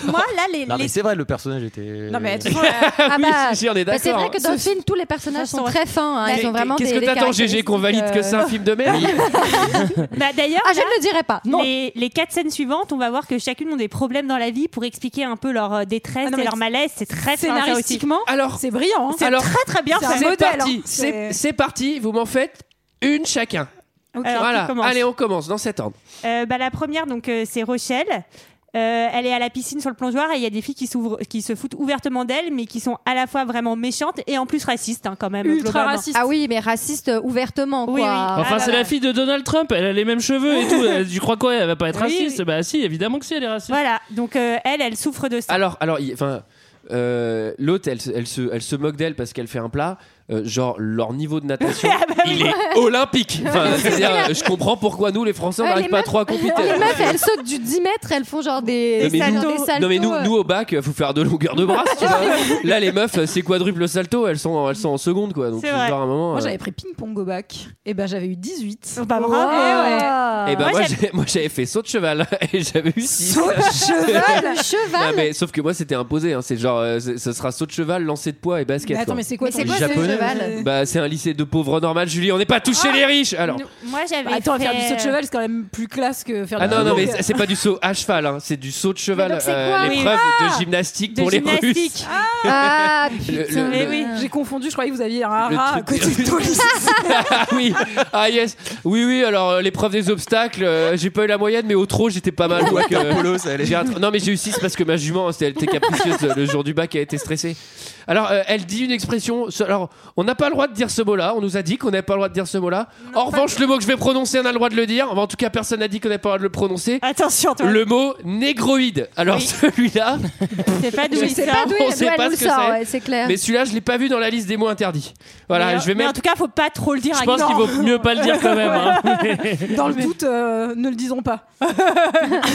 [SPEAKER 12] les.
[SPEAKER 7] Non, mais
[SPEAKER 12] les-
[SPEAKER 7] c'est vrai, le personnage était.
[SPEAKER 12] Non,
[SPEAKER 7] [LAUGHS]
[SPEAKER 1] [LAUGHS]
[SPEAKER 12] mais
[SPEAKER 1] euh,
[SPEAKER 11] Ah
[SPEAKER 1] Oui,
[SPEAKER 11] bah,
[SPEAKER 1] si, si, on est
[SPEAKER 11] bah, c'est
[SPEAKER 1] d'accord. hein.
[SPEAKER 11] vrai que dans le film, tous les personnages sont très fins. hein. Ils ont vraiment
[SPEAKER 1] Qu'est-ce
[SPEAKER 11] des-
[SPEAKER 1] que
[SPEAKER 11] des
[SPEAKER 1] t'attends, GG, qu'on valide que
[SPEAKER 11] caractéristiques,
[SPEAKER 1] c'est un
[SPEAKER 11] euh,
[SPEAKER 1] film de merde
[SPEAKER 12] [LAUGHS]
[SPEAKER 1] [LAUGHS]
[SPEAKER 12] Bah, d'ailleurs,
[SPEAKER 11] Ah, je ne le dirai pas. Non.
[SPEAKER 12] Les, les quatre scènes suivantes, on va voir que chacune ont des problèmes dans la vie pour expliquer un peu leur euh, détresse
[SPEAKER 6] Ah non,
[SPEAKER 12] et
[SPEAKER 6] mais
[SPEAKER 12] leur malaise. C'est très fin, ça aussi.
[SPEAKER 6] Scénaristiquement,
[SPEAKER 1] Alors,
[SPEAKER 6] c'est brillant. hein.
[SPEAKER 12] C'est
[SPEAKER 1] Alors,
[SPEAKER 12] très très bien.
[SPEAKER 6] C'est un
[SPEAKER 12] fait.
[SPEAKER 1] C'est
[SPEAKER 6] modèle,
[SPEAKER 1] parti,
[SPEAKER 6] hein.
[SPEAKER 1] c'est
[SPEAKER 6] C'est-
[SPEAKER 1] c'est parti, vous m'en faites une chacun.
[SPEAKER 12] Ok. Alors, qui
[SPEAKER 1] Voilà,
[SPEAKER 12] commence
[SPEAKER 1] allez, on commence dans cet ordre.
[SPEAKER 12] Euh, bah, la première, donc, euh, c'est Rochelle. Euh, elle est à la piscine sur le plongeoir et il y a des filles qui, s'ouvrent- qui se foutent ouvertement d'elle, mais qui sont à la fois vraiment méchantes et en plus racistes, hein, quand même. globalement.
[SPEAKER 11] Ah oui, mais raciste euh, ouvertement, quoi.
[SPEAKER 12] Oui, oui.
[SPEAKER 10] Enfin c'est la fille de Donald Trump elle a les mêmes cheveux
[SPEAKER 12] [LAUGHS]
[SPEAKER 10] et tout Euh, tu crois quoi elle va pas être
[SPEAKER 12] Oui,
[SPEAKER 10] raciste bah si évidemment que si elle
[SPEAKER 12] [LAUGHS]
[SPEAKER 10] est raciste
[SPEAKER 12] Voilà, donc euh, elle, elle souffre de ça.
[SPEAKER 1] Alors, alors, il- enfin, euh, l'autre, elle, se- elle se, elle se moque d'elle parce qu'elle fait un plat. euh, genre leur niveau de natation,
[SPEAKER 12] [LAUGHS] Ah bah oui.
[SPEAKER 1] il est
[SPEAKER 12] [LAUGHS]
[SPEAKER 1] olympique. Enfin, c'est-à-dire, je comprends pourquoi nous, les Français, on
[SPEAKER 11] Ouais,
[SPEAKER 1] n'arrive
[SPEAKER 11] les
[SPEAKER 1] pas
[SPEAKER 11] meufs-
[SPEAKER 1] trop à compéter.
[SPEAKER 11] Les meufs, elles sautent du 10 mètres, elles font genre des,
[SPEAKER 1] Non, mais, nous,
[SPEAKER 11] des saltos,
[SPEAKER 1] non, mais nous,
[SPEAKER 11] euh.
[SPEAKER 1] nous, au bac, faut faire de longueur de bras.
[SPEAKER 11] [LAUGHS]
[SPEAKER 1] si tu veux. Là, les meufs, c'est quadruple salto, elles sont, elles sont en seconde quoi. Donc
[SPEAKER 6] C'est vrai.
[SPEAKER 1] genre à un moment.
[SPEAKER 6] Moi,
[SPEAKER 1] euh,
[SPEAKER 6] j'avais pris ping-pong au bac. Et ben, j'avais eu 18.
[SPEAKER 12] Bah, bravo.
[SPEAKER 1] Eh ben moi,
[SPEAKER 6] Moi,
[SPEAKER 1] j'ai- moi j'avais fait saut de cheval [LAUGHS] et j'avais eu 6.
[SPEAKER 6] Saut de cheval
[SPEAKER 11] Cheval
[SPEAKER 1] Ah, mais, Sauf que moi c'était imposé, hein. c'est genre euh, c'est- ce sera saut de cheval, lancer de poids et basket.
[SPEAKER 6] Mais attends,
[SPEAKER 1] quoi.
[SPEAKER 6] mais c'est quoi Mais ton c'est
[SPEAKER 11] quoi ce Japonais, cheval euh
[SPEAKER 1] Bah c'est un lycée de pauvres normal, Julie, on n'est pas
[SPEAKER 6] Ah,
[SPEAKER 1] touché les riches Alors.
[SPEAKER 12] Moi, j'avais.
[SPEAKER 6] Attends, faire du
[SPEAKER 12] fait-
[SPEAKER 6] saut de cheval, c'est quand même plus classe que faire
[SPEAKER 1] Ah
[SPEAKER 6] du
[SPEAKER 1] non, non,
[SPEAKER 6] ping-pong.
[SPEAKER 1] mais c'est- c'est pas du saut à cheval, hein. c'est du saut de cheval,
[SPEAKER 6] euh,
[SPEAKER 1] euh,
[SPEAKER 6] donc c'est quoi
[SPEAKER 1] l'épreuve
[SPEAKER 6] Oui. Ah
[SPEAKER 1] de gymnastique
[SPEAKER 12] de
[SPEAKER 1] pour les Russes.
[SPEAKER 12] gymnastique.
[SPEAKER 11] Ah,
[SPEAKER 1] [LAUGHS] Le-
[SPEAKER 11] putain.
[SPEAKER 1] le-
[SPEAKER 11] mais
[SPEAKER 1] le-
[SPEAKER 11] oui.
[SPEAKER 6] Eh J'ai confondu, je croyais que vous aviez un rat
[SPEAKER 1] Le
[SPEAKER 6] à
[SPEAKER 1] truc-
[SPEAKER 6] côté de toi.
[SPEAKER 1] [LAUGHS] ah oui, ah yes, oui oui. Alors euh, l'épreuve des obstacles, euh, j'ai pas eu la moyenne, mais au trot j'étais pas mal. donc, euh,
[SPEAKER 7] Polo, ça allait.
[SPEAKER 1] j'ai un tr- Non mais j'ai eu 6 parce que ma jument, hein, c'était- elle était capricieuse euh, le jour du bac, elle était stressée. Alors euh, elle dit une expression. ce- Alors on n'a pas le droit de dire ce mot-là. On nous a dit qu'on n'avait pas le droit de dire ce mot-là. En revanche, le mot que je vais prononcer, on a le droit de le dire. Enfin, en tout cas, personne n'a dit qu'on n'avait pas le droit de le prononcer.
[SPEAKER 12] Attention, toi.
[SPEAKER 1] Le mot négroïde. Alors celui-là,
[SPEAKER 12] C'est pas d'où
[SPEAKER 11] Je
[SPEAKER 12] il
[SPEAKER 11] sais
[SPEAKER 12] sort.
[SPEAKER 11] pas d'où
[SPEAKER 1] On
[SPEAKER 11] elle-
[SPEAKER 1] sait
[SPEAKER 11] d'où
[SPEAKER 1] pas
[SPEAKER 11] elle nous
[SPEAKER 1] ce que c'est.
[SPEAKER 11] sort, ouais, c'est clair.
[SPEAKER 1] mais celui-là, je l'ai pas vu dans la liste des mots interdits. Voilà,
[SPEAKER 12] Mais- euh,
[SPEAKER 1] je vais
[SPEAKER 12] mais
[SPEAKER 1] mettre.
[SPEAKER 12] en tout cas, faut pas trop le dire.
[SPEAKER 10] je pense
[SPEAKER 12] à-
[SPEAKER 10] qu'il
[SPEAKER 12] Non.
[SPEAKER 10] vaut mieux pas le dire quand
[SPEAKER 12] [LAUGHS]
[SPEAKER 10] même hein.
[SPEAKER 6] Dans le doute, euh, ne le disons pas.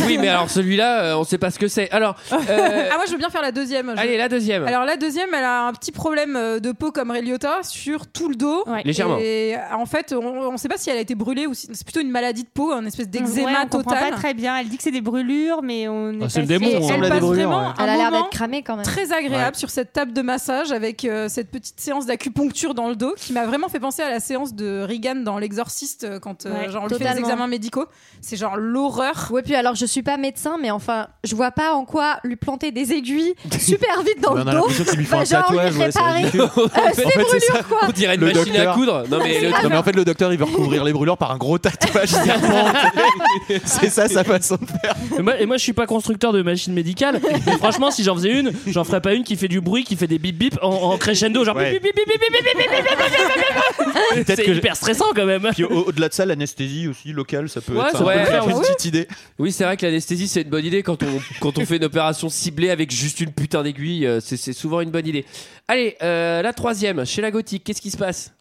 [SPEAKER 1] Oui, mais alors celui-là, euh, on sait pas ce que c'est.
[SPEAKER 12] [LAUGHS]
[SPEAKER 1] Alors, euh,
[SPEAKER 6] [LAUGHS] Ah, moi, je veux bien faire la deuxième. Je-
[SPEAKER 1] allez, la deuxième.
[SPEAKER 6] Alors la deuxième, elle a un petit problème euh, de peau comme Reliota sur tout le dos.
[SPEAKER 12] Ouais.
[SPEAKER 1] Légèrement.
[SPEAKER 6] Et euh, en fait, on ne sait pas si elle a été brûlée ou si c'est plutôt une maladie de peau, un espèce
[SPEAKER 12] Ouais,
[SPEAKER 6] d'eczéma
[SPEAKER 12] on comprend
[SPEAKER 6] total.
[SPEAKER 12] pas très bien. Elle dit que c'est des brûlures, mais on. n'est
[SPEAKER 10] Ah, c'est
[SPEAKER 12] pas
[SPEAKER 10] le
[SPEAKER 12] sûr.
[SPEAKER 10] démon,
[SPEAKER 6] elle
[SPEAKER 10] hein.
[SPEAKER 6] passe
[SPEAKER 7] brûlures,
[SPEAKER 6] vraiment
[SPEAKER 7] ouais.
[SPEAKER 6] un
[SPEAKER 11] Elle a l'air
[SPEAKER 6] moment
[SPEAKER 11] d'être cramée quand même.
[SPEAKER 6] très agréable sur cette table de massage avec euh, cette petite séance d'acupuncture dans le dos qui m'a vraiment fait penser à la séance de Regan dans L'Exorciste euh, quand euh,
[SPEAKER 11] Ouais,
[SPEAKER 6] genre on lui fait des
[SPEAKER 11] totalement.
[SPEAKER 6] examens médicaux. C'est genre l'horreur.
[SPEAKER 11] Ouais, puis alors je suis pas médecin, mais enfin, je vois pas en quoi lui planter des aiguilles super vite dans
[SPEAKER 7] On
[SPEAKER 11] le
[SPEAKER 7] a
[SPEAKER 11] dos.
[SPEAKER 7] l'impression qu'ils lui font
[SPEAKER 11] Bah,
[SPEAKER 7] un
[SPEAKER 11] genre, on lui
[SPEAKER 7] tatouage. [LAUGHS] ouais, c'est
[SPEAKER 11] réparer. [LAUGHS]
[SPEAKER 7] ridicule.
[SPEAKER 11] Euh, c'est
[SPEAKER 7] En fait,
[SPEAKER 1] fait, c'est ça. On dirait une
[SPEAKER 7] Le
[SPEAKER 1] machine
[SPEAKER 7] docteur-
[SPEAKER 1] à coudre. Non, mais le-
[SPEAKER 7] Non, mais en fait, le docteur, il veut recouvrir les brûlures par un gros tatouage
[SPEAKER 1] [LAUGHS]
[SPEAKER 7] serpenté. C'est ça sa façon de faire.
[SPEAKER 10] Et moi, et moi, je suis pas constructeur de machines médicales. mais franchement, si j'en faisais une, j'en ferais pas une qui fait du bruit, qui fait des bip bip en, en crescendo, genre bip, bip, bip, bip, bip, bip, bip, bip, bip, bip, bip, bip. C'est hyper stressant quand même.
[SPEAKER 7] Puis au- au-delà de ça, l'anesthésie aussi locale, ça peut
[SPEAKER 1] Ouais,
[SPEAKER 7] être un
[SPEAKER 1] ouais,
[SPEAKER 7] peu
[SPEAKER 12] Ah
[SPEAKER 1] ouais,
[SPEAKER 7] une
[SPEAKER 1] ouais.
[SPEAKER 7] petite idée.
[SPEAKER 1] Oui, c'est vrai que l'anesthésie, c'est une bonne idée quand on, quand on fait une opération ciblée avec juste une putain d'aiguille. euh, C'est c'est souvent une bonne idée. Allez, euh, la troisième, chez la gothique, qu'est-ce qui se passe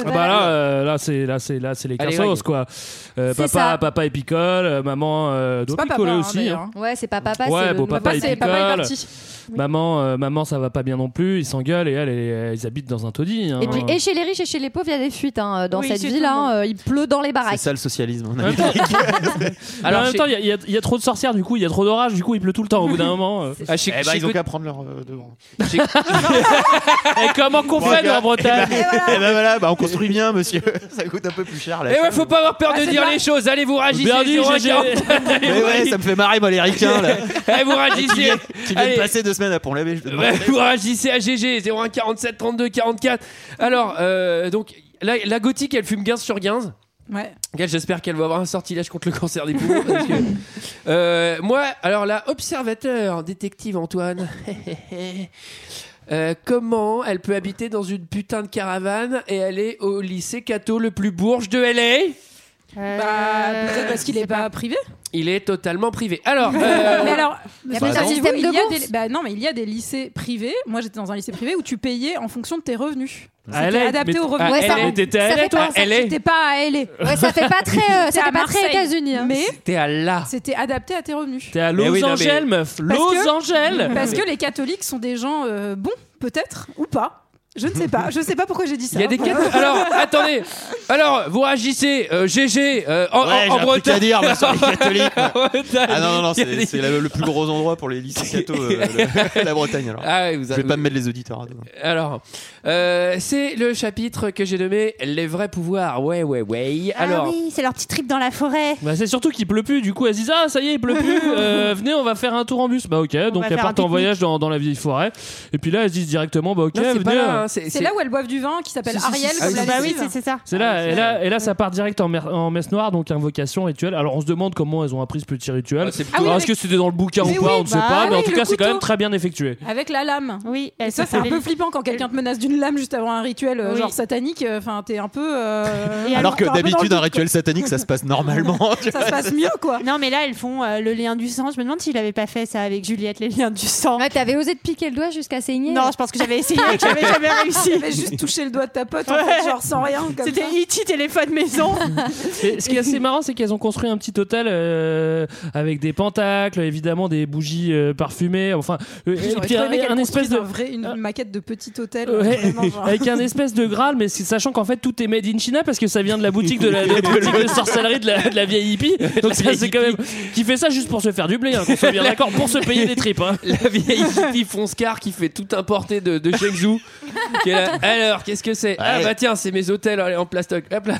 [SPEAKER 10] Ah bah là, euh, là c'est là c'est là c'est les
[SPEAKER 1] Allez,
[SPEAKER 10] cassos
[SPEAKER 1] règle.
[SPEAKER 10] quoi. Euh,
[SPEAKER 11] C'est
[SPEAKER 10] papa
[SPEAKER 11] ça.
[SPEAKER 10] papa il picole, euh, maman euh, doit picoler aussi. hein.
[SPEAKER 11] Ouais, c'est pas papa,
[SPEAKER 10] ouais,
[SPEAKER 11] c'est
[SPEAKER 10] bon,
[SPEAKER 11] le
[SPEAKER 10] papa, il picole. Maman, euh, maman, ça va pas bien non plus. Ils s'engueulent et elle, elle, elle, ils habitent dans un taudis. hein.
[SPEAKER 11] Et puis, et chez les riches et chez les pauvres, il y a des fuites hein, dans
[SPEAKER 10] Oui,
[SPEAKER 11] cette
[SPEAKER 10] c'est
[SPEAKER 11] ville.
[SPEAKER 10] tout le
[SPEAKER 11] hein, euh, il pleut dans les
[SPEAKER 7] C'est
[SPEAKER 11] baraques.
[SPEAKER 7] ça le socialisme. en
[SPEAKER 10] En même
[SPEAKER 7] [LAUGHS] Amérique.
[SPEAKER 10] temps- Alors, en même
[SPEAKER 7] chez-
[SPEAKER 10] temps, il y a- il y, a- il y a trop de sorcières, du coup, il y a trop d'orages, du coup, il pleut tout le temps au bout d'un moment. euh.
[SPEAKER 11] Ah,
[SPEAKER 1] Ah,
[SPEAKER 7] Eh ben, ils ont qu'à prendre leur euh,
[SPEAKER 1] [LAUGHS]
[SPEAKER 7] devant.
[SPEAKER 1] Eh,
[SPEAKER 10] Et comment qu'on fait, nous, en Bretagne
[SPEAKER 7] Eh
[SPEAKER 1] [LAUGHS]
[SPEAKER 7] ben eh ben voilà, bah, on construit bien, monsieur. [LAUGHS] Ça coûte un peu plus cher.
[SPEAKER 1] Eh
[SPEAKER 7] Là,
[SPEAKER 1] ouais, faut pas avoir peur
[SPEAKER 12] Ah,
[SPEAKER 1] de dire les choses. Allez, vous réagissez.
[SPEAKER 7] Bien dit,
[SPEAKER 1] 01
[SPEAKER 7] GG.
[SPEAKER 12] [LAUGHS]
[SPEAKER 1] 40.
[SPEAKER 7] Mais Eh ouais, ça me fait marrer, moi, les ricains, là.
[SPEAKER 1] [LAUGHS] Eh, vous réagissez.
[SPEAKER 7] Qui vient- Qui vient
[SPEAKER 1] Allez.
[SPEAKER 7] de passer deux semaines à Pont-l'Abbé. je te demande.
[SPEAKER 1] Ouais, vous réagissez à GG 01 47 32 44. Alors, euh, donc, la, la gothique, elle fume 15 sur 15.
[SPEAKER 6] Ouais.
[SPEAKER 1] Gaëlle, J'espère qu'elle va avoir un sortilège contre le cancer des poumons. parce que- Euh, moi, alors là, observateur, détective Antoine. [LAUGHS] Euh, comment elle peut habiter dans une putain de caravane et aller au lycée catho le plus bourge de LA
[SPEAKER 6] Bah, peut-être parce qu'il est pas privé.
[SPEAKER 1] Il est totalement privé.
[SPEAKER 11] [LAUGHS]
[SPEAKER 1] Alors, euh, bah,
[SPEAKER 6] Mais alors,
[SPEAKER 11] Il y a
[SPEAKER 6] parce
[SPEAKER 11] pas
[SPEAKER 6] que
[SPEAKER 11] un
[SPEAKER 6] du
[SPEAKER 11] système
[SPEAKER 6] coup,
[SPEAKER 11] de
[SPEAKER 6] bah, il y a
[SPEAKER 11] bourse
[SPEAKER 6] des- bah non, mais il y a des lycées privés. Moi, j'étais dans un lycée privé où tu payais en fonction de tes revenus.
[SPEAKER 10] À
[SPEAKER 6] C'était
[SPEAKER 10] LA, Ah, mais-
[SPEAKER 6] adapté aux
[SPEAKER 10] à
[SPEAKER 6] revenus.
[SPEAKER 10] Ouais, ça- LA, t'étais à ça LA, fait toi pas- ça-
[SPEAKER 6] J'étais pas à LA.
[SPEAKER 11] Ouais, ça fait pas très, euh,
[SPEAKER 6] J'étais
[SPEAKER 11] ça fait
[SPEAKER 6] à
[SPEAKER 11] pas très
[SPEAKER 6] Marseille.
[SPEAKER 11] États-Unis, hein.
[SPEAKER 6] Mais
[SPEAKER 1] t'es à là.
[SPEAKER 6] c'était adapté à tes revenus.
[SPEAKER 10] Ah. T'es à Los
[SPEAKER 1] Mais Eh oui, non, mais-
[SPEAKER 10] Angeles, meuf.
[SPEAKER 6] Parce
[SPEAKER 10] Los
[SPEAKER 6] que-
[SPEAKER 10] Angeles.
[SPEAKER 6] Parce que les catholiques sont des gens euh, bons, peut-être, ou pas. Je ne sais pas. Je ne sais pas pourquoi
[SPEAKER 10] [LAUGHS]
[SPEAKER 6] j'ai dit ça.
[SPEAKER 1] Il y
[SPEAKER 6] [LAUGHS]
[SPEAKER 1] a des quatre- Alors, attendez. Alors, vous réagissez. euh, GG, euh, en,
[SPEAKER 7] Ouais,
[SPEAKER 1] en- en
[SPEAKER 7] j'ai un truc
[SPEAKER 1] Bretagne.
[SPEAKER 7] à dire,
[SPEAKER 10] [LAUGHS]
[SPEAKER 7] moi, sur les catholiques, moi.
[SPEAKER 1] En Bretagne.
[SPEAKER 7] Ah non, non, non,
[SPEAKER 1] Il y a
[SPEAKER 7] c'est
[SPEAKER 1] des-
[SPEAKER 7] c'est la- le plus gros endroit pour les
[SPEAKER 1] [LAUGHS]
[SPEAKER 7] lycées catho, euh, le- [LAUGHS] la Bretagne. Alors.
[SPEAKER 1] Ah ouais, vous
[SPEAKER 7] Je
[SPEAKER 1] avez-
[SPEAKER 7] vais pas me mettre les auditeurs hein, à dos.
[SPEAKER 1] Alors, euh, c'est le chapitre que j'ai nommé Les vrais pouvoirs. Ouais, ouais, ouais. Alors,
[SPEAKER 12] Ah oui, c'est leur petit trip dans la forêt.
[SPEAKER 10] Bah, c'est surtout qu'il pleut plus, du coup elles se disent Ah ça y est, il
[SPEAKER 6] [LAUGHS]
[SPEAKER 10] pleut plus, euh, venez, on va faire un tour en bus. Bah ok, donc
[SPEAKER 6] va
[SPEAKER 10] elles
[SPEAKER 6] faire un
[SPEAKER 10] partent en
[SPEAKER 6] pique-nique.
[SPEAKER 10] voyage dans, dans la vieille forêt. Et puis là elles se disent directement Bah ok,
[SPEAKER 6] Non, c'est
[SPEAKER 10] venez.
[SPEAKER 6] pas là,
[SPEAKER 10] euh.
[SPEAKER 6] hein, C'est là Ah où elles boivent du vin qui s'appelle
[SPEAKER 12] Si, si, si,
[SPEAKER 6] Ariel.
[SPEAKER 12] si,
[SPEAKER 6] comme
[SPEAKER 12] si,
[SPEAKER 6] la
[SPEAKER 12] si, bah
[SPEAKER 6] lessive.
[SPEAKER 12] oui, c'est- c'est ça.
[SPEAKER 10] C'est là, et là, et là, ça part direct en, mer- en messe noire, donc invocation, rituel. Alors on se demande comment elles ont appris ce petit rituel.
[SPEAKER 6] Ah oui,
[SPEAKER 10] Alors, Est-ce
[SPEAKER 6] avec-
[SPEAKER 10] que c'était dans le bouquin
[SPEAKER 6] Mais
[SPEAKER 10] ou pas
[SPEAKER 6] oui,
[SPEAKER 10] On ne sait
[SPEAKER 6] bah
[SPEAKER 10] pas, mais en
[SPEAKER 6] oui,
[SPEAKER 10] tout
[SPEAKER 6] le
[SPEAKER 10] cas c'est quand même
[SPEAKER 6] couteau.
[SPEAKER 10] très bien effectué.
[SPEAKER 6] Avec la lame.
[SPEAKER 12] Oui,
[SPEAKER 6] Et ça, c'est un peu flippant quand quelqu'un te menace d'une lame juste avant un rituel euh,
[SPEAKER 12] Oui.
[SPEAKER 6] genre satanique. Enfin, t'es un peu. euh,
[SPEAKER 7] Alors que
[SPEAKER 6] t'es un peu dans le
[SPEAKER 7] d'habitude, un
[SPEAKER 6] doute,
[SPEAKER 7] rituel satanique, ça se passe normalement. tu vois.
[SPEAKER 6] mieux quoi.
[SPEAKER 12] Non mais là elles font euh, le lien du sang. Je me demande s'il avait pas fait ça avec Juliette les liens du sang.
[SPEAKER 11] Ouais, t'avais osé te piquer le doigt jusqu'à saigner.
[SPEAKER 12] Non, je pense que j'avais
[SPEAKER 11] [LAUGHS]
[SPEAKER 12] essayé et que [LAUGHS] j'avais jamais réussi.
[SPEAKER 6] T'avais juste touché le doigt de ta pote en fait, genre sans rien. comme
[SPEAKER 12] C'était
[SPEAKER 6] ça.
[SPEAKER 12] E.T. téléphone maison.
[SPEAKER 10] Et ce qui
[SPEAKER 12] [LAUGHS]
[SPEAKER 10] est assez marrant, c'est qu'elles ont construit un petit hôtel euh, avec des pentacles, évidemment des bougies euh, parfumées, enfin, euh, et
[SPEAKER 6] J'aurais
[SPEAKER 10] puis
[SPEAKER 6] trop
[SPEAKER 10] un,
[SPEAKER 6] aimé qu'elle
[SPEAKER 10] un
[SPEAKER 6] construise
[SPEAKER 10] espèce de Ah.
[SPEAKER 6] un vrai- une maquette de petit hôtel. euh,
[SPEAKER 10] Ouais,
[SPEAKER 6] vraiment, genre.
[SPEAKER 10] avec un espèce de graal, mais c'est- sachant qu'en fait tout est made in China parce que ça vient de la boutique de
[SPEAKER 1] [LAUGHS]
[SPEAKER 10] la, de la boutique de sorcellerie de la, de la vieille hippie. Donc ça, c'est quand même qui fait ça juste pour se faire du blé, hein, qu'on soit bien d'accord, pour se payer des tripes. hein.
[SPEAKER 1] [LAUGHS] la vieille hippie Foncecar qui fait tout importer de,
[SPEAKER 10] [LAUGHS]
[SPEAKER 1] de Shenzhou. qui est là, [LAUGHS] Alors, qu'est-ce que c'est Ah
[SPEAKER 10] Ouais.
[SPEAKER 1] bah tiens, c'est mes hôtels allez, en plastoc. Hop là.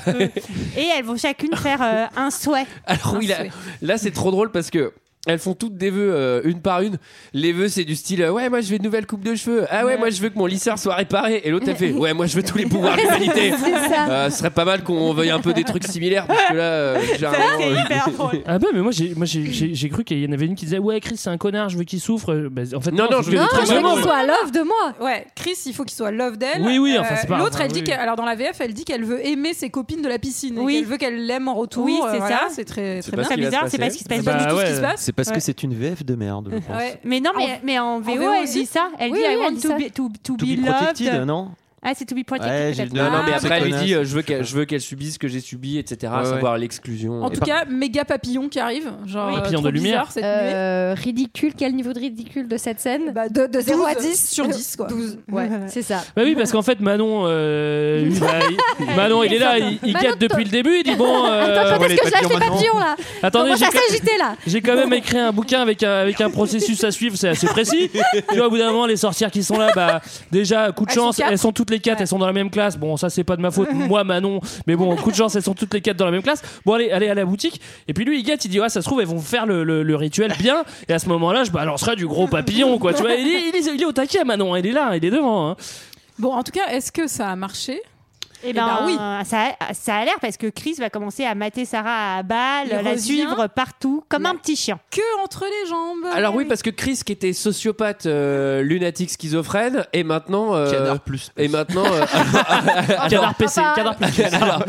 [SPEAKER 12] Et elles vont chacune faire euh, un souhait.
[SPEAKER 1] [LAUGHS] Alors oui, là, là, c'est trop drôle parce que. Elles font toutes des vœux euh, une par une. Les vœux, c'est du style euh, Ouais, moi je veux une nouvelle coupe de cheveux. Ah ouais, moi je veux que mon lisseur soit réparé. Et l'autre, elle fait Ouais, moi je veux tous les pouvoirs de l'humanité.
[SPEAKER 10] C'est ça.
[SPEAKER 1] Euh, Ce serait pas mal qu'on veuille un peu des trucs similaires. Parce que là, euh, généralement, euh,
[SPEAKER 10] Ah bah mais moi j'ai moi j'ai- j'ai j'ai cru qu'il y en avait une qui disait ouais Chris c'est un connard je veux qu'il souffre Bah, en fait
[SPEAKER 1] Non, non, je veux
[SPEAKER 10] le
[SPEAKER 1] qu'il
[SPEAKER 10] truc
[SPEAKER 1] soit
[SPEAKER 10] vraiment.
[SPEAKER 1] heureux.
[SPEAKER 11] Toi, love de moi.
[SPEAKER 6] Ouais, Chris, il faut qu'il soit love d'elle. Euh,
[SPEAKER 10] Oui, oui, enfin, c'est pas-
[SPEAKER 6] L'autre, elle
[SPEAKER 10] enfin,
[SPEAKER 6] dit
[SPEAKER 10] oui.
[SPEAKER 6] que, alors dans la VF, elle dit qu'elle veut aimer ses copines de la piscine.
[SPEAKER 12] Oui.
[SPEAKER 6] Oui. Elle veut qu'elle l'aime en retour.
[SPEAKER 12] Oui, c'est
[SPEAKER 6] euh, voilà,
[SPEAKER 12] ça.
[SPEAKER 6] C'est très,
[SPEAKER 12] C'est pas
[SPEAKER 6] très bien.
[SPEAKER 12] ce qui va se bizarre, c'est pas ce qui se passe
[SPEAKER 6] pas
[SPEAKER 7] Bah
[SPEAKER 6] du tout ce qui
[SPEAKER 7] ouais.
[SPEAKER 6] se passe.
[SPEAKER 7] C'est parce
[SPEAKER 6] Ouais.
[SPEAKER 7] que c'est une VF de merde, je [LAUGHS] pense.
[SPEAKER 6] Ouais.
[SPEAKER 12] Mais non, mais, mais en VO, elle
[SPEAKER 6] aussi.
[SPEAKER 12] dit ça. Elle
[SPEAKER 6] Oui,
[SPEAKER 12] dit
[SPEAKER 6] oui,
[SPEAKER 12] I
[SPEAKER 6] elle
[SPEAKER 12] want
[SPEAKER 6] dit
[SPEAKER 12] to
[SPEAKER 6] ça.
[SPEAKER 12] be, to, to
[SPEAKER 7] To
[SPEAKER 12] be
[SPEAKER 7] be
[SPEAKER 12] loved.
[SPEAKER 7] protected, non
[SPEAKER 12] Ah, c'est to be protected.
[SPEAKER 7] Ouais, j'ai-
[SPEAKER 12] peut-être.
[SPEAKER 7] non, non,
[SPEAKER 1] Non, mais
[SPEAKER 7] Ah,
[SPEAKER 1] après, elle lui
[SPEAKER 7] connasse.
[SPEAKER 1] dit euh, Je veux qu'elle je veux qu'elle subisse ce que j'ai subi, etc. à
[SPEAKER 7] Ouais, ouais.
[SPEAKER 1] savoir l'exclusion.
[SPEAKER 6] En
[SPEAKER 1] Et
[SPEAKER 6] tout
[SPEAKER 1] par-
[SPEAKER 6] cas, méga papillon qui arrive. Genre,
[SPEAKER 1] Oui.
[SPEAKER 6] euh,
[SPEAKER 1] Papillon
[SPEAKER 6] trop
[SPEAKER 1] de lumière.
[SPEAKER 6] bizarre, cette nuée.
[SPEAKER 11] Euh, ridicule, quel niveau de ridicule de cette scène
[SPEAKER 6] de,
[SPEAKER 11] zéro
[SPEAKER 6] 12
[SPEAKER 11] à 10
[SPEAKER 6] sur 10, quoi.
[SPEAKER 11] 12, ouais, c'est ça.
[SPEAKER 10] Bah oui, parce qu'en fait, Manon, euh, il va- il- Manon, il est là, il, il
[SPEAKER 11] Manon,
[SPEAKER 10] gâte depuis le début. Il dit bon. euh,
[SPEAKER 11] Attends, quand est-ce que je lâche les papillons là
[SPEAKER 10] Attendez,
[SPEAKER 11] Comment
[SPEAKER 10] j'ai
[SPEAKER 11] ça
[SPEAKER 10] quand-
[SPEAKER 11] s'agitait là
[SPEAKER 10] J'ai quand même écrit un bouquin avec un, avec un processus à suivre, c'est
[SPEAKER 11] [LAUGHS]
[SPEAKER 10] assez précis. Tu vois, au bout d'un moment, les sorcières qui sont là, bah, déjà, coup de
[SPEAKER 1] Elles sont
[SPEAKER 10] chance,
[SPEAKER 1] quatre.
[SPEAKER 10] elles sont toutes les quatre, elles sont dans la même classe. Bon, ça, c'est pas de
[SPEAKER 11] [LAUGHS]
[SPEAKER 10] ma faute, moi, Manon, mais bon, coup de chance, elles sont toutes les quatre dans la même classe. Bon, allez, allez à la boutique. Et puis lui, il gâte, il dit, ah, ça se trouve, elles vont faire le, le- le rituel bien. Et à ce moment-là, je balancerai du gros papillon, quoi. Tu vois, il est, il est- il est au taquet, Manon, il est là, il est devant. hein.
[SPEAKER 6] Bon, en tout cas, est-ce que ça a marché
[SPEAKER 12] Eh
[SPEAKER 6] Eh
[SPEAKER 12] ben,
[SPEAKER 6] ben oui.
[SPEAKER 12] ça, a- ça a l'air parce que Chris va commencer à mater Sarah à balle,
[SPEAKER 6] Il
[SPEAKER 12] la
[SPEAKER 6] revient.
[SPEAKER 12] suivre partout comme un petit chien.
[SPEAKER 6] Que entre les jambes
[SPEAKER 1] Alors oui, parce que Chris, qui était sociopathe, euh, lunatique, schizophrène, et maintenant... euh, Et maintenant... euh, [LAUGHS]
[SPEAKER 10] Canard PC,
[SPEAKER 11] Enfin,
[SPEAKER 10] canard PC.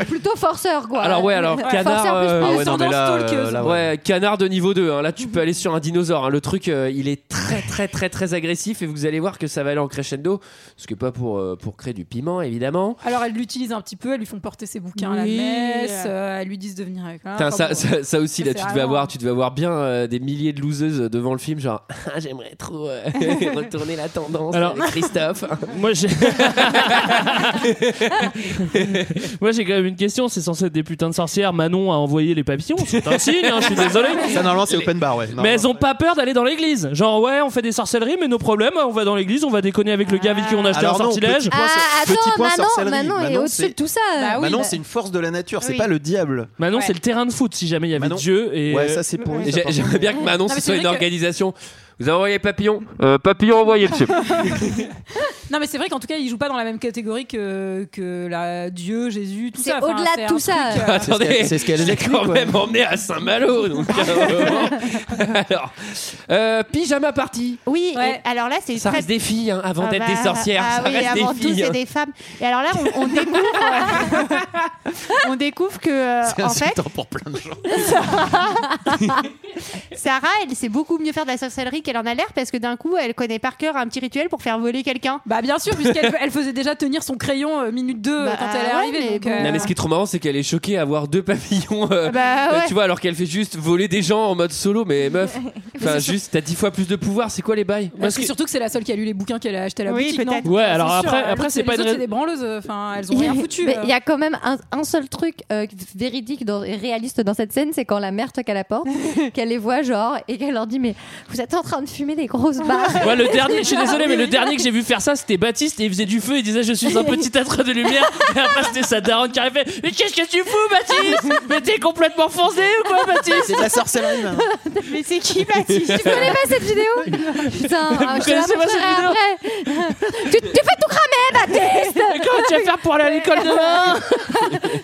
[SPEAKER 11] Plutôt forceur, quoi.
[SPEAKER 1] Alors ouais, alors canard, euh,
[SPEAKER 11] Forceur plus plus.
[SPEAKER 1] ouais, canard de niveau 2. hein. Là, tu peux aller sur un dinosaure. hein. Le truc, euh, il est très, très, très, très agressif, et vous allez voir que ça va aller en crescendo. Ce qui n'est pas pour euh, pour créer du piment, évidemment.
[SPEAKER 6] Alors, elles l'utilisent un petit peu, elles lui font porter ses bouquins à la
[SPEAKER 12] Oui.
[SPEAKER 6] messe, euh, elles lui disent de venir avec elle.
[SPEAKER 1] Putain,
[SPEAKER 6] Enfin,
[SPEAKER 1] ça,
[SPEAKER 6] bon.
[SPEAKER 1] ça, ça aussi, là,
[SPEAKER 6] c'est
[SPEAKER 1] tu devais,
[SPEAKER 6] vraiment-
[SPEAKER 11] [LAUGHS]
[SPEAKER 1] avoir, tu devais avoir bien euh, des milliers de loseuses devant le
[SPEAKER 6] [LAUGHS]
[SPEAKER 1] film, genre, Ah, j'aimerais trop euh, retourner la tendance
[SPEAKER 10] Alors-
[SPEAKER 1] avec [LAUGHS] Christophe.
[SPEAKER 10] Moi j'ai. [LAUGHS] Moi j'ai quand même une question, c'est censé être des putains de sorcières. Manon a envoyé les papillons, c'est un signe, hein, je suis désolé.
[SPEAKER 7] [LAUGHS] Ça, normalement, c'est open bar, ouais.
[SPEAKER 10] Mais elles ont pas peur d'aller dans l'église. Genre, ouais, on fait des sorcelleries, mais nos problèmes, on va dans l'église, on va déconner avec le gars avec qui on a acheté
[SPEAKER 7] Alors
[SPEAKER 10] un
[SPEAKER 7] non,
[SPEAKER 10] sortilège.
[SPEAKER 7] petit point,
[SPEAKER 11] Ah,
[SPEAKER 7] Petit
[SPEAKER 11] attends,
[SPEAKER 7] point
[SPEAKER 11] Manon,
[SPEAKER 7] sorcellerie.
[SPEAKER 11] Manon est
[SPEAKER 7] Manon,
[SPEAKER 11] au-dessus
[SPEAKER 7] c'est-
[SPEAKER 11] de tout ça.
[SPEAKER 6] Bah
[SPEAKER 7] Manon, c'est une force de la nature, c'est
[SPEAKER 11] Oui.
[SPEAKER 7] pas le diable.
[SPEAKER 10] Manon, c'est le terrain de foot si jamais il y avait Dieu. Et... euh,
[SPEAKER 7] Ouais, ça, c'est pourri,
[SPEAKER 1] Et
[SPEAKER 7] ça,
[SPEAKER 1] j'ai-
[SPEAKER 7] par
[SPEAKER 1] J'aimerais
[SPEAKER 7] contre.
[SPEAKER 1] bien que Manon,
[SPEAKER 6] Non,
[SPEAKER 1] ce
[SPEAKER 6] mais c'est
[SPEAKER 1] soit
[SPEAKER 6] vrai
[SPEAKER 1] une
[SPEAKER 6] que-
[SPEAKER 1] organisation. Vous avez envoyé papillon Euh, Papillon envoyé, monsieur. [LAUGHS]
[SPEAKER 6] Non, mais c'est vrai qu'en tout cas, ils jouent pas dans la même catégorie que, que la Dieu, Jésus, tout
[SPEAKER 11] C'est
[SPEAKER 6] ça. Enfin,
[SPEAKER 11] au-delà de
[SPEAKER 6] un
[SPEAKER 11] tout ça.
[SPEAKER 6] truc, euh,
[SPEAKER 1] [LAUGHS] Attendez,
[SPEAKER 7] c'est ce qu'elle
[SPEAKER 1] je l'ai
[SPEAKER 7] écrit,
[SPEAKER 1] quand
[SPEAKER 7] quoi.
[SPEAKER 1] même emmené à Saint-Malo. donc, à un moment. [LAUGHS] Alors, euh, pyjama party.
[SPEAKER 12] Oui,
[SPEAKER 1] Ouais.
[SPEAKER 12] et alors là, c'est
[SPEAKER 1] Ça
[SPEAKER 12] très-
[SPEAKER 1] reste des filles hein, avant
[SPEAKER 12] Ah
[SPEAKER 1] d'être
[SPEAKER 12] bah,
[SPEAKER 1] des sorcières.
[SPEAKER 12] ah
[SPEAKER 1] ça
[SPEAKER 12] oui,
[SPEAKER 1] reste
[SPEAKER 12] avant
[SPEAKER 1] des
[SPEAKER 12] tout,
[SPEAKER 1] filles.
[SPEAKER 12] c'est
[SPEAKER 1] hein.
[SPEAKER 12] des femmes. Et alors là, [LAUGHS] on, on découvre, [LAUGHS] on découvre que euh, en fait,
[SPEAKER 7] pour plein de gens.
[SPEAKER 12] [LAUGHS] Sarah, elle sait beaucoup mieux faire de la sorcellerie qu'elle en a l'air parce que d'un coup, elle connaît par cœur un petit rituel pour faire voler quelqu'un.
[SPEAKER 6] Bah bien sûr, puisqu'elle
[SPEAKER 12] [LAUGHS]
[SPEAKER 6] elle faisait déjà tenir son crayon euh, minute 2
[SPEAKER 12] Bah,
[SPEAKER 6] quand elle est
[SPEAKER 12] ouais,
[SPEAKER 6] arrivée.
[SPEAKER 12] mais
[SPEAKER 6] donc,
[SPEAKER 12] bon.
[SPEAKER 6] euh,
[SPEAKER 1] Non, mais ce qui est trop marrant, c'est qu'elle est choquée à voir deux [LAUGHS] papillons, euh,
[SPEAKER 12] Bah,
[SPEAKER 1] euh,
[SPEAKER 12] ouais.
[SPEAKER 1] tu vois, alors qu'elle fait juste voler des gens en mode solo. Mais meuf, enfin,
[SPEAKER 6] c'est
[SPEAKER 1] juste, t'as dix fois plus de pouvoir, c'est quoi les bails
[SPEAKER 6] Parce que surtout que c'est la seule qui a lu les bouquins qu'elle a acheté à la
[SPEAKER 12] Oui,
[SPEAKER 6] boutique, non
[SPEAKER 12] peut-être.
[SPEAKER 10] Ouais, alors
[SPEAKER 6] C'est sûr,
[SPEAKER 10] après-
[SPEAKER 6] euh,
[SPEAKER 10] après,
[SPEAKER 6] les
[SPEAKER 10] c'est pas
[SPEAKER 6] autres,
[SPEAKER 10] une-
[SPEAKER 6] c'est des branleuses. Enfin, elles ont
[SPEAKER 11] Il y a-
[SPEAKER 6] rien foutu.
[SPEAKER 11] mais
[SPEAKER 6] euh.
[SPEAKER 11] Il y a quand même un, un seul truc euh, véridique dans- et réaliste dans cette scène, c'est quand la mère toque à la porte, qu'elle les voit genre et qu'elle leur dit mais vous êtes en train de fumer des grosses barres.
[SPEAKER 10] Ouais, le dernier, je suis désolé, mais le dernier que j'ai vu faire ça, c'était Baptiste et il faisait du feu. Il disait Je
[SPEAKER 1] [LAUGHS]
[SPEAKER 10] suis un petit être de lumière. Et après, c'était sa daronne qui arrivait Mais qu'est-ce que tu fous, Baptiste Mais t'es complètement foncé ou quoi, Baptiste
[SPEAKER 7] C'est de la sorcellerie, maintenant.
[SPEAKER 12] Mais c'est qui, Baptiste
[SPEAKER 11] Tu connais pas cette
[SPEAKER 10] [LAUGHS]
[SPEAKER 11] vidéo Putain,
[SPEAKER 10] Vous
[SPEAKER 11] je te la
[SPEAKER 10] connaissez pas cette
[SPEAKER 11] montrerai après. tu, tu fais tout cramer, Baptiste
[SPEAKER 10] Comment tu vas faire pour aller à l'école
[SPEAKER 12] [LAUGHS]
[SPEAKER 10] demain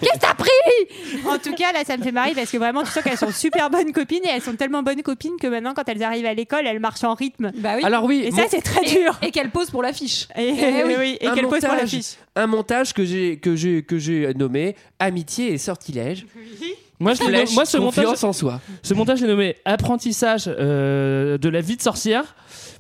[SPEAKER 11] Qu'est-ce que t'as pris
[SPEAKER 12] En tout cas, là, ça me fait marrer parce que vraiment, tu sens qu'elles sont super bonnes copines et elles sont tellement bonnes copines que maintenant, quand elles arrivent à l'école, elles marchent en rythme.
[SPEAKER 6] Bah oui.
[SPEAKER 1] Alors oui,
[SPEAKER 12] Et ça,
[SPEAKER 1] mon-
[SPEAKER 12] c'est très dur.
[SPEAKER 6] Et qu'elle pose pour l'affiche.
[SPEAKER 12] Et,
[SPEAKER 1] Eh
[SPEAKER 12] oui, et
[SPEAKER 1] un
[SPEAKER 12] qu'elle pose pour
[SPEAKER 1] montage-
[SPEAKER 12] l'affiche.
[SPEAKER 1] Un montage que j'ai que j'ai que j'ai nommé Amitié et sortilège.
[SPEAKER 10] Moi, je l'ai-
[SPEAKER 1] Flèche,
[SPEAKER 10] moi, ce
[SPEAKER 1] confiance
[SPEAKER 10] montage-
[SPEAKER 1] en soi.
[SPEAKER 10] Ce montage est nommé Apprentissage euh, de la vie de sorcière,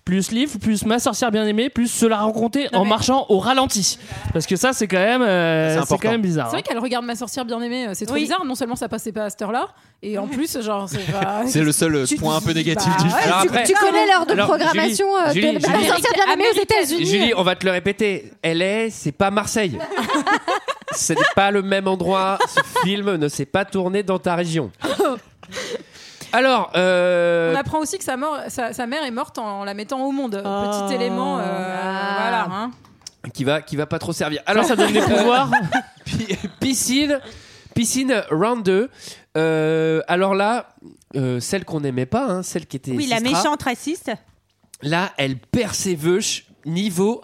[SPEAKER 10] plus livre, plus ma sorcière bien aimée, plus se la rencontrer en marchant au ralenti. Parce que ça, c'est quand même, euh,
[SPEAKER 7] C'est
[SPEAKER 10] c'est
[SPEAKER 7] important.
[SPEAKER 10] quand même
[SPEAKER 6] C'est
[SPEAKER 10] bizarre. hein.
[SPEAKER 6] vrai qu'elle regarde ma sorcière bien aimée. euh, C'est trop
[SPEAKER 12] Oui.
[SPEAKER 6] bizarre. Non seulement ça passait pas à cette heure-là, et en plus, genre, c'est
[SPEAKER 1] [LAUGHS]
[SPEAKER 6] pas-
[SPEAKER 7] C'est le seul euh,
[SPEAKER 6] Tu te
[SPEAKER 7] point un peu
[SPEAKER 6] dis,
[SPEAKER 7] négatif
[SPEAKER 6] bah
[SPEAKER 7] du
[SPEAKER 6] ouais,
[SPEAKER 7] film.
[SPEAKER 1] Alors
[SPEAKER 11] tu,
[SPEAKER 1] après-
[SPEAKER 11] tu connais l'heure de
[SPEAKER 1] Alors,
[SPEAKER 11] programmation euh,
[SPEAKER 1] Julie,
[SPEAKER 11] de
[SPEAKER 1] Julie,
[SPEAKER 11] la
[SPEAKER 1] Julie.
[SPEAKER 11] sorcière bien aimée aux États-Unis.
[SPEAKER 1] Julie, on va te le répéter. LA, c'est pas
[SPEAKER 10] [LAUGHS]
[SPEAKER 1] Marseille. Ce n'est pas le même endroit. Ce film ne s'est pas tourné dans
[SPEAKER 10] [LAUGHS]
[SPEAKER 1] ta région. Alors, euh,
[SPEAKER 6] On apprend aussi que sa, mort, sa, sa mère est morte en la mettant au monde.
[SPEAKER 10] Oh.
[SPEAKER 6] Petit élément, euh,
[SPEAKER 11] Ah.
[SPEAKER 6] voilà. hein.
[SPEAKER 1] qui va qui va pas trop servir.
[SPEAKER 10] Alors,
[SPEAKER 1] Alors
[SPEAKER 10] ça
[SPEAKER 1] [LAUGHS]
[SPEAKER 10] donne des
[SPEAKER 1] euh,
[SPEAKER 10] pouvoirs.
[SPEAKER 1] pi- piscine, piscine round 2. Euh, alors là, euh, celle qu'on n'aimait pas, hein, celle qui était
[SPEAKER 12] Oui, la
[SPEAKER 1] Sistra,
[SPEAKER 12] méchante raciste.
[SPEAKER 1] Là, elle perd ses veuches niveau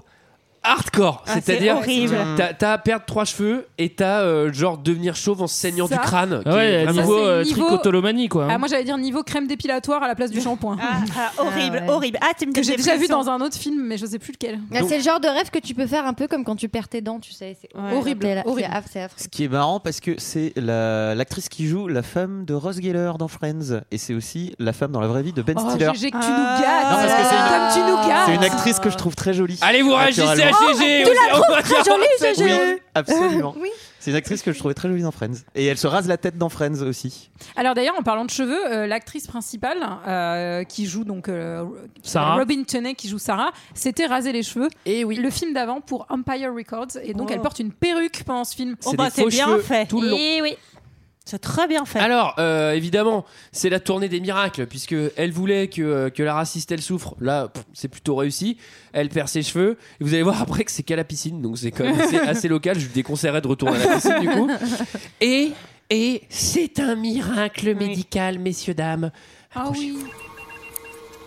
[SPEAKER 1] hardcore.
[SPEAKER 12] Ah,
[SPEAKER 1] C'est-à-dire,
[SPEAKER 12] c'est horrible.
[SPEAKER 1] t'as- t'as à perdre trois cheveux et t'as euh, genre devenir chauve en se saignant
[SPEAKER 6] Ça.
[SPEAKER 1] du crâne. qui
[SPEAKER 10] Ah ouais,
[SPEAKER 1] est vraiment-
[SPEAKER 10] niveau,
[SPEAKER 6] Ça, c'est
[SPEAKER 10] euh,
[SPEAKER 6] niveau-
[SPEAKER 10] tricotolomanie, quoi. hein.
[SPEAKER 6] Ah, moi, j'allais dire niveau crème dépilatoire à
[SPEAKER 11] [LAUGHS]
[SPEAKER 6] la place du shampoing.
[SPEAKER 12] Ah, ah, horrible,
[SPEAKER 11] Ah ouais.
[SPEAKER 12] horrible. Ah, tu me
[SPEAKER 6] que
[SPEAKER 12] donnes
[SPEAKER 6] j'ai
[SPEAKER 12] des
[SPEAKER 6] déjà vu
[SPEAKER 12] frissons.
[SPEAKER 6] dans un autre film, mais je sais plus lequel.
[SPEAKER 11] Ah, C'est le genre de rêve que tu peux faire un peu comme quand tu perds tes dents, tu sais. C'est
[SPEAKER 12] Ouais.
[SPEAKER 11] horrible. C'est
[SPEAKER 6] horrible.
[SPEAKER 11] affreux, c'est affreux.
[SPEAKER 7] Ce qui est marrant parce que c'est la- l'actrice qui joue la femme de Ross Geller dans Friends et c'est aussi la femme dans la vraie vie de Ben
[SPEAKER 6] Oh,
[SPEAKER 7] Stiller.
[SPEAKER 6] GG, que tu
[SPEAKER 12] Ah.
[SPEAKER 6] nous gâtes.
[SPEAKER 7] Non, parce que c'est une-
[SPEAKER 6] Comme tu nous gâtes.
[SPEAKER 7] C'est une actrice que je trouve très jolie.
[SPEAKER 1] Allez, vous réagissez à
[SPEAKER 7] Naturellement.
[SPEAKER 1] GG
[SPEAKER 11] tu la
[SPEAKER 1] on- on va
[SPEAKER 11] trouves très
[SPEAKER 1] dire-
[SPEAKER 11] jolie, GG.
[SPEAKER 7] Oui, absolument.
[SPEAKER 11] Oui.
[SPEAKER 7] C'est une actrice que je trouvais très jolie dans Friends. Et elle se rase la tête dans Friends aussi.
[SPEAKER 6] Alors d'ailleurs, en parlant de cheveux, euh, l'actrice principale euh, qui joue donc euh,
[SPEAKER 10] Sarah.
[SPEAKER 6] Robin Cheney qui joue Sarah, s'était rasé les cheveux. Et oui. Le film d'avant pour Empire Records et donc
[SPEAKER 12] Eh Oh.
[SPEAKER 6] elle porte une perruque pendant ce film. Oh,
[SPEAKER 12] Bon,
[SPEAKER 1] C'est
[SPEAKER 12] bah,
[SPEAKER 1] des
[SPEAKER 12] c'est
[SPEAKER 1] faux
[SPEAKER 12] bien
[SPEAKER 1] cheveux
[SPEAKER 12] fait.
[SPEAKER 1] tout le long.
[SPEAKER 12] Et oui. C'est très bien fait.
[SPEAKER 1] Alors, euh, évidemment, c'est la tournée des miracles, puisque elle voulait que, euh, que la raciste, elle souffre. Là, pff, c'est plutôt réussi. Elle perd ses cheveux. Et vous allez voir après que c'est qu'à la piscine, donc c'est quand même
[SPEAKER 7] [LAUGHS]
[SPEAKER 10] [LAUGHS]
[SPEAKER 1] assez, assez local. Je lui déconseillerais de retourner à la piscine, du coup. Et, et c'est un miracle médical, messieurs, dames.
[SPEAKER 6] Ah oui.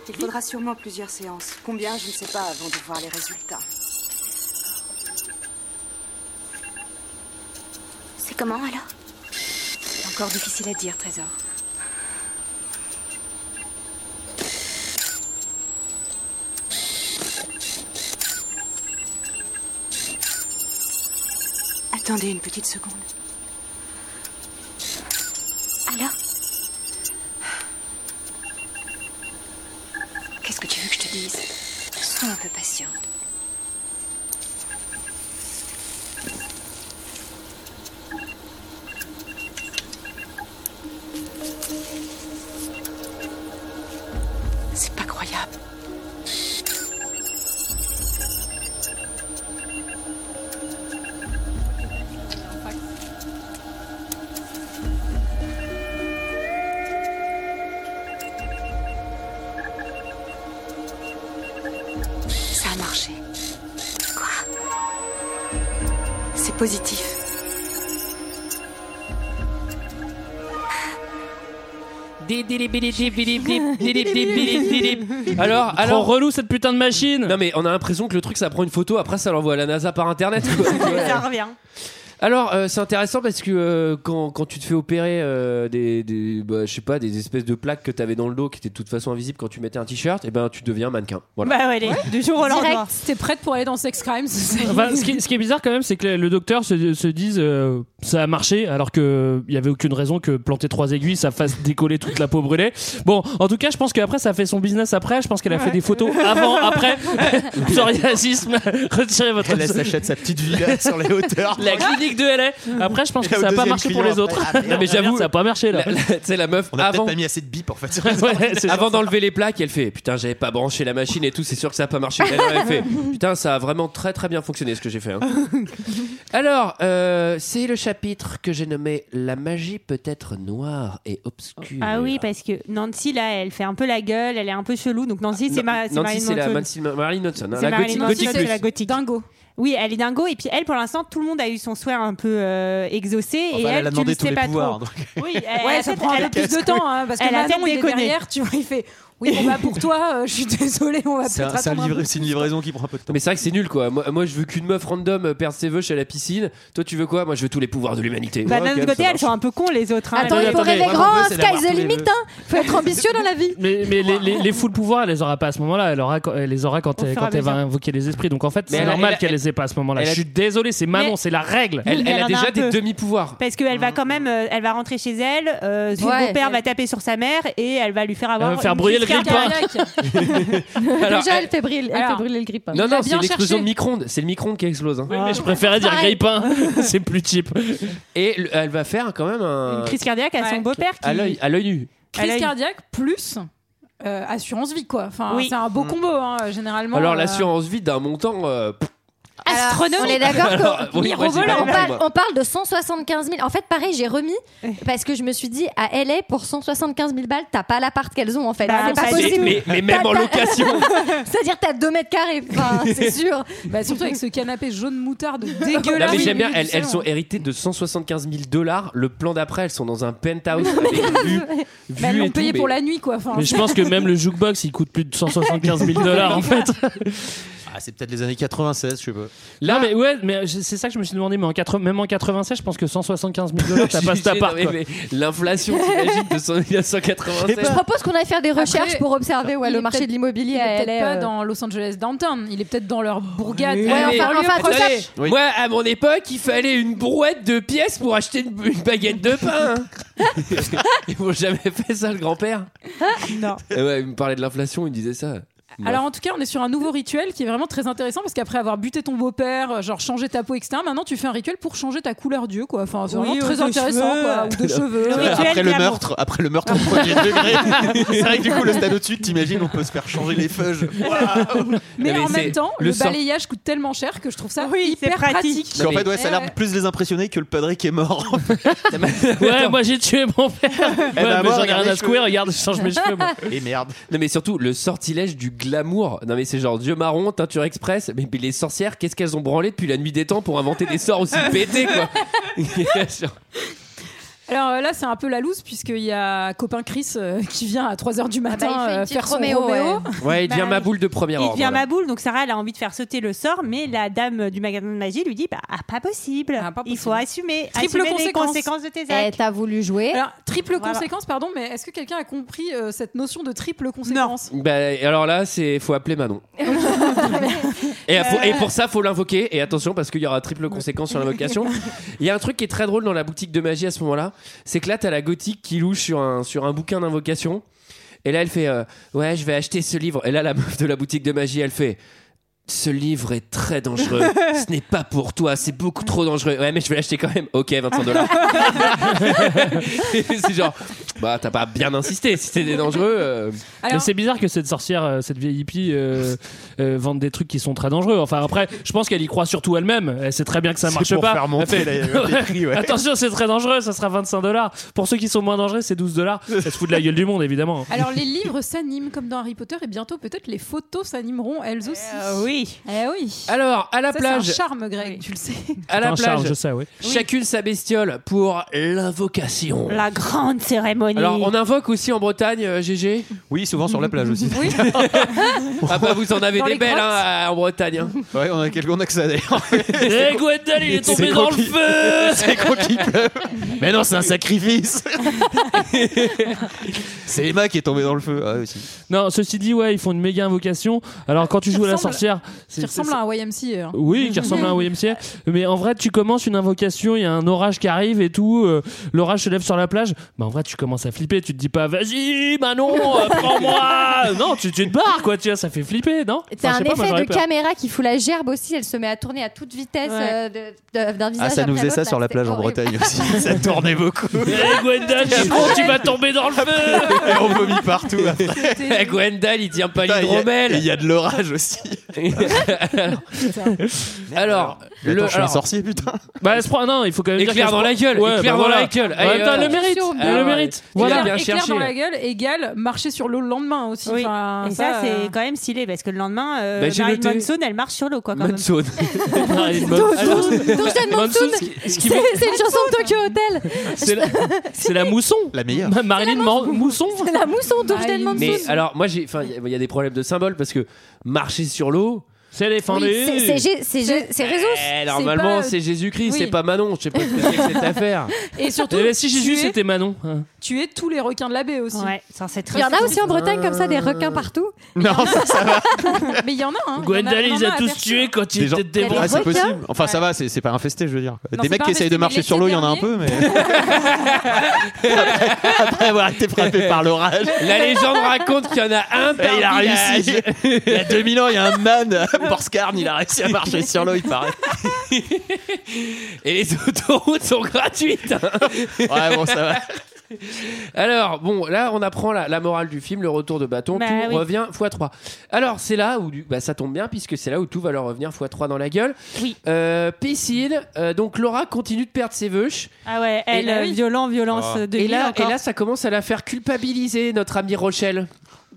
[SPEAKER 9] Il faudra sûrement plusieurs séances. Combien, je ne sais pas, avant de voir les résultats. C'est comment alors Encore difficile à dire, Trésor. Attendez une petite seconde. Alors Qu'est-ce que tu veux que je te dise Sois un peu patiente. C'est pas croyable. Ça a marché. Quoi C'est positif. [LAUGHS]
[SPEAKER 1] Alors, alors
[SPEAKER 10] relou cette putain de machine.
[SPEAKER 1] Non mais on a l'impression que le truc ça prend une photo après ça l'envoie à la NASA par internet. quoi.
[SPEAKER 12] Ça revient.
[SPEAKER 1] Alors euh, c'est intéressant parce que euh, quand, quand tu te fais opérer euh, des, des bah, je sais pas des espèces de plaques que t'avais dans le dos qui étaient de toute façon invisibles quand tu mettais un t-shirt et ben tu deviens mannequin. Voilà.
[SPEAKER 12] Bah ouais, allez, du jour au lendemain.
[SPEAKER 6] Direct, t'es prête pour aller dans Sex Crimes
[SPEAKER 10] [LAUGHS] Enfin, ce, qui, ce qui est bizarre quand même, c'est que le docteur se, se dise euh, ça a marché alors qu'il n'y avait aucune raison que planter trois aiguilles ça fasse décoller toute la peau brûlée. Bon, en tout cas, je pense qu'après ça a fait son business après. Je pense qu'elle a fait des photos avant,
[SPEAKER 12] [LAUGHS]
[SPEAKER 7] [LAUGHS]
[SPEAKER 10] après. Psoriasisme, retirez votre.
[SPEAKER 7] Elle s'achète sa petite
[SPEAKER 10] [LAUGHS]
[SPEAKER 7] villa sur les hauteurs.
[SPEAKER 10] La clinique de LA. Après, je pense que ça n'a pas marché pour les autres.
[SPEAKER 1] Non mais j'avoue
[SPEAKER 10] ça n'a pas marché là.
[SPEAKER 1] La- la- Tu sais la meuf
[SPEAKER 7] Ah, On a
[SPEAKER 1] avant
[SPEAKER 7] peut-être pas mis assez de bip en
[SPEAKER 10] [LAUGHS]
[SPEAKER 7] fait. sur
[SPEAKER 1] Ouais,
[SPEAKER 7] les
[SPEAKER 1] [LAUGHS] c'est avant d'enlever les plaques, elle fait putain, j'avais pas branché la machine et tout, c'est sûr que ça a pas marché. Elle elle fait putain, ça a vraiment très très bien fonctionné ce que j'ai fait. hein. Alors, euh, c'est le chapitre que j'ai nommé La magie peut être noire et obscure.
[SPEAKER 12] Ah oui, parce que Nancy, là, elle fait un peu la gueule, elle est un peu chelou. Donc Nancy, c'est ma- c'est
[SPEAKER 1] Nancy,
[SPEAKER 12] Marilyn
[SPEAKER 1] c'est la
[SPEAKER 12] Manson.
[SPEAKER 1] Nancy- Marilyn Manson, hein,
[SPEAKER 12] C'est
[SPEAKER 1] la
[SPEAKER 12] Marilyn
[SPEAKER 1] gothique,
[SPEAKER 12] Manson,
[SPEAKER 1] gothique
[SPEAKER 12] c'est
[SPEAKER 1] plus.
[SPEAKER 12] la gothique. Dingo. Oui, elle est dingo. Et puis elle, pour l'instant, tout le monde a eu son souhait un peu euh, exaucé.
[SPEAKER 7] Enfin,
[SPEAKER 12] et
[SPEAKER 7] elle a
[SPEAKER 12] elle, tu
[SPEAKER 7] demandé
[SPEAKER 12] le
[SPEAKER 7] tous
[SPEAKER 12] sais
[SPEAKER 7] les
[SPEAKER 12] pas
[SPEAKER 7] pouvoirs,
[SPEAKER 12] trop. Ah,
[SPEAKER 7] donc.
[SPEAKER 12] [LAUGHS]
[SPEAKER 7] euh,
[SPEAKER 12] Oui, elle,
[SPEAKER 6] Ouais,
[SPEAKER 12] elle-
[SPEAKER 6] ça
[SPEAKER 12] elle-
[SPEAKER 6] prend un
[SPEAKER 12] elle
[SPEAKER 6] peu
[SPEAKER 12] a
[SPEAKER 6] plus de temps, hein, parce que
[SPEAKER 12] elle a
[SPEAKER 6] maintenant,
[SPEAKER 12] tellement
[SPEAKER 6] il est
[SPEAKER 12] déconné.
[SPEAKER 6] derrière, tu vois, il fait « Oui, bon, bah, pour toi, euh, je suis désolé, on va
[SPEAKER 7] C'est un-
[SPEAKER 6] peut-être
[SPEAKER 7] c'est un
[SPEAKER 6] attendre un peu.
[SPEAKER 7] livra- c'est une livraison qui prend un peu de temps.
[SPEAKER 1] Mais c'est vrai que c'est nul quoi. Moi, moi, je veux qu'une meuf random euh, perde ses vœux chez la piscine. Toi, tu veux quoi Moi, je veux tous les pouvoirs de l'humanité.
[SPEAKER 12] Bah,
[SPEAKER 1] Ouais,
[SPEAKER 12] d'un
[SPEAKER 1] ok,
[SPEAKER 12] autre côté,
[SPEAKER 1] ça
[SPEAKER 12] elles sont un peu cons, les autres. hein.
[SPEAKER 11] Attends,
[SPEAKER 12] Elles-
[SPEAKER 11] il faut
[SPEAKER 1] attendez,
[SPEAKER 11] rêver
[SPEAKER 1] moi, mon
[SPEAKER 11] grand,
[SPEAKER 1] vœu, c'est d'avoir
[SPEAKER 11] sky's the
[SPEAKER 1] tous les
[SPEAKER 11] limit,
[SPEAKER 1] vœux.
[SPEAKER 11] hein. Faut être ambitieux dans la vie.
[SPEAKER 10] Mais, mais les, les, les fous de pouvoir, elle les aura pas à ce moment-là. Elle aura quand- elle les aura quand,
[SPEAKER 11] Au
[SPEAKER 10] elle,
[SPEAKER 11] fur et à
[SPEAKER 10] quand elle va
[SPEAKER 11] mesure.
[SPEAKER 10] invoquer les esprits. Donc en fait,
[SPEAKER 1] Mais
[SPEAKER 10] c'est
[SPEAKER 1] elle a-
[SPEAKER 10] normal
[SPEAKER 1] elle a-
[SPEAKER 10] qu'elle les ait pas à ce moment-là.
[SPEAKER 1] elle
[SPEAKER 10] Je
[SPEAKER 1] a-
[SPEAKER 10] suis désolé, c'est Manon,
[SPEAKER 12] Mais-
[SPEAKER 10] c'est la règle.
[SPEAKER 1] Elle, elle
[SPEAKER 12] Elle en
[SPEAKER 1] a
[SPEAKER 12] a
[SPEAKER 1] déjà
[SPEAKER 12] un
[SPEAKER 1] des
[SPEAKER 12] peu.
[SPEAKER 1] demi-pouvoirs.
[SPEAKER 12] Parce qu'elle va quand même, euh, elle va rentrer chez elle, euh, son
[SPEAKER 11] Ouais.
[SPEAKER 12] beau-père va taper sur sa mère et elle va lui faire avoir.
[SPEAKER 10] Elle va faire
[SPEAKER 12] une
[SPEAKER 10] brûler le
[SPEAKER 12] crise
[SPEAKER 10] grille-pain.
[SPEAKER 12] cardiaque.
[SPEAKER 1] [LAUGHS] Alors,
[SPEAKER 11] Déjà,
[SPEAKER 1] elle-
[SPEAKER 11] elle fait brûler, elle fait
[SPEAKER 12] Alors,
[SPEAKER 11] brûler le grip.
[SPEAKER 1] Non, non,
[SPEAKER 6] a
[SPEAKER 1] c'est
[SPEAKER 6] bien
[SPEAKER 1] une explosion
[SPEAKER 6] cherché.
[SPEAKER 1] de micro-ondes. C'est le micro-ondes qui explose. hein.
[SPEAKER 10] Oui,
[SPEAKER 7] Ah,
[SPEAKER 10] mais je préférais dire
[SPEAKER 11] Pareil.
[SPEAKER 10] grille-pain,
[SPEAKER 7] [LAUGHS]
[SPEAKER 10] c'est plus cheap.
[SPEAKER 1] Et le- elle va faire quand même
[SPEAKER 12] Une
[SPEAKER 1] un.
[SPEAKER 12] crise cardiaque à
[SPEAKER 6] Ouais.
[SPEAKER 12] son beau-père qui.
[SPEAKER 1] À l'œil à l'œil nu.
[SPEAKER 12] à
[SPEAKER 6] Crise
[SPEAKER 12] l'œil.
[SPEAKER 6] cardiaque plus euh, assurance vie, quoi. Enfin,
[SPEAKER 12] Oui.
[SPEAKER 6] c'est un beau combo, hein, généralement.
[SPEAKER 1] Alors
[SPEAKER 6] euh,
[SPEAKER 1] l'assurance vie d'un montant. euh, pff,
[SPEAKER 11] Astronomique. On est
[SPEAKER 1] [LAUGHS]
[SPEAKER 11] d'accord
[SPEAKER 10] Ah,
[SPEAKER 1] Alors,
[SPEAKER 11] qu'on
[SPEAKER 1] oui, moi, j'ai pas
[SPEAKER 11] on
[SPEAKER 1] compris,
[SPEAKER 11] parle,
[SPEAKER 1] moi.
[SPEAKER 11] on parle de 175 000. En fait, pareil, j'ai remis parce que je me suis dit à LA pour 175 000 balles, t'as pas l'appart qu'elles ont en fait.
[SPEAKER 12] Bah,
[SPEAKER 11] c'est
[SPEAKER 12] non,
[SPEAKER 11] pas
[SPEAKER 12] ça,
[SPEAKER 1] Mais,
[SPEAKER 11] possible.
[SPEAKER 1] mais- mais même
[SPEAKER 11] T'as-
[SPEAKER 1] en
[SPEAKER 11] t'as-
[SPEAKER 1] location.
[SPEAKER 11] [LAUGHS] C'est-à-dire t'as 2 mètres carrés, enfin,
[SPEAKER 6] [LAUGHS]
[SPEAKER 11] c'est sûr.
[SPEAKER 6] bah, surtout avec ce canapé jaune moutarde
[SPEAKER 1] Non,
[SPEAKER 6] dégueulasse.
[SPEAKER 1] mais
[SPEAKER 6] au
[SPEAKER 1] j'aime bien,
[SPEAKER 6] milieu du
[SPEAKER 1] elles, elles sont
[SPEAKER 6] salon.
[SPEAKER 1] héritées de 175 000 dollars. Le plan d'après, elles sont dans
[SPEAKER 6] [LAUGHS]
[SPEAKER 1] un penthouse avec vue.
[SPEAKER 6] Bah, elles
[SPEAKER 1] vue
[SPEAKER 6] l'ont
[SPEAKER 1] et tout,
[SPEAKER 6] payé
[SPEAKER 1] mais-
[SPEAKER 6] pour la nuit, quoi. Enfin,
[SPEAKER 10] Mais je pense que même le jukebox, il coûte plus de 175 [LAUGHS] 000 dollars en fait.
[SPEAKER 7] Ah, c'est peut-être les années 96, je sais pas.
[SPEAKER 10] Là, mais ouais, mais je- c'est ça que je me suis demandé. Mais en 80 même en 96, je pense que 175 000 dollars, t'as pas cet
[SPEAKER 1] J'ai-
[SPEAKER 10] appart.
[SPEAKER 1] non,
[SPEAKER 10] quoi.
[SPEAKER 1] mais- mais L'inflation, t'imagines, de 100 1996.
[SPEAKER 11] Je propose qu'on aille faire des recherches
[SPEAKER 6] Après,
[SPEAKER 11] pour observer ouais,
[SPEAKER 6] il
[SPEAKER 11] le
[SPEAKER 6] est
[SPEAKER 11] marché
[SPEAKER 6] peut-être-
[SPEAKER 11] de l'immobilier
[SPEAKER 6] il
[SPEAKER 11] à LA.
[SPEAKER 6] est peut-être pas
[SPEAKER 11] euh.
[SPEAKER 6] dans Los Angeles downtown, il est peut-être dans leur bourgade.
[SPEAKER 1] Oui,
[SPEAKER 11] Ouais,
[SPEAKER 1] mais-
[SPEAKER 11] enfin, enfin, tout ça-
[SPEAKER 1] Attendez,
[SPEAKER 7] Oui.
[SPEAKER 1] Moi, à mon époque, il fallait une brouette de pièces pour acheter une, une baguette de pain. hein. [LAUGHS] Ils m'ont jamais fait ça, le grand-père.
[SPEAKER 6] [LAUGHS]
[SPEAKER 12] Non.
[SPEAKER 1] Et Eh ouais, il me parlait de l'inflation, il me disait ça.
[SPEAKER 6] Alors en tout cas, on est sur un nouveau rituel qui est vraiment très intéressant parce qu'après avoir buté ton beau-père, euh, genre changer ta peau, etc. Maintenant, tu fais un rituel pour changer ta couleur d'yeux, quoi. Enfin, c'est
[SPEAKER 12] Oui,
[SPEAKER 6] vraiment
[SPEAKER 12] ou
[SPEAKER 6] très
[SPEAKER 12] de
[SPEAKER 6] intéressant,
[SPEAKER 12] cheveux.
[SPEAKER 6] quoi. Ou de cheveux.
[SPEAKER 12] Le rituel
[SPEAKER 7] après
[SPEAKER 12] de
[SPEAKER 7] le
[SPEAKER 12] l'amour.
[SPEAKER 7] meurtre, après le meurtre au premier degré. c'est vrai que du coup, le stade au-dessus, t'imagines, on peut se faire changer les feuges. Waouh
[SPEAKER 6] Mais,
[SPEAKER 1] Mais
[SPEAKER 6] en
[SPEAKER 1] c'est
[SPEAKER 6] même temps,
[SPEAKER 1] le
[SPEAKER 6] le,
[SPEAKER 1] sort-
[SPEAKER 6] balayage coûte tellement cher que je trouve ça
[SPEAKER 12] Oui, c'est
[SPEAKER 6] hyper pratique. Euh,
[SPEAKER 12] pratique.
[SPEAKER 7] Parce qu'en fait, ouais, ça a
[SPEAKER 6] Ouais, ouais.
[SPEAKER 7] l'air plus les impressionner que le padre qui est mort.
[SPEAKER 10] Ouais, moi [LAUGHS] j'ai tué mon père.
[SPEAKER 1] Eh
[SPEAKER 10] Ouais,
[SPEAKER 1] ben,
[SPEAKER 7] bah,
[SPEAKER 10] mais
[SPEAKER 7] moi,
[SPEAKER 10] j'en ai
[SPEAKER 7] regarde
[SPEAKER 10] rien à
[SPEAKER 7] les
[SPEAKER 10] secouer,
[SPEAKER 7] cheveux.
[SPEAKER 10] regarde, je change mes cheveux.
[SPEAKER 1] [LAUGHS]
[SPEAKER 10] moi.
[SPEAKER 7] Et merde.
[SPEAKER 1] Non, mais surtout, le sortilège du glamour. Non, mais c'est genre Dieu marron, teinture express. Mais, mais les sorcières, qu'est-ce qu'elles ont [LAUGHS] branlé depuis la nuit des temps pour inventer des sorts aussi pétés, quoi.
[SPEAKER 6] Alors euh, là, c'est un peu la loose, puisqu'il y a copain Chris euh, qui vient à 3h du matin
[SPEAKER 12] Ah bah, il fait une
[SPEAKER 6] euh,
[SPEAKER 12] petite
[SPEAKER 6] faire son
[SPEAKER 12] Roméo,
[SPEAKER 6] Roméo.
[SPEAKER 1] Ouais, il devient
[SPEAKER 12] Bah,
[SPEAKER 1] ma boule de première
[SPEAKER 12] Il
[SPEAKER 1] ordre.
[SPEAKER 12] devient
[SPEAKER 1] là.
[SPEAKER 12] ma boule, donc Sarah elle a envie de faire sauter le sort, mais la dame du magasin de magie lui dit bah ah, pas, possible. il faut assumer,
[SPEAKER 6] Triple
[SPEAKER 12] assumer
[SPEAKER 6] conséquence.
[SPEAKER 12] les conséquences de tes
[SPEAKER 11] Eh,
[SPEAKER 12] actes.
[SPEAKER 11] t'as voulu jouer.
[SPEAKER 6] Alors, triple
[SPEAKER 12] Voilà.
[SPEAKER 6] conséquence, pardon, mais est-ce que quelqu'un a compris euh, cette notion de triple conséquence
[SPEAKER 1] Bah, alors là, c'est faut appeler Manon. et, faut- et pour ça, faut l'invoquer. Et attention, parce qu'il y aura triple conséquence sur l'invocation. Il y a un truc qui est très drôle dans la boutique de magie à ce moment-là, c'est que là, t'as la gothique qui louche sur un sur un bouquin d'invocation. Et là, elle fait euh, ouais, je vais acheter ce livre. Et là, la meuf de la boutique de magie, elle fait. Ce livre est très dangereux. Ce n'est pas pour toi. C'est beaucoup trop dangereux. Ouais, mais je vais l'acheter quand même. Ok, 25 dollars. [LAUGHS] c'est genre, bah, t'as pas bien insisté. Si c'était dangereux. euh.
[SPEAKER 10] Mais c'est bizarre que cette sorcière, euh, cette vieille hippie, euh, euh, vende des trucs qui sont très dangereux. Enfin, après, je pense qu'elle y croit surtout elle-même. Elle sait très bien que ça
[SPEAKER 14] C'est
[SPEAKER 10] marche
[SPEAKER 14] pour
[SPEAKER 10] pas.
[SPEAKER 14] faire monter
[SPEAKER 10] [LAUGHS] Elle fait,
[SPEAKER 14] la- les prix, ouais.
[SPEAKER 10] Attention, c'est très dangereux, ça sera 25 dollars. Pour ceux qui sont moins dangereux, c'est 12 dollars. Elle se fout de la gueule du monde, évidemment.
[SPEAKER 6] Alors les livres s'animent comme dans Harry Potter et bientôt peut-être les photos s'animeront elles aussi.
[SPEAKER 12] oui.
[SPEAKER 6] Eh oui.
[SPEAKER 1] Alors à la
[SPEAKER 6] Ça,
[SPEAKER 1] plage.
[SPEAKER 6] C'est un charme Greg, tu le sais.
[SPEAKER 1] à la
[SPEAKER 10] Putain,
[SPEAKER 1] plage.
[SPEAKER 10] Charles, je sais, ouais.
[SPEAKER 1] Chacune sa bestiole pour l'invocation.
[SPEAKER 12] La grande cérémonie.
[SPEAKER 1] Alors, on invoque aussi en Bretagne, euh, GG
[SPEAKER 7] Oui, souvent sur la plage aussi.
[SPEAKER 11] [LAUGHS]
[SPEAKER 1] Ah bah, vous en avez
[SPEAKER 7] Dans
[SPEAKER 1] des
[SPEAKER 7] les
[SPEAKER 1] belles
[SPEAKER 7] grottes.
[SPEAKER 1] hein, en Bretagne. hein.
[SPEAKER 7] Ouais, on a quelques on a que ça
[SPEAKER 1] [LAUGHS]
[SPEAKER 7] d'ailleurs.
[SPEAKER 10] Eh, Gwendal, il est tombé dans le
[SPEAKER 7] [LAUGHS]
[SPEAKER 10] feu
[SPEAKER 7] C'est quoi qui
[SPEAKER 1] [LAUGHS]
[SPEAKER 7] pleut Mais non, c'est un sacrifice C'est Emma qui est tombée dans le feu. Ah, aussi.
[SPEAKER 10] Non, ceci dit, ouais, ils font une méga invocation. Alors, quand tu joues à la
[SPEAKER 6] ressemble-
[SPEAKER 10] sorcière. c'est-
[SPEAKER 6] Qui ressemble
[SPEAKER 10] c'est-
[SPEAKER 6] à un YMC. hein.
[SPEAKER 10] Oui, qui ressemble à un YMCA. Mais en vrai, tu commences une invocation, il y a un orage qui arrive et tout. euh, L'orage se lève sur la plage. Bah, en vrai, tu commences à flipper. Tu te dis pas, vas-y, Manon, euh, prends-moi. non, tu, tu te barres, quoi. Tu vois, ça fait flipper, non
[SPEAKER 11] T'as
[SPEAKER 10] Enfin,
[SPEAKER 11] un
[SPEAKER 10] je sais pas, moi,
[SPEAKER 11] effet
[SPEAKER 10] j'aurais
[SPEAKER 11] de
[SPEAKER 10] peur.
[SPEAKER 11] caméra qui fout la gerbe aussi, elle se met à tourner à toute vitesse euh, de- de- d'un visage.
[SPEAKER 7] Ah, ça
[SPEAKER 11] après
[SPEAKER 7] nous faisait
[SPEAKER 11] l'autre,
[SPEAKER 7] ça sur
[SPEAKER 11] là,
[SPEAKER 7] la plage en
[SPEAKER 11] horrible.
[SPEAKER 7] Bretagne aussi. [LAUGHS] ça tournait beaucoup.
[SPEAKER 10] Eh, Gwendal,
[SPEAKER 11] [LAUGHS]
[SPEAKER 10] je suis con, tu vas tomber dans
[SPEAKER 11] Ah,
[SPEAKER 10] le [LAUGHS] feu.
[SPEAKER 7] Et on vomit [LAUGHS] partout après.
[SPEAKER 1] Eh, Gwendal, il tient pas
[SPEAKER 7] Putain, il y a-
[SPEAKER 1] l'hydromel.
[SPEAKER 7] et il y a de l'orage
[SPEAKER 1] [LAUGHS]
[SPEAKER 7] aussi.
[SPEAKER 1] alors,
[SPEAKER 7] Mais attends, je suis un
[SPEAKER 1] alors-
[SPEAKER 7] sorcier, putain.
[SPEAKER 10] Bah, elle se prend, non, il faut quand même. dire qu'elle
[SPEAKER 1] Éclair
[SPEAKER 10] se
[SPEAKER 1] dans
[SPEAKER 10] prend-
[SPEAKER 1] la gueule,
[SPEAKER 10] Ouais,
[SPEAKER 1] éclair
[SPEAKER 10] bah,
[SPEAKER 1] dans
[SPEAKER 10] voilà.
[SPEAKER 1] la gueule.
[SPEAKER 10] Ouais,
[SPEAKER 1] Allez,
[SPEAKER 10] t'as
[SPEAKER 1] euh,
[SPEAKER 10] le mérite,
[SPEAKER 1] Ah,
[SPEAKER 10] t'as le
[SPEAKER 1] ouais.
[SPEAKER 10] mérite.
[SPEAKER 1] Il a
[SPEAKER 10] Voilà.
[SPEAKER 1] bien
[SPEAKER 6] Éclair
[SPEAKER 1] cherché,
[SPEAKER 6] dans
[SPEAKER 1] là.
[SPEAKER 6] la gueule égale marcher sur l'eau le lendemain aussi.
[SPEAKER 12] Oui.
[SPEAKER 6] Enfin,
[SPEAKER 12] Et ça,
[SPEAKER 6] euh,
[SPEAKER 12] c'est quand même stylé parce que le lendemain, euh,
[SPEAKER 1] Bah, j'ai
[SPEAKER 12] Marilyn
[SPEAKER 1] noté.
[SPEAKER 12] Manson, elle marche sur l'eau, quoi. Quand même. [LAUGHS]
[SPEAKER 1] Monsoon.
[SPEAKER 10] Marilyn
[SPEAKER 1] Alors,
[SPEAKER 11] Dojdan Monsoon,
[SPEAKER 10] ce qui- ce
[SPEAKER 11] c'est
[SPEAKER 10] qui veut-
[SPEAKER 11] c'est une chanson de Tokyo Hotel.
[SPEAKER 10] C'est la, c'est la mousson.
[SPEAKER 7] La meilleure.
[SPEAKER 10] Marilyn Man- Mousson.
[SPEAKER 11] C'est la mousson Dojdan Monsoon.
[SPEAKER 1] Mais alors, moi, j'ai, enfin, il y a- il y a des problèmes de symboles parce que marcher sur l'eau.
[SPEAKER 10] C'est les fins
[SPEAKER 11] Oui, c'est- c'est Jé- c'est Jé- c'est Résus.
[SPEAKER 1] Eh,
[SPEAKER 11] C'est
[SPEAKER 1] normalement,
[SPEAKER 11] pas-
[SPEAKER 1] c'est Jésus-Christ,
[SPEAKER 6] Oui.
[SPEAKER 1] c'est pas Manon. Je sais pas ce que c'est que
[SPEAKER 12] [LAUGHS]
[SPEAKER 1] cette affaire.
[SPEAKER 6] Et surtout,
[SPEAKER 10] Eh ben, si Jésus,
[SPEAKER 6] tu es-
[SPEAKER 10] c'était Manon. hein.
[SPEAKER 6] tuer tous les requins de la baie aussi.
[SPEAKER 12] Ouais, ça c'est
[SPEAKER 11] Il y en a aussi en Bretagne comme ça, des requins partout.
[SPEAKER 7] [LAUGHS] Non, ça, ça
[SPEAKER 10] [LAUGHS]
[SPEAKER 7] va.
[SPEAKER 6] Mais il y en a. Hein. Il y en a-
[SPEAKER 10] Gwendal,
[SPEAKER 6] il y en
[SPEAKER 10] ils
[SPEAKER 6] a
[SPEAKER 10] a
[SPEAKER 6] à
[SPEAKER 10] tous
[SPEAKER 6] Bercy.
[SPEAKER 10] tués quand ils
[SPEAKER 7] Des gens-
[SPEAKER 10] étaient des
[SPEAKER 7] Ah, c'est
[SPEAKER 11] requins
[SPEAKER 7] possible. Enfin, ça va, c'est c'est pas infesté, je veux dire.
[SPEAKER 6] Non, c'est
[SPEAKER 7] Des mecs
[SPEAKER 6] pas
[SPEAKER 7] qui essayent de
[SPEAKER 6] infesté,
[SPEAKER 7] marcher
[SPEAKER 6] mais
[SPEAKER 7] sur l'eau, il y en a un
[SPEAKER 6] l'été
[SPEAKER 7] peu, mais. [LAUGHS] Après avoir été frappé par l'orage.
[SPEAKER 1] La légende raconte qu'il y en a un par
[SPEAKER 7] Eh, il a
[SPEAKER 1] village.
[SPEAKER 7] réussi. il y a 2000 ans, il y a un man [LAUGHS] à Borscarne, il a réussi à marcher sur l'eau, il paraît.
[SPEAKER 1] [LAUGHS] Et les autoroutes sont gratuites. hein.
[SPEAKER 7] Ouais, bon, ça va.
[SPEAKER 1] Alors, bon, là, on apprend la, la morale du film, le retour de bâton,
[SPEAKER 12] Bah
[SPEAKER 1] tout
[SPEAKER 12] oui.
[SPEAKER 1] revient x3. Alors, c'est là où, du- bah, ça tombe bien, puisque c'est là où tout va leur revenir x3 dans la gueule.
[SPEAKER 12] Oui.
[SPEAKER 1] Euh, piscine, euh, donc Laura continue de perdre ses veuches.
[SPEAKER 12] Ah ouais, elle,
[SPEAKER 1] là,
[SPEAKER 12] euh,
[SPEAKER 1] oui.
[SPEAKER 12] violent, violence
[SPEAKER 7] Ah.
[SPEAKER 12] de
[SPEAKER 1] Et
[SPEAKER 12] vie
[SPEAKER 1] là, et
[SPEAKER 12] encore.
[SPEAKER 1] là, ça commence à la faire culpabiliser, notre amie Rochelle.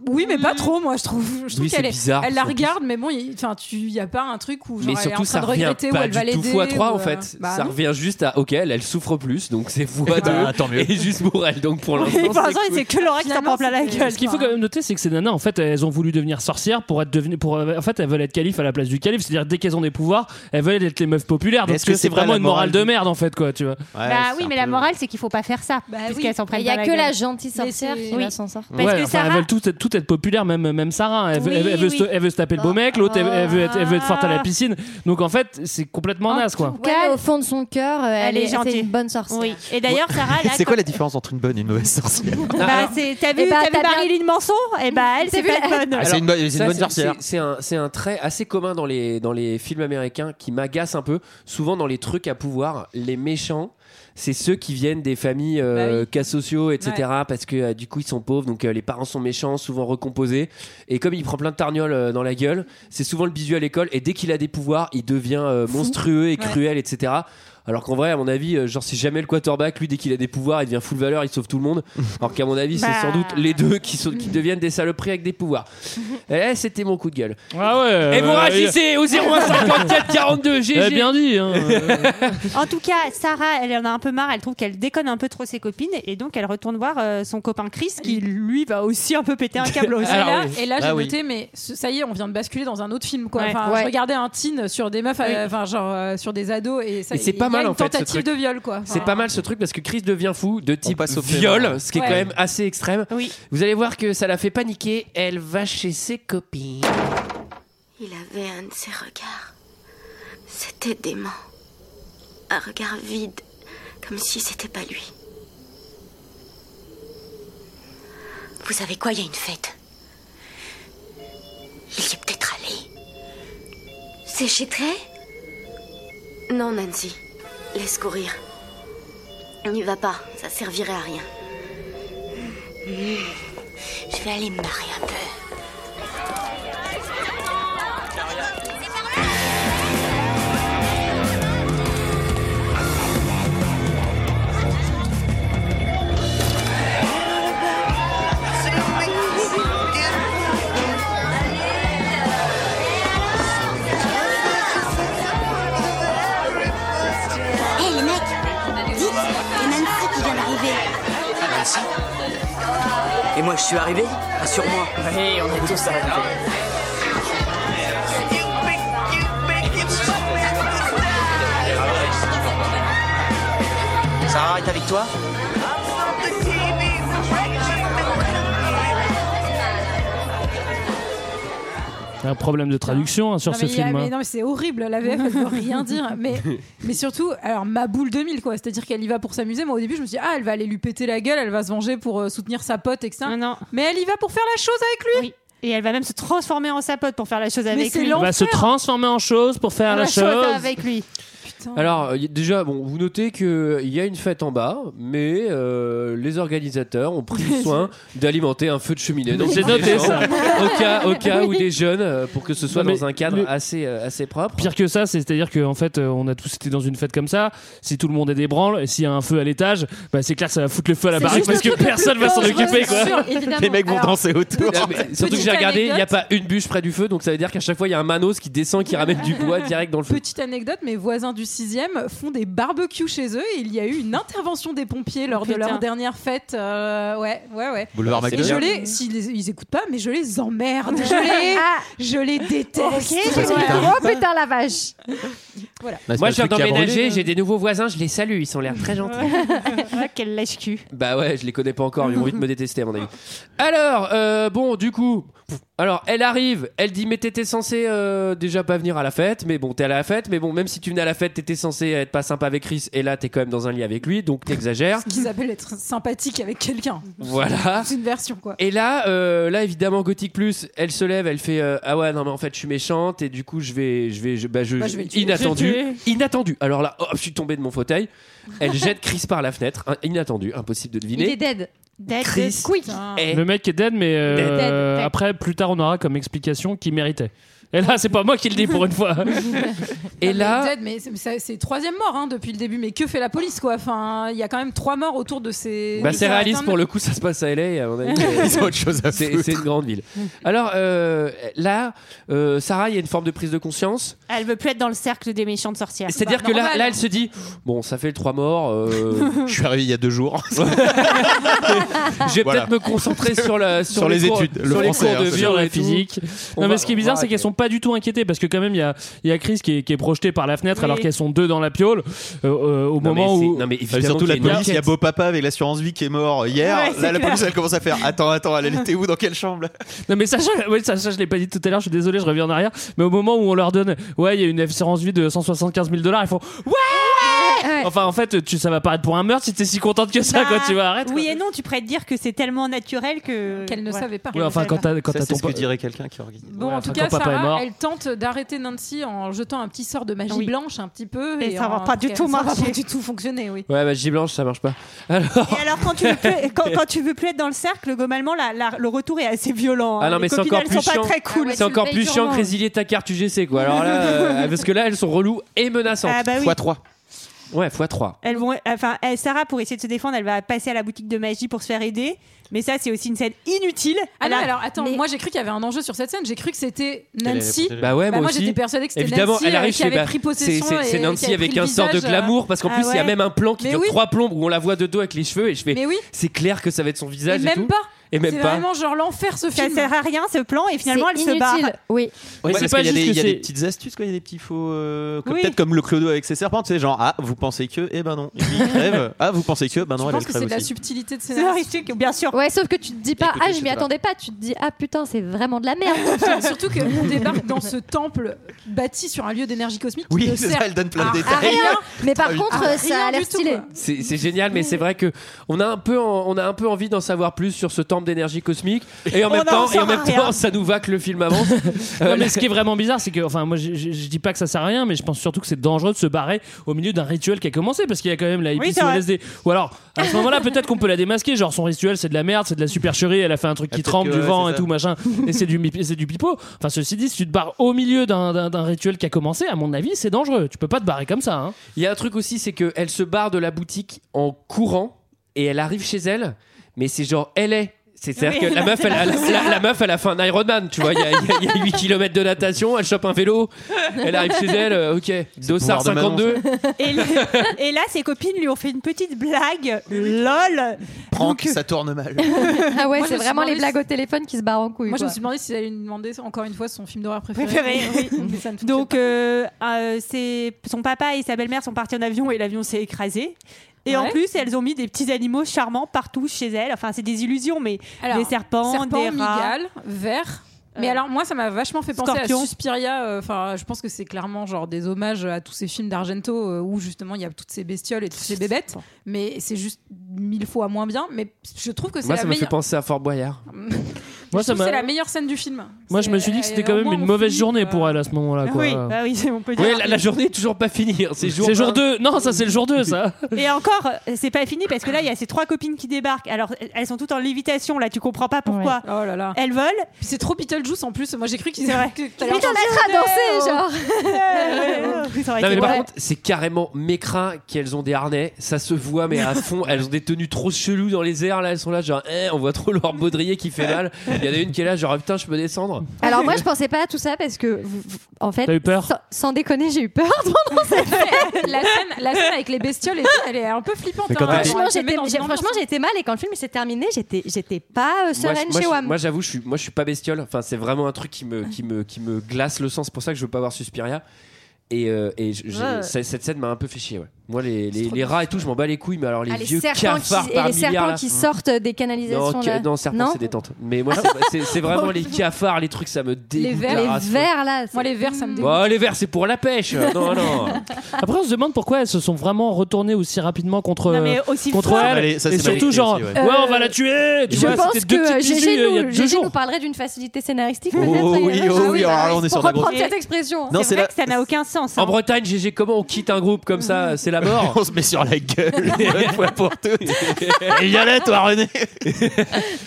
[SPEAKER 6] Oui, mais pas trop, moi, je trouve. Je trouve
[SPEAKER 1] Mm. Oui, c'est
[SPEAKER 6] qu'elle est-
[SPEAKER 1] bizarre,
[SPEAKER 6] Elle la
[SPEAKER 1] surtout.
[SPEAKER 6] regarde, mais bon, il enfin, tu- il y a pas un truc où genre,
[SPEAKER 1] Mais
[SPEAKER 6] elle est en
[SPEAKER 1] surtout, ça
[SPEAKER 6] train de
[SPEAKER 1] revient
[SPEAKER 6] regretter ou
[SPEAKER 1] pas
[SPEAKER 6] elle
[SPEAKER 1] du
[SPEAKER 6] va
[SPEAKER 1] tout
[SPEAKER 6] l'aider.
[SPEAKER 1] x3 en
[SPEAKER 6] ou, euh,
[SPEAKER 1] fait.
[SPEAKER 6] bah
[SPEAKER 1] ça
[SPEAKER 6] non.
[SPEAKER 1] revient juste à, ok, elle, elle souffre plus, donc c'est x2.
[SPEAKER 7] Bah, tant mieux.
[SPEAKER 1] Et juste pour elle,
[SPEAKER 6] [LAUGHS]
[SPEAKER 1] donc pour l'instant.
[SPEAKER 12] Et pour l'instant,
[SPEAKER 1] c'est
[SPEAKER 12] c'est que Laura qui s'en
[SPEAKER 6] Finalement,
[SPEAKER 12] prend plein la
[SPEAKER 6] c'était-
[SPEAKER 12] gueule.
[SPEAKER 10] Ce qu'il faut quand même noter, c'est que ces nanas, en fait, elles ont voulu devenir sorcières pour être devenues. Pour, euh, en fait, elles veulent être calife à la place du calife. C'est-à-dire, dès qu'elles ont des pouvoirs, elles veulent être les meufs populaires.
[SPEAKER 7] Mais
[SPEAKER 10] Donc,
[SPEAKER 7] est-ce que
[SPEAKER 10] c'est
[SPEAKER 7] c'est pas
[SPEAKER 10] vraiment
[SPEAKER 7] la
[SPEAKER 10] une morale
[SPEAKER 7] morale
[SPEAKER 10] de
[SPEAKER 7] du-
[SPEAKER 10] merde, en fait, quoi, tu vois.
[SPEAKER 7] Ouais,
[SPEAKER 15] bah
[SPEAKER 7] c'est
[SPEAKER 15] oui,
[SPEAKER 7] un
[SPEAKER 15] mais
[SPEAKER 7] peu-
[SPEAKER 15] la morale, c'est qu'il faut pas faire ça.
[SPEAKER 6] Bah
[SPEAKER 15] puisqu'elles
[SPEAKER 6] oui.
[SPEAKER 15] s'en
[SPEAKER 11] Il
[SPEAKER 15] prennent
[SPEAKER 11] n'y a
[SPEAKER 15] pas
[SPEAKER 11] que la
[SPEAKER 15] gueule.
[SPEAKER 11] gentille sorcière qui
[SPEAKER 15] oui.
[SPEAKER 11] va s'en sortir.
[SPEAKER 15] Parce
[SPEAKER 10] Ouais,
[SPEAKER 15] que
[SPEAKER 10] enfin,
[SPEAKER 15] Sarah-
[SPEAKER 10] elles veulent toutes être, toutes être populaires, même, même Sarah. Elle veut, elle, veut- elle veut
[SPEAKER 15] Oui,
[SPEAKER 10] se,
[SPEAKER 15] oui. Ah.
[SPEAKER 10] elle veut se taper le beau mec, l'autre, elle, elle veut être, elle veut être forte à la piscine. Donc, en fait, c'est complètement
[SPEAKER 15] Oh,
[SPEAKER 10] naze, quoi.
[SPEAKER 11] Ouais, mais au fond de son cœur, euh,
[SPEAKER 12] Elle
[SPEAKER 11] elle,
[SPEAKER 12] est
[SPEAKER 11] est, c'est
[SPEAKER 12] gentille.
[SPEAKER 11] une bonne sorcière.
[SPEAKER 12] Oui. Et d'ailleurs, Sarah, là,
[SPEAKER 7] C'est quoi la différence entre une bonne et une mauvaise sorcière
[SPEAKER 12] Bah, c'est- t'as vu,
[SPEAKER 11] Eh bah,
[SPEAKER 12] t'as vu
[SPEAKER 11] t'as bien-
[SPEAKER 12] Marilyn Manson Et bah, elle,
[SPEAKER 11] T'as
[SPEAKER 12] c'est
[SPEAKER 11] vu
[SPEAKER 12] pas
[SPEAKER 11] la-
[SPEAKER 12] une bonne.
[SPEAKER 7] Ah, c'est une bonne- c'est une bonne
[SPEAKER 1] c'est-
[SPEAKER 7] sorcière.
[SPEAKER 1] c'est- C'est un, c'est un trait assez commun dans les, dans les films américains qui m'agace un peu. Souvent, dans les trucs à pouvoir, les méchants, c'est ceux qui viennent des familles euh, cas sociaux, etc. Parce que euh, du coup, ils sont pauvres, donc euh, les parents sont méchants, souvent recomposés. Et comme il prend plein de tarnioles euh, dans la gueule, c'est souvent le bisu à l'école. Et dès qu'il a des pouvoirs, il devient euh, monstrueux et cruel, etc. Alors qu'en vrai, à mon avis, euh, genre, si jamais le quarterback, lui, dès qu'il a des pouvoirs, il devient full valeur, il sauve tout
[SPEAKER 10] [LAUGHS]
[SPEAKER 1] le monde. Alors qu'à mon avis, c'est
[SPEAKER 10] Bah.
[SPEAKER 1] sans doute les deux qui, sont, qui deviennent des saloperies avec
[SPEAKER 6] [LAUGHS]
[SPEAKER 1] des pouvoirs. Eh, c'était mon coup de gueule.
[SPEAKER 10] Ah ouais.
[SPEAKER 1] Et vous
[SPEAKER 10] euh,
[SPEAKER 1] réagissez
[SPEAKER 10] il-
[SPEAKER 1] au 0154 42
[SPEAKER 10] Elle a
[SPEAKER 1] GG.
[SPEAKER 10] bien dit.
[SPEAKER 1] [LAUGHS]
[SPEAKER 10] Hein.
[SPEAKER 12] En tout cas, Sarah, elle en a un peu marre. Elle trouve qu'elle déconne un peu trop ses copines. Et donc, elle retourne voir euh, son copain Chris qui, lui, va aussi un peu péter un câble
[SPEAKER 6] Et
[SPEAKER 12] aussi.
[SPEAKER 6] là, et là, j'ai
[SPEAKER 12] Ah oui.
[SPEAKER 6] noté, mais ce- ça y est, on vient de basculer dans un autre film. Quoi.
[SPEAKER 12] Ouais.
[SPEAKER 6] Enfin,
[SPEAKER 12] Ouais.
[SPEAKER 6] Je regardais un teen sur des meufs, euh, enfin, genre euh, sur des ados, et [LAUGHS] ça,
[SPEAKER 1] Mais c'est
[SPEAKER 6] il
[SPEAKER 1] pas
[SPEAKER 6] y a
[SPEAKER 1] mal,
[SPEAKER 6] une
[SPEAKER 1] en fait, ce
[SPEAKER 6] tentative
[SPEAKER 1] truc.
[SPEAKER 6] de viol. quoi.
[SPEAKER 1] C'est pas mal ce truc parce que Chris devient fou de type
[SPEAKER 7] passe au
[SPEAKER 1] viol,
[SPEAKER 10] hein.
[SPEAKER 7] paiement.
[SPEAKER 1] ce qui est
[SPEAKER 6] Ouais.
[SPEAKER 1] quand même assez extrême.
[SPEAKER 12] Oui.
[SPEAKER 1] Vous allez voir que ça la fait paniquer. Elle va chez ses copines.
[SPEAKER 9] Il avait un de ses regards. C'était dément. Un regard vide, comme si c'était pas lui. Vous savez quoi, il y a une fête. Il y est peut-être allé. C'est chez Trey Non, Nancy. Laisse courir. N'y va pas, ça servirait à rien. Je vais aller me marrer un peu. Hé les mecs, vite, il y a Nancy qui vient d'arriver.
[SPEAKER 2] Nancy Et moi, je suis arrivé Ah Assure-moi. Oui, on est tous arrivés. Sarah est avec toi
[SPEAKER 10] Un problème de traduction hein, sur
[SPEAKER 6] Non,
[SPEAKER 10] ce
[SPEAKER 6] mais il y a-
[SPEAKER 10] film.
[SPEAKER 6] mais
[SPEAKER 10] hein.
[SPEAKER 6] non, mais c'est horrible, la VF, elle veut
[SPEAKER 1] [LAUGHS]
[SPEAKER 6] rien dire. Mais, mais surtout, alors ma boule 2000, quoi. C'est-à-dire qu'elle y va pour s'amuser. Moi, au début, je me suis dit, ah, elle va aller lui péter la gueule, elle va se venger pour euh, soutenir sa pote, etc. Mais elle y va pour faire la chose avec lui.
[SPEAKER 12] Et elle va même se transformer en sa pote pour faire la chose
[SPEAKER 6] Mais
[SPEAKER 12] avec
[SPEAKER 6] c'est
[SPEAKER 12] lui.
[SPEAKER 10] Il va se transformer en chose pour faire la, chose.
[SPEAKER 12] avec lui.
[SPEAKER 1] Alors euh, y- déjà, bon, vous notez que il y a une fête en bas, mais euh, les organisateurs ont pris le soin d'alimenter un feu de cheminée. Donc
[SPEAKER 10] J'ai noté ça.
[SPEAKER 1] [LAUGHS] Au cas, au cas où
[SPEAKER 10] Oui.
[SPEAKER 1] des jeunes, euh, pour que ce soit
[SPEAKER 10] Non, mais
[SPEAKER 1] dans un cadre assez, euh, assez propre.
[SPEAKER 10] Pire que ça, c'est-à-dire qu'en fait, euh, on a tous été dans une fête comme ça. Si tout le monde est débranle et s'il y a un feu à l'étage, bah, c'est clair que ça va foutre le feu à la
[SPEAKER 1] C'est
[SPEAKER 10] baraque
[SPEAKER 1] juste
[SPEAKER 10] parce
[SPEAKER 1] le
[SPEAKER 10] que
[SPEAKER 1] truc le
[SPEAKER 10] personne
[SPEAKER 1] plus
[SPEAKER 10] va s'en
[SPEAKER 6] [LAUGHS]
[SPEAKER 1] dangereux,
[SPEAKER 10] occuper.
[SPEAKER 1] bien
[SPEAKER 10] Quoi.
[SPEAKER 1] sûr, évidemment. Les mecs vont Alors, danser
[SPEAKER 7] autour.
[SPEAKER 1] Non, mais surtout que j'ai regardé, il n'y a pas une bûche près du feu, donc ça veut dire qu'à chaque fois il y a un manos qui descend, qui ramène du bois direct dans le feu.
[SPEAKER 6] Petite anecdote, mes voisins du 6e font des barbecues chez eux et il y a eu une intervention des pompiers lors de
[SPEAKER 12] Putain.
[SPEAKER 6] leur dernière fête. euh, ouais, ouais, ouais.
[SPEAKER 7] Boulevard
[SPEAKER 6] et
[SPEAKER 7] Magdeleine.
[SPEAKER 6] je les, si les- ils écoutent pas, mais je les
[SPEAKER 11] [LAUGHS]
[SPEAKER 6] emmerde. Je les,
[SPEAKER 11] Ah.
[SPEAKER 6] je les déteste.
[SPEAKER 11] Ok, je comprends. Oh putain la vache.
[SPEAKER 1] Moi, je viens
[SPEAKER 7] le truc qui a brûlé,
[SPEAKER 1] d'emménager,
[SPEAKER 7] là.
[SPEAKER 1] j'ai des nouveaux voisins, je les salue, ils ont l'air très gentils.
[SPEAKER 12] Ouais, Quel lèche-cul.
[SPEAKER 1] Bah ouais, je les connais pas encore, ils vont vite me détester à mon avis. Alors, euh, bon, du coup, pff, alors elle arrive, elle dit mais t'étais censé euh, déjà pas venir à la fête, mais bon t'es à la fête, mais bon même si tu venais à la fête t'étais censé être pas sympa avec Chris et là t'es quand même dans un lit avec lui, donc t'exagères.
[SPEAKER 6] Ce qu'ils appellent être sympathique avec quelqu'un.
[SPEAKER 1] Voilà.
[SPEAKER 6] C'est une version quoi.
[SPEAKER 1] Et là, euh, là évidemment Gothic Plus, elle se lève, elle fait euh, ah ouais non mais en fait je suis méchante et du coup je vais je vais je, bah, je,
[SPEAKER 6] Bah, je vais le tuer.
[SPEAKER 1] inattendu
[SPEAKER 6] Je vais le
[SPEAKER 1] inattendu. Alors là, hop, je suis tombé de mon fauteuil. Elle jette Chris par la fenêtre, hein, inattendu, impossible de deviner.
[SPEAKER 11] dead. Dead,
[SPEAKER 1] Chris.
[SPEAKER 11] quick.
[SPEAKER 1] Et-
[SPEAKER 7] Eh.
[SPEAKER 10] Le mec est dead, Eh. mais euh,
[SPEAKER 1] Dead.
[SPEAKER 10] euh,
[SPEAKER 11] Dead.
[SPEAKER 10] après, plus tard, on aura comme explication qu'il méritait. Et là, c'est pas moi qui le dis pour une fois.
[SPEAKER 1] Et là,
[SPEAKER 6] Dead, mais c'est- c'est c'est troisième mort hein, depuis le début. Mais que fait la police quoi Enfin, il y a quand même trois morts autour de ces.
[SPEAKER 1] Bah,
[SPEAKER 6] de
[SPEAKER 1] c'est
[SPEAKER 6] ces
[SPEAKER 1] réaliste
[SPEAKER 6] atteintes.
[SPEAKER 1] pour le coup, ça se passe à LA. à mon
[SPEAKER 7] [LAUGHS]
[SPEAKER 1] avis.
[SPEAKER 6] Ils
[SPEAKER 7] ont autre chose à
[SPEAKER 1] C'est
[SPEAKER 7] foutre.
[SPEAKER 1] c'est une grande ville. Alors euh, là, euh, Sarah, il y a une forme de prise de conscience.
[SPEAKER 12] Elle veut plus être dans le cercle des méchantes sorcières. Bah,
[SPEAKER 1] C'est-à-dire que là, là, elle se dit Bon, ça fait le 3 morts. euh,
[SPEAKER 7] [LAUGHS] Je suis arrivé il y a deux
[SPEAKER 1] [LAUGHS]
[SPEAKER 7] jours.
[SPEAKER 1] Je vais
[SPEAKER 7] Voilà.
[SPEAKER 1] peut-être me
[SPEAKER 7] [LAUGHS]
[SPEAKER 1] concentrer sur, la, sur,
[SPEAKER 7] Sur les
[SPEAKER 1] cours-
[SPEAKER 7] études, le
[SPEAKER 1] sur les
[SPEAKER 7] français,
[SPEAKER 1] cours de
[SPEAKER 7] hein,
[SPEAKER 1] viol
[SPEAKER 10] sur la
[SPEAKER 1] et tout.
[SPEAKER 10] physique.
[SPEAKER 1] On
[SPEAKER 10] non,
[SPEAKER 1] va-
[SPEAKER 10] mais ce qui est
[SPEAKER 1] on va
[SPEAKER 10] bizarre, c'est
[SPEAKER 1] arrêter.
[SPEAKER 10] qu'elles sont pas du tout inquiétées parce que quand même, il y a, il y a Chris qui est, qui est projetée par la fenêtre
[SPEAKER 1] Oui.
[SPEAKER 10] alors qu'elles sont deux dans la piole euh, euh, au
[SPEAKER 1] Non, mais
[SPEAKER 10] moment
[SPEAKER 1] c'est-
[SPEAKER 10] où.
[SPEAKER 1] non, mais
[SPEAKER 7] Ah, mais
[SPEAKER 1] évidemment
[SPEAKER 7] surtout la
[SPEAKER 1] qu'il y a une
[SPEAKER 7] police, il y a
[SPEAKER 1] enquête.
[SPEAKER 7] beau papa avec l'assurance vie qui est mort hier.
[SPEAKER 10] Ouais,
[SPEAKER 7] là,
[SPEAKER 10] c'est
[SPEAKER 7] la
[SPEAKER 10] clair.
[SPEAKER 7] police, elle commence à faire Attends, attends, elle était où Dans quelle chambre
[SPEAKER 10] Non mais Sacha, ouais, Sacha, je l'ai pas dit tout à l'heure, je suis désolé, je reviens en arrière. Mais au moment où on leur donne, ouais, il y a une assurance vie de 175 000 dollars, ils font, ouais. Enfin, en fait, tu, ça va paraître pour un meurtre si t'es si contente que ça,
[SPEAKER 12] Bah,
[SPEAKER 10] quoi, tu vas arrêter.
[SPEAKER 12] Oui et non, tu pourrais te dire que c'est tellement naturel que.
[SPEAKER 6] Qu'elle ne savait pas.
[SPEAKER 10] Ouais, enfin, quand t'as, quand
[SPEAKER 7] Ça,
[SPEAKER 10] t'as
[SPEAKER 7] c'est
[SPEAKER 10] ton
[SPEAKER 7] ce que
[SPEAKER 10] pa-
[SPEAKER 7] dirait quelqu'un qui organise.
[SPEAKER 6] Bon,
[SPEAKER 10] Ouais,
[SPEAKER 6] en
[SPEAKER 10] enfin,
[SPEAKER 6] tout cas,
[SPEAKER 10] quand papa est mort.
[SPEAKER 6] Sarah, elle tente d'arrêter Nancy en jetant un petit sort de magie
[SPEAKER 12] Oui.
[SPEAKER 6] blanche un petit peu.
[SPEAKER 12] Et ça va
[SPEAKER 6] en-
[SPEAKER 12] pas du
[SPEAKER 6] ça
[SPEAKER 12] tout
[SPEAKER 6] va
[SPEAKER 12] marcher.
[SPEAKER 6] pas du tout fonctionner, oui.
[SPEAKER 1] Ouais, magie blanche, ça marche pas. Alors.
[SPEAKER 12] Et alors, quand tu, veux plus, quand, quand tu veux plus être dans le cercle, globalement, la- la- le retour est assez violent. hein.
[SPEAKER 1] Ah non,
[SPEAKER 12] Les
[SPEAKER 1] mais c'est
[SPEAKER 12] copines,
[SPEAKER 1] encore
[SPEAKER 12] elles
[SPEAKER 1] plus
[SPEAKER 12] sont
[SPEAKER 1] chiant.
[SPEAKER 12] pas très
[SPEAKER 6] Ah
[SPEAKER 12] cool. Ah
[SPEAKER 1] C'est encore plus chiant
[SPEAKER 12] [LAUGHS]
[SPEAKER 1] que résilier ta carte UGC, quoi. Alors là, euh, parce que là, elles sont reloues et menaçantes.
[SPEAKER 12] Ah bah oui.
[SPEAKER 1] Fois trois. Ouais, x3.
[SPEAKER 12] Elles vont, enfin, elle- Sarah, pour essayer de se défendre, elle va passer à la boutique de magie pour se faire aider. Mais ça, c'est aussi une scène inutile.
[SPEAKER 6] Ah
[SPEAKER 12] Elle
[SPEAKER 6] non,
[SPEAKER 12] a-
[SPEAKER 6] alors attends, moi j'ai cru qu'il y avait un enjeu sur cette scène, j'ai cru que c'était
[SPEAKER 1] allait
[SPEAKER 6] Nancy.
[SPEAKER 1] répondre. Bah ouais, moi aussi.
[SPEAKER 6] j'étais persuadée que c'était
[SPEAKER 1] Évidemment,
[SPEAKER 6] Nancy
[SPEAKER 1] elle
[SPEAKER 6] euh,
[SPEAKER 1] arrive
[SPEAKER 6] qui
[SPEAKER 1] chez-
[SPEAKER 6] avait
[SPEAKER 1] bah,
[SPEAKER 6] pris
[SPEAKER 1] c'est-
[SPEAKER 6] possession.
[SPEAKER 1] c'est- c'est
[SPEAKER 6] et
[SPEAKER 1] Nancy
[SPEAKER 6] qui avait
[SPEAKER 1] avec
[SPEAKER 6] pris
[SPEAKER 1] un
[SPEAKER 6] le
[SPEAKER 1] sort de
[SPEAKER 6] visage, euh.
[SPEAKER 1] glamour parce qu'en
[SPEAKER 6] Ah
[SPEAKER 1] plus il y a
[SPEAKER 6] ouais.
[SPEAKER 1] même un plan qui
[SPEAKER 6] Mais
[SPEAKER 1] dure
[SPEAKER 6] oui.
[SPEAKER 1] trois plombes où on la voit de dos avec les cheveux et je fais
[SPEAKER 6] Mais oui.
[SPEAKER 1] c'est clair que ça va être son visage
[SPEAKER 6] Et
[SPEAKER 1] et,
[SPEAKER 6] même
[SPEAKER 1] tout.
[SPEAKER 6] pas.
[SPEAKER 1] et même
[SPEAKER 6] C'est
[SPEAKER 1] pas
[SPEAKER 6] vraiment genre l'enfer ce
[SPEAKER 12] Ça
[SPEAKER 6] film.
[SPEAKER 12] sert à rien ce plan et finalement elle
[SPEAKER 11] C'est
[SPEAKER 12] se barre.
[SPEAKER 11] inutile. Oui.
[SPEAKER 7] Ouais,
[SPEAKER 12] Ouais, c'est
[SPEAKER 7] parce qu'il y a,
[SPEAKER 12] pas
[SPEAKER 7] des,
[SPEAKER 12] juste
[SPEAKER 7] il y a
[SPEAKER 12] que
[SPEAKER 7] des
[SPEAKER 12] c'est-
[SPEAKER 7] petites astuces, quoi. Il y a des petits faux. euh, que-
[SPEAKER 12] Oui.
[SPEAKER 7] Peut-être comme le Clodo avec ses serpents, tu sais, genre, ah, vous pensez que, eh ben non,
[SPEAKER 10] [LAUGHS]
[SPEAKER 7] Et puis il crève. ah, vous pensez que, ben non,
[SPEAKER 6] Je
[SPEAKER 7] elle,
[SPEAKER 6] pense
[SPEAKER 7] elle
[SPEAKER 6] que
[SPEAKER 7] crève
[SPEAKER 6] c'est de la
[SPEAKER 7] aussi.
[SPEAKER 6] subtilité de
[SPEAKER 12] scénaristique, bien sûr.
[SPEAKER 11] Ouais, sauf que tu te dis pas,
[SPEAKER 7] Écoutez,
[SPEAKER 11] ah,
[SPEAKER 7] je
[SPEAKER 11] je m'y
[SPEAKER 7] sais pas.
[SPEAKER 11] attendais pas. Tu te dis, ah putain, c'est vraiment de la merde.
[SPEAKER 6] [LAUGHS] [LAUGHS] Surtout qu'on débarque dans ce temple bâti sur un lieu d'énergie cosmique.
[SPEAKER 1] Oui,
[SPEAKER 6] qui ne
[SPEAKER 1] c'est
[SPEAKER 6] sert
[SPEAKER 1] ça, elle donne plein de
[SPEAKER 6] à
[SPEAKER 1] détails.
[SPEAKER 6] rien.
[SPEAKER 11] Mais par
[SPEAKER 6] Ah,
[SPEAKER 11] contre,
[SPEAKER 6] rien
[SPEAKER 11] ça a l'air
[SPEAKER 6] du tout,
[SPEAKER 11] stylé.
[SPEAKER 6] quoi.
[SPEAKER 1] C'est c'est génial, mais c'est vrai que on a un peu, en- on a un peu envie d'en savoir plus sur ce temple d'énergie cosmique,
[SPEAKER 6] [LAUGHS]
[SPEAKER 1] et en
[SPEAKER 10] On
[SPEAKER 1] même
[SPEAKER 10] en
[SPEAKER 1] temps, et en
[SPEAKER 10] saura
[SPEAKER 1] même
[SPEAKER 10] rien.
[SPEAKER 1] temps, ça nous va que le film avance. Euh,
[SPEAKER 10] Non, mais ce qui est vraiment bizarre, c'est que, enfin, moi, je, je- je dis pas que ça sert à rien, mais je pense surtout que c'est dangereux de se barrer au milieu d'un rituel qui a commencé, parce qu'il y a quand même la hippie
[SPEAKER 1] Oui, c'est
[SPEAKER 10] sous
[SPEAKER 1] vrai.
[SPEAKER 10] LSD. Ou alors, à ce moment-là, peut-être qu'on peut la démasquer, genre son rituel, c'est de la merde, c'est de la supercherie, elle a fait un truc qui
[SPEAKER 7] peut-être
[SPEAKER 10] tremble
[SPEAKER 7] que,
[SPEAKER 10] du
[SPEAKER 7] ouais,
[SPEAKER 10] vent
[SPEAKER 7] c'est
[SPEAKER 10] et
[SPEAKER 7] ça.
[SPEAKER 10] tout machin, et c'est du, mi- et c'est du pipeau. Enfin, ceci dit, si tu te barres au milieu d'un- d'un d'un rituel qui a commencé, à mon avis, c'est dangereux. Tu peux pas te barrer comme ça. hein.
[SPEAKER 1] Il y a un truc aussi, c'est qu'elle se barre de la boutique en courant et elle arrive chez elle, mais c'est genre elle est. C'est-à-dire
[SPEAKER 10] Oui,
[SPEAKER 1] que la meuf, elle, a-
[SPEAKER 10] c'est
[SPEAKER 1] la,
[SPEAKER 10] ça.
[SPEAKER 1] la- la meuf, elle a fait un Ironman, tu vois. Il y, a- il y a- il y a 8 km de natation, elle chope un vélo, elle arrive chez elle, euh, ok, Dossard
[SPEAKER 7] pouvoir de Manon,
[SPEAKER 1] 52,
[SPEAKER 12] [LAUGHS] Et, le- et là, ses copines lui ont fait une petite blague. LOL
[SPEAKER 7] Prank,
[SPEAKER 6] euh,
[SPEAKER 7] ça
[SPEAKER 6] [LAUGHS]
[SPEAKER 7] tourne mal.
[SPEAKER 11] ah ouais,
[SPEAKER 6] Moi, je
[SPEAKER 11] c'est
[SPEAKER 6] me suis
[SPEAKER 11] vraiment les
[SPEAKER 6] demandé
[SPEAKER 11] blagues au téléphone qui se barrent en couille.
[SPEAKER 6] Moi, je
[SPEAKER 11] quoi.
[SPEAKER 6] me suis demandé s'il allait nous demander encore une fois son film d'horreur préféré.
[SPEAKER 12] préféré.
[SPEAKER 6] Mais ça ne fonctionne
[SPEAKER 12] Donc,
[SPEAKER 6] pas.
[SPEAKER 12] euh, euh, c'est- son papa et sa belle-mère sont partis en avion et l'avion s'est écrasé. Et en
[SPEAKER 6] Ouais.
[SPEAKER 12] plus, elles ont mis des petits animaux charmants partout chez elles. Enfin, c'est des illusions, mais
[SPEAKER 6] Alors,
[SPEAKER 12] des serpents,
[SPEAKER 6] serpent,
[SPEAKER 12] des rats.
[SPEAKER 6] migale, vert. Mais
[SPEAKER 12] Euh,
[SPEAKER 6] alors moi ça m'a vachement fait penser
[SPEAKER 12] scorpion.
[SPEAKER 6] à Suspiria. euh, Enfin, je pense que c'est clairement genre des hommages à tous ces films d'Argento euh, où justement il y a toutes ces bestioles et toutes ces bébêtes. Mais c'est juste mille fois moins bien. Mais je trouve que c'est
[SPEAKER 1] Moi,
[SPEAKER 6] la
[SPEAKER 1] ça me fait
[SPEAKER 6] meilleure.
[SPEAKER 1] penser à Fort Boyard.
[SPEAKER 10] Moi,
[SPEAKER 6] je
[SPEAKER 10] ça
[SPEAKER 6] trouve que
[SPEAKER 10] m'a-
[SPEAKER 6] c'est la meilleure scène du film.
[SPEAKER 10] Moi, je me suis dit
[SPEAKER 7] euh,
[SPEAKER 10] que c'était quand même une mauvaise journée pour elle à ce moment-là. quoi.
[SPEAKER 12] Oui, bah oui, c'est- on peut dire.
[SPEAKER 1] Ah, Oui, la, la journée est toujours pas finie. hein, C'est jour,
[SPEAKER 10] C'est jour
[SPEAKER 1] un.
[SPEAKER 10] 2. Non, ça, c'est le jour 2, ça.
[SPEAKER 12] Et encore, euh, c'est pas fini parce que là, il y a ces trois copines qui débarquent. Alors, elles sont toutes en lévitation. Là, tu comprends pas pourquoi.
[SPEAKER 6] Oh là là.
[SPEAKER 12] Elles volent.
[SPEAKER 6] C'est trop Beetlejuice en plus. Moi j'ai cru qu'ils
[SPEAKER 12] C'est vrai.
[SPEAKER 6] que t'allais
[SPEAKER 12] Putain,
[SPEAKER 6] entendre-
[SPEAKER 11] danser, genre.
[SPEAKER 12] Ça aurait
[SPEAKER 1] Non, mais
[SPEAKER 12] été
[SPEAKER 1] par
[SPEAKER 12] bon.
[SPEAKER 1] contre, c'est carrément mécrin qu'elles ont des harnais. Ça se voit, mais à fond, elles ont des tenues trop cheloues dans les airs. Là, elles sont là, genre, eh, on voit trop leur baudrier qui fait mal. Il y en a une qui est là, genre, Ah, putain, je peux descendre.
[SPEAKER 11] Alors
[SPEAKER 1] [LAUGHS]
[SPEAKER 11] moi je pensais pas à tout ça parce que vous- vous- en fait
[SPEAKER 1] T'as eu peur
[SPEAKER 11] sans, sans déconner j'ai eu peur [LAUGHS] pendant cette
[SPEAKER 6] [LAUGHS] la scène la scène avec les bestioles et tout, elle est un peu flippante.
[SPEAKER 1] Mais quand
[SPEAKER 6] hein.
[SPEAKER 1] elle-
[SPEAKER 11] Franchement,
[SPEAKER 6] Elle te met
[SPEAKER 11] j'étais,
[SPEAKER 6] dans une
[SPEAKER 11] j'ai-
[SPEAKER 6] ambiance-
[SPEAKER 11] franchement, j'ai été mal et quand le film s'est terminé, j'étais, j'étais pas euh,
[SPEAKER 1] Moi,
[SPEAKER 11] sereine
[SPEAKER 1] je- moi,
[SPEAKER 11] chez
[SPEAKER 1] je-
[SPEAKER 11] WAM.
[SPEAKER 1] moi, j'avoue, je suis, moi, je suis pas bestiole. Enfin, c'est vraiment un truc qui me, qui me, qui me glace le sang. C'est pour ça que je veux pas voir Suspiria. Et, euh, et je- j'ai-
[SPEAKER 11] Ouais.
[SPEAKER 1] c'est- cette scène m'a un peu fait chier. ouais. Moi, les, les, les rats et tout, je m'en bats les couilles, mais alors les
[SPEAKER 11] Ah,
[SPEAKER 1] vieux
[SPEAKER 11] serpents qui,
[SPEAKER 1] cafards
[SPEAKER 11] et
[SPEAKER 1] par
[SPEAKER 11] les
[SPEAKER 1] milliards,
[SPEAKER 11] serpents
[SPEAKER 1] là.
[SPEAKER 11] qui sortent des canalisations.
[SPEAKER 1] Non,
[SPEAKER 11] là.
[SPEAKER 1] que- non, serpent,
[SPEAKER 11] Non
[SPEAKER 1] c'est détente. Mais moi, c'est- bah, c'est c'est vraiment les cafards, les trucs, ça me dégoûte.
[SPEAKER 6] les verts,
[SPEAKER 1] la race.
[SPEAKER 6] là. Moi les verts ça me dégoûte.
[SPEAKER 1] Bon, les verts, c'est pour la pêche. Non, non.
[SPEAKER 10] Après, on se demande pourquoi elles se sont vraiment retournées aussi rapidement contre,
[SPEAKER 12] Non, mais aussi
[SPEAKER 10] contre
[SPEAKER 12] fort.
[SPEAKER 10] elle.
[SPEAKER 7] Allez, ça,
[SPEAKER 10] et
[SPEAKER 7] c'est
[SPEAKER 10] surtout,
[SPEAKER 7] validé
[SPEAKER 10] genre,
[SPEAKER 7] aussi,
[SPEAKER 10] ouais.
[SPEAKER 7] ouais.
[SPEAKER 10] [LAUGHS] on va la tuer. Tu
[SPEAKER 11] je
[SPEAKER 10] vois,
[SPEAKER 11] pense
[SPEAKER 10] c'était deux
[SPEAKER 11] que
[SPEAKER 10] petites
[SPEAKER 11] Gégé
[SPEAKER 10] issues, euh, il y a
[SPEAKER 11] nous,
[SPEAKER 10] deux
[SPEAKER 11] Gégé
[SPEAKER 10] jours.
[SPEAKER 11] nous parlerait d'une facilité scénaristique.
[SPEAKER 7] Oh,
[SPEAKER 11] peut-être,
[SPEAKER 7] oui,
[SPEAKER 11] il y a-
[SPEAKER 7] oh, oui, alors là, on est sur de la
[SPEAKER 11] Pour reprendre
[SPEAKER 7] grosse-
[SPEAKER 11] cette expression.
[SPEAKER 7] Non,
[SPEAKER 12] C'est
[SPEAKER 7] c'est
[SPEAKER 12] vrai
[SPEAKER 7] la-
[SPEAKER 12] que ça n'a aucun sens. hein.
[SPEAKER 1] En Bretagne, GG, comment on quitte un groupe comme ça C'est la mort.
[SPEAKER 7] [LAUGHS] On se met sur la
[SPEAKER 1] [LAUGHS]
[SPEAKER 7] gueule une fois pour toutes. Et viens là, toi,
[SPEAKER 10] [LAUGHS]
[SPEAKER 7] René.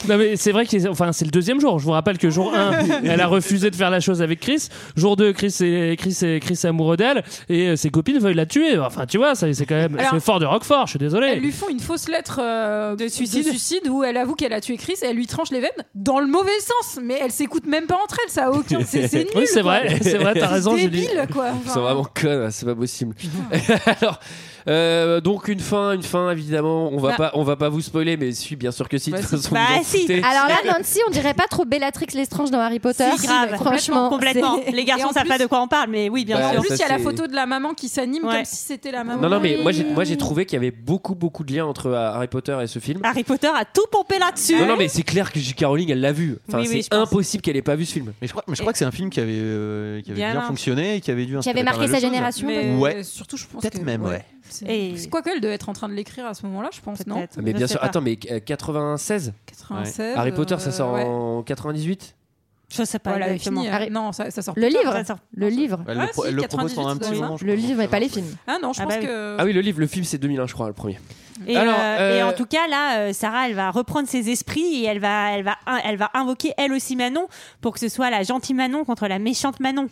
[SPEAKER 10] Non, mais c'est vrai que c'est- enfin, c'est le deuxième jour. Je vous rappelle que jour 1, elle a refusé de faire la chose avec Chris. Jour 2, Chris est, Chris est, Chris est amoureux d'elle. Et euh, ses copines veulent la tuer. Enfin, tu vois, ça, c'est quand même.
[SPEAKER 6] Alors-
[SPEAKER 10] c'est fort de Roquefort, je suis
[SPEAKER 6] Elles lui
[SPEAKER 10] désolé.
[SPEAKER 6] font une fausse lettre euh, de,
[SPEAKER 12] suicide.
[SPEAKER 6] suicide. où elle avoue qu'elle a tué Chris et elle lui tranche les veines dans le mauvais sens. Mais elle s'écoute même pas entre elles, ça a aucun. C'est c'est nul.
[SPEAKER 10] Oui, c'est
[SPEAKER 6] quoi.
[SPEAKER 10] vrai, c'est vrai, t'as raison,
[SPEAKER 6] C'est
[SPEAKER 10] Julie.
[SPEAKER 6] débile, quoi.
[SPEAKER 1] Ils sont vraiment connes, hein, c'est pas possible. [LAUGHS] Alors, euh, donc une fin, une fin évidemment. On va
[SPEAKER 11] Ah.
[SPEAKER 1] pas, on va pas vous spoiler, mais si, bien sûr que si. De toute façon,
[SPEAKER 12] Bah,
[SPEAKER 1] vous en
[SPEAKER 12] si.
[SPEAKER 1] foutez.
[SPEAKER 11] Alors là, Nancy, on dirait pas trop Bellatrix Lestrange dans Harry Potter.
[SPEAKER 12] Si, grave,
[SPEAKER 11] franchement,
[SPEAKER 12] complètement.
[SPEAKER 11] c'est-
[SPEAKER 12] Les
[SPEAKER 6] Et
[SPEAKER 12] garçons
[SPEAKER 6] en
[SPEAKER 12] savent
[SPEAKER 6] plus-
[SPEAKER 12] pas de quoi on parle, mais oui, bien
[SPEAKER 1] Bah,
[SPEAKER 12] sûr.
[SPEAKER 6] En plus, il y a
[SPEAKER 1] Ça,
[SPEAKER 6] la
[SPEAKER 1] c'est-
[SPEAKER 6] photo de la maman qui s'anime
[SPEAKER 12] Ouais.
[SPEAKER 6] comme si c'était la
[SPEAKER 12] Ah
[SPEAKER 6] maman.
[SPEAKER 1] Non, non, mais moi j'ai, moi j'ai trouvé qu'il y avait beaucoup, beaucoup de liens entre euh, Harry Potter et ce film.
[SPEAKER 12] Harry Potter a tout pompé là-dessus.
[SPEAKER 1] Non, non, mais c'est clair que J.K. Rowling, elle l'a vu. Enfin,
[SPEAKER 12] Oui, oui, je
[SPEAKER 1] c'est impossible qu'elle ait pas vu ce film.
[SPEAKER 7] Mais je crois, mais je crois que c'est un film qui avait, euh, qui avait
[SPEAKER 12] Bien.
[SPEAKER 7] bien, fonctionné et qui avait dû
[SPEAKER 11] Qui
[SPEAKER 7] inspirer
[SPEAKER 11] avait
[SPEAKER 7] pas
[SPEAKER 11] marqué
[SPEAKER 7] mal de
[SPEAKER 11] sa
[SPEAKER 7] choses.
[SPEAKER 11] génération,
[SPEAKER 6] Mais euh,
[SPEAKER 7] Ouais.
[SPEAKER 6] surtout, je pense.
[SPEAKER 7] Peut-être
[SPEAKER 6] que-
[SPEAKER 7] même, ouais.
[SPEAKER 6] C'est
[SPEAKER 12] Et-
[SPEAKER 6] c'est quoi qu'elle devait être en train de l'écrire à ce moment-là, je pense, non
[SPEAKER 1] Mais
[SPEAKER 12] Je
[SPEAKER 1] bien
[SPEAKER 12] sais
[SPEAKER 1] sûr.
[SPEAKER 12] pas.
[SPEAKER 1] Attends, mais euh, 96.
[SPEAKER 6] 96,
[SPEAKER 1] Harry Potter, ça
[SPEAKER 6] euh,
[SPEAKER 1] sort
[SPEAKER 6] ouais.
[SPEAKER 1] en 98.
[SPEAKER 12] Je sais pas.
[SPEAKER 6] Voilà, elle
[SPEAKER 12] exactement.
[SPEAKER 6] finit.
[SPEAKER 11] Harry-
[SPEAKER 6] Non, ça, ça sort.
[SPEAKER 11] Le
[SPEAKER 6] plus tard,
[SPEAKER 11] livre.
[SPEAKER 6] ça sort-
[SPEAKER 11] Le livre.
[SPEAKER 7] Elle
[SPEAKER 6] Ah,
[SPEAKER 7] le, pro-
[SPEAKER 6] si,
[SPEAKER 7] elle le propose pendant un
[SPEAKER 6] 98,
[SPEAKER 7] petit
[SPEAKER 6] ouais.
[SPEAKER 7] moment. je
[SPEAKER 11] Le livre, mais pas les films.
[SPEAKER 6] Ah non, je
[SPEAKER 12] Ah
[SPEAKER 6] pense
[SPEAKER 12] bah oui.
[SPEAKER 6] que.
[SPEAKER 1] Ah oui, le livre, le film, c'est 2001, je crois, le premier.
[SPEAKER 12] Et,
[SPEAKER 1] Alors,
[SPEAKER 12] euh, et
[SPEAKER 1] euh,
[SPEAKER 12] en tout cas, là, euh, Sarah, elle va reprendre ses esprits et elle va, elle va, elle va invoquer elle aussi Manon pour que ce soit la gentille Manon contre la méchante Manon.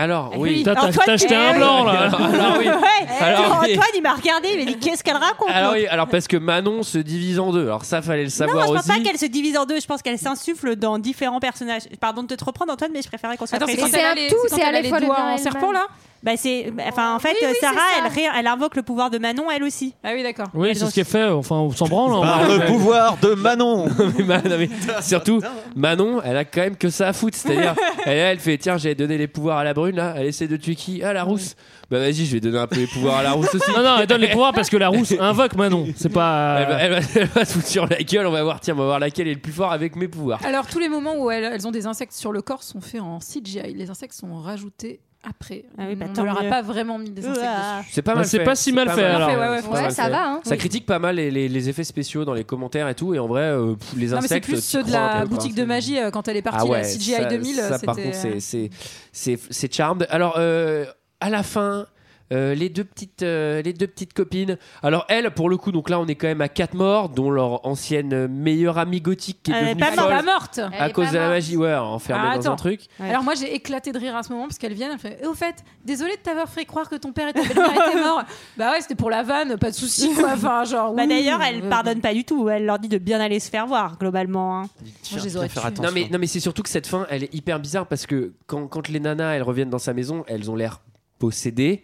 [SPEAKER 1] Alors, oui.
[SPEAKER 12] Ah, Oui, T'as- t'as- Antoine, t'as acheté eh un oui. blanc, là.
[SPEAKER 1] [LAUGHS] Alors, alors,
[SPEAKER 12] [LAUGHS]
[SPEAKER 1] oui.
[SPEAKER 12] Ouais,
[SPEAKER 1] Alors, oui.
[SPEAKER 12] Antoine, il m'a regardé, il m'a dit Qu'est-ce qu'elle raconte
[SPEAKER 1] Alors, oui,
[SPEAKER 12] l'autre
[SPEAKER 1] alors, parce que Manon se divise en deux. Alors, ça, fallait le
[SPEAKER 12] Non,
[SPEAKER 1] savoir
[SPEAKER 12] je pense
[SPEAKER 1] aussi.
[SPEAKER 12] pas qu'elle se divise en deux, je pense qu'elle s'insuffle dans différents personnages. Pardon de te reprendre, Antoine, mais je préférais qu'on soit
[SPEAKER 14] Attends, c'est
[SPEAKER 12] précis.
[SPEAKER 14] quand C'est elle a un les- tout, c'est quand c'est elle à la les fois le doigts bien et en le serpent, mal. là
[SPEAKER 12] bah c'est, bah, enfin en fait
[SPEAKER 14] Oui, oui,
[SPEAKER 12] Sarah
[SPEAKER 14] c'est ça.
[SPEAKER 12] elle, ré- elle invoque le pouvoir de Manon elle aussi. Ah oui d'accord.
[SPEAKER 10] Oui, c'est ce qui est fait. Enfin, on s'en branle. hein.
[SPEAKER 7] Par le pouvoir de Manon.
[SPEAKER 1] Mais Ma- Oh, [LAUGHS] non, mais surtout, Manon, elle a quand même que ça à
[SPEAKER 10] [LAUGHS]
[SPEAKER 1] foutre. C'est-à-dire, elle, elle fait Tiens, j'ai donné les pouvoirs à la brune, là. Elle essaie de tuer qui Ah, la rousse. Bah, vas-y, je vais donner un peu les pouvoirs à la rousse aussi.
[SPEAKER 10] Non, non, elle donne les pouvoirs parce que la rousse invoque Manon. C'est pas.
[SPEAKER 1] [LAUGHS] Elle va, elle va- [LAUGHS] elle va se foutre sur la gueule. On va voir, tiens, on va voir laquelle est le plus fort avec mes pouvoirs.
[SPEAKER 10] Ah,
[SPEAKER 6] Alors, tous les moments où elles, elles ont des insectes sur le corps sont faits en CGI. Les insects sont rajoutés après.
[SPEAKER 12] bah,
[SPEAKER 6] On
[SPEAKER 12] tant
[SPEAKER 6] ne leur a
[SPEAKER 12] mieux.
[SPEAKER 6] pas vraiment mis des insectes
[SPEAKER 12] Ouah.
[SPEAKER 6] dessus.
[SPEAKER 1] C'est pas
[SPEAKER 10] Bah,
[SPEAKER 1] mal
[SPEAKER 10] c'est
[SPEAKER 1] fait.
[SPEAKER 10] pas si mal fait, alors.
[SPEAKER 6] Ouais, ouais,
[SPEAKER 1] C'est pas
[SPEAKER 6] ouais,
[SPEAKER 1] mal
[SPEAKER 6] ça
[SPEAKER 1] fait.
[SPEAKER 6] va, hein.
[SPEAKER 1] Ça
[SPEAKER 6] Oui.
[SPEAKER 1] critique pas mal les, les- les effets spéciaux dans les commentaires et tout. Et en vrai, euh, pff, les
[SPEAKER 6] Non, mais c'est
[SPEAKER 1] insectes.
[SPEAKER 6] plus
[SPEAKER 1] tu
[SPEAKER 6] ceux de
[SPEAKER 1] crois un
[SPEAKER 6] la
[SPEAKER 1] peu, quoi.
[SPEAKER 6] boutique de magie euh, quand elle est partie,
[SPEAKER 1] Ah ouais,
[SPEAKER 6] la CGI
[SPEAKER 1] ça-
[SPEAKER 6] 2000.
[SPEAKER 1] Ça, par
[SPEAKER 6] c'était,
[SPEAKER 1] contre, c'est-
[SPEAKER 6] euh,
[SPEAKER 1] c'est- c'est c'est charmed. Alors, euh, à la fin. euh, les deux petites euh, les deux petites copines alors elles pour le coup donc là on est quand même à quatre morts dont leur ancienne euh, meilleure amie gothique qui est
[SPEAKER 6] Elle est
[SPEAKER 1] devenue
[SPEAKER 6] pas morte.
[SPEAKER 1] folle
[SPEAKER 6] Elle est pas morte. Elle
[SPEAKER 1] à
[SPEAKER 6] est
[SPEAKER 1] cause
[SPEAKER 6] pas
[SPEAKER 1] de la
[SPEAKER 6] morte.
[SPEAKER 1] magie ouais enfermée
[SPEAKER 6] Ah,
[SPEAKER 1] dans un
[SPEAKER 6] attends.
[SPEAKER 1] truc
[SPEAKER 6] Alors moi j'ai éclaté de rire à ce moment parce qu'elle vient, elle fait Et au fait, désolée de t'avoir fait croire que ton père et ta [LAUGHS] belle-mère étaient morts. Bah ouais, c'était pour la vanne, pas
[SPEAKER 12] [LAUGHS]
[SPEAKER 6] de souci quoi. Enfin genre.
[SPEAKER 12] Bah
[SPEAKER 6] oui.
[SPEAKER 12] d'ailleurs elle pardonne pas du tout, elle leur dit de bien aller se faire voir globalement. hein.
[SPEAKER 6] Moi, je les aurais tués.
[SPEAKER 1] Non mais, non mais c'est surtout que cette fin, elle est hyper bizarre parce que quand, quand les nanas, elles reviennent dans sa maison, elles ont l'air possédées.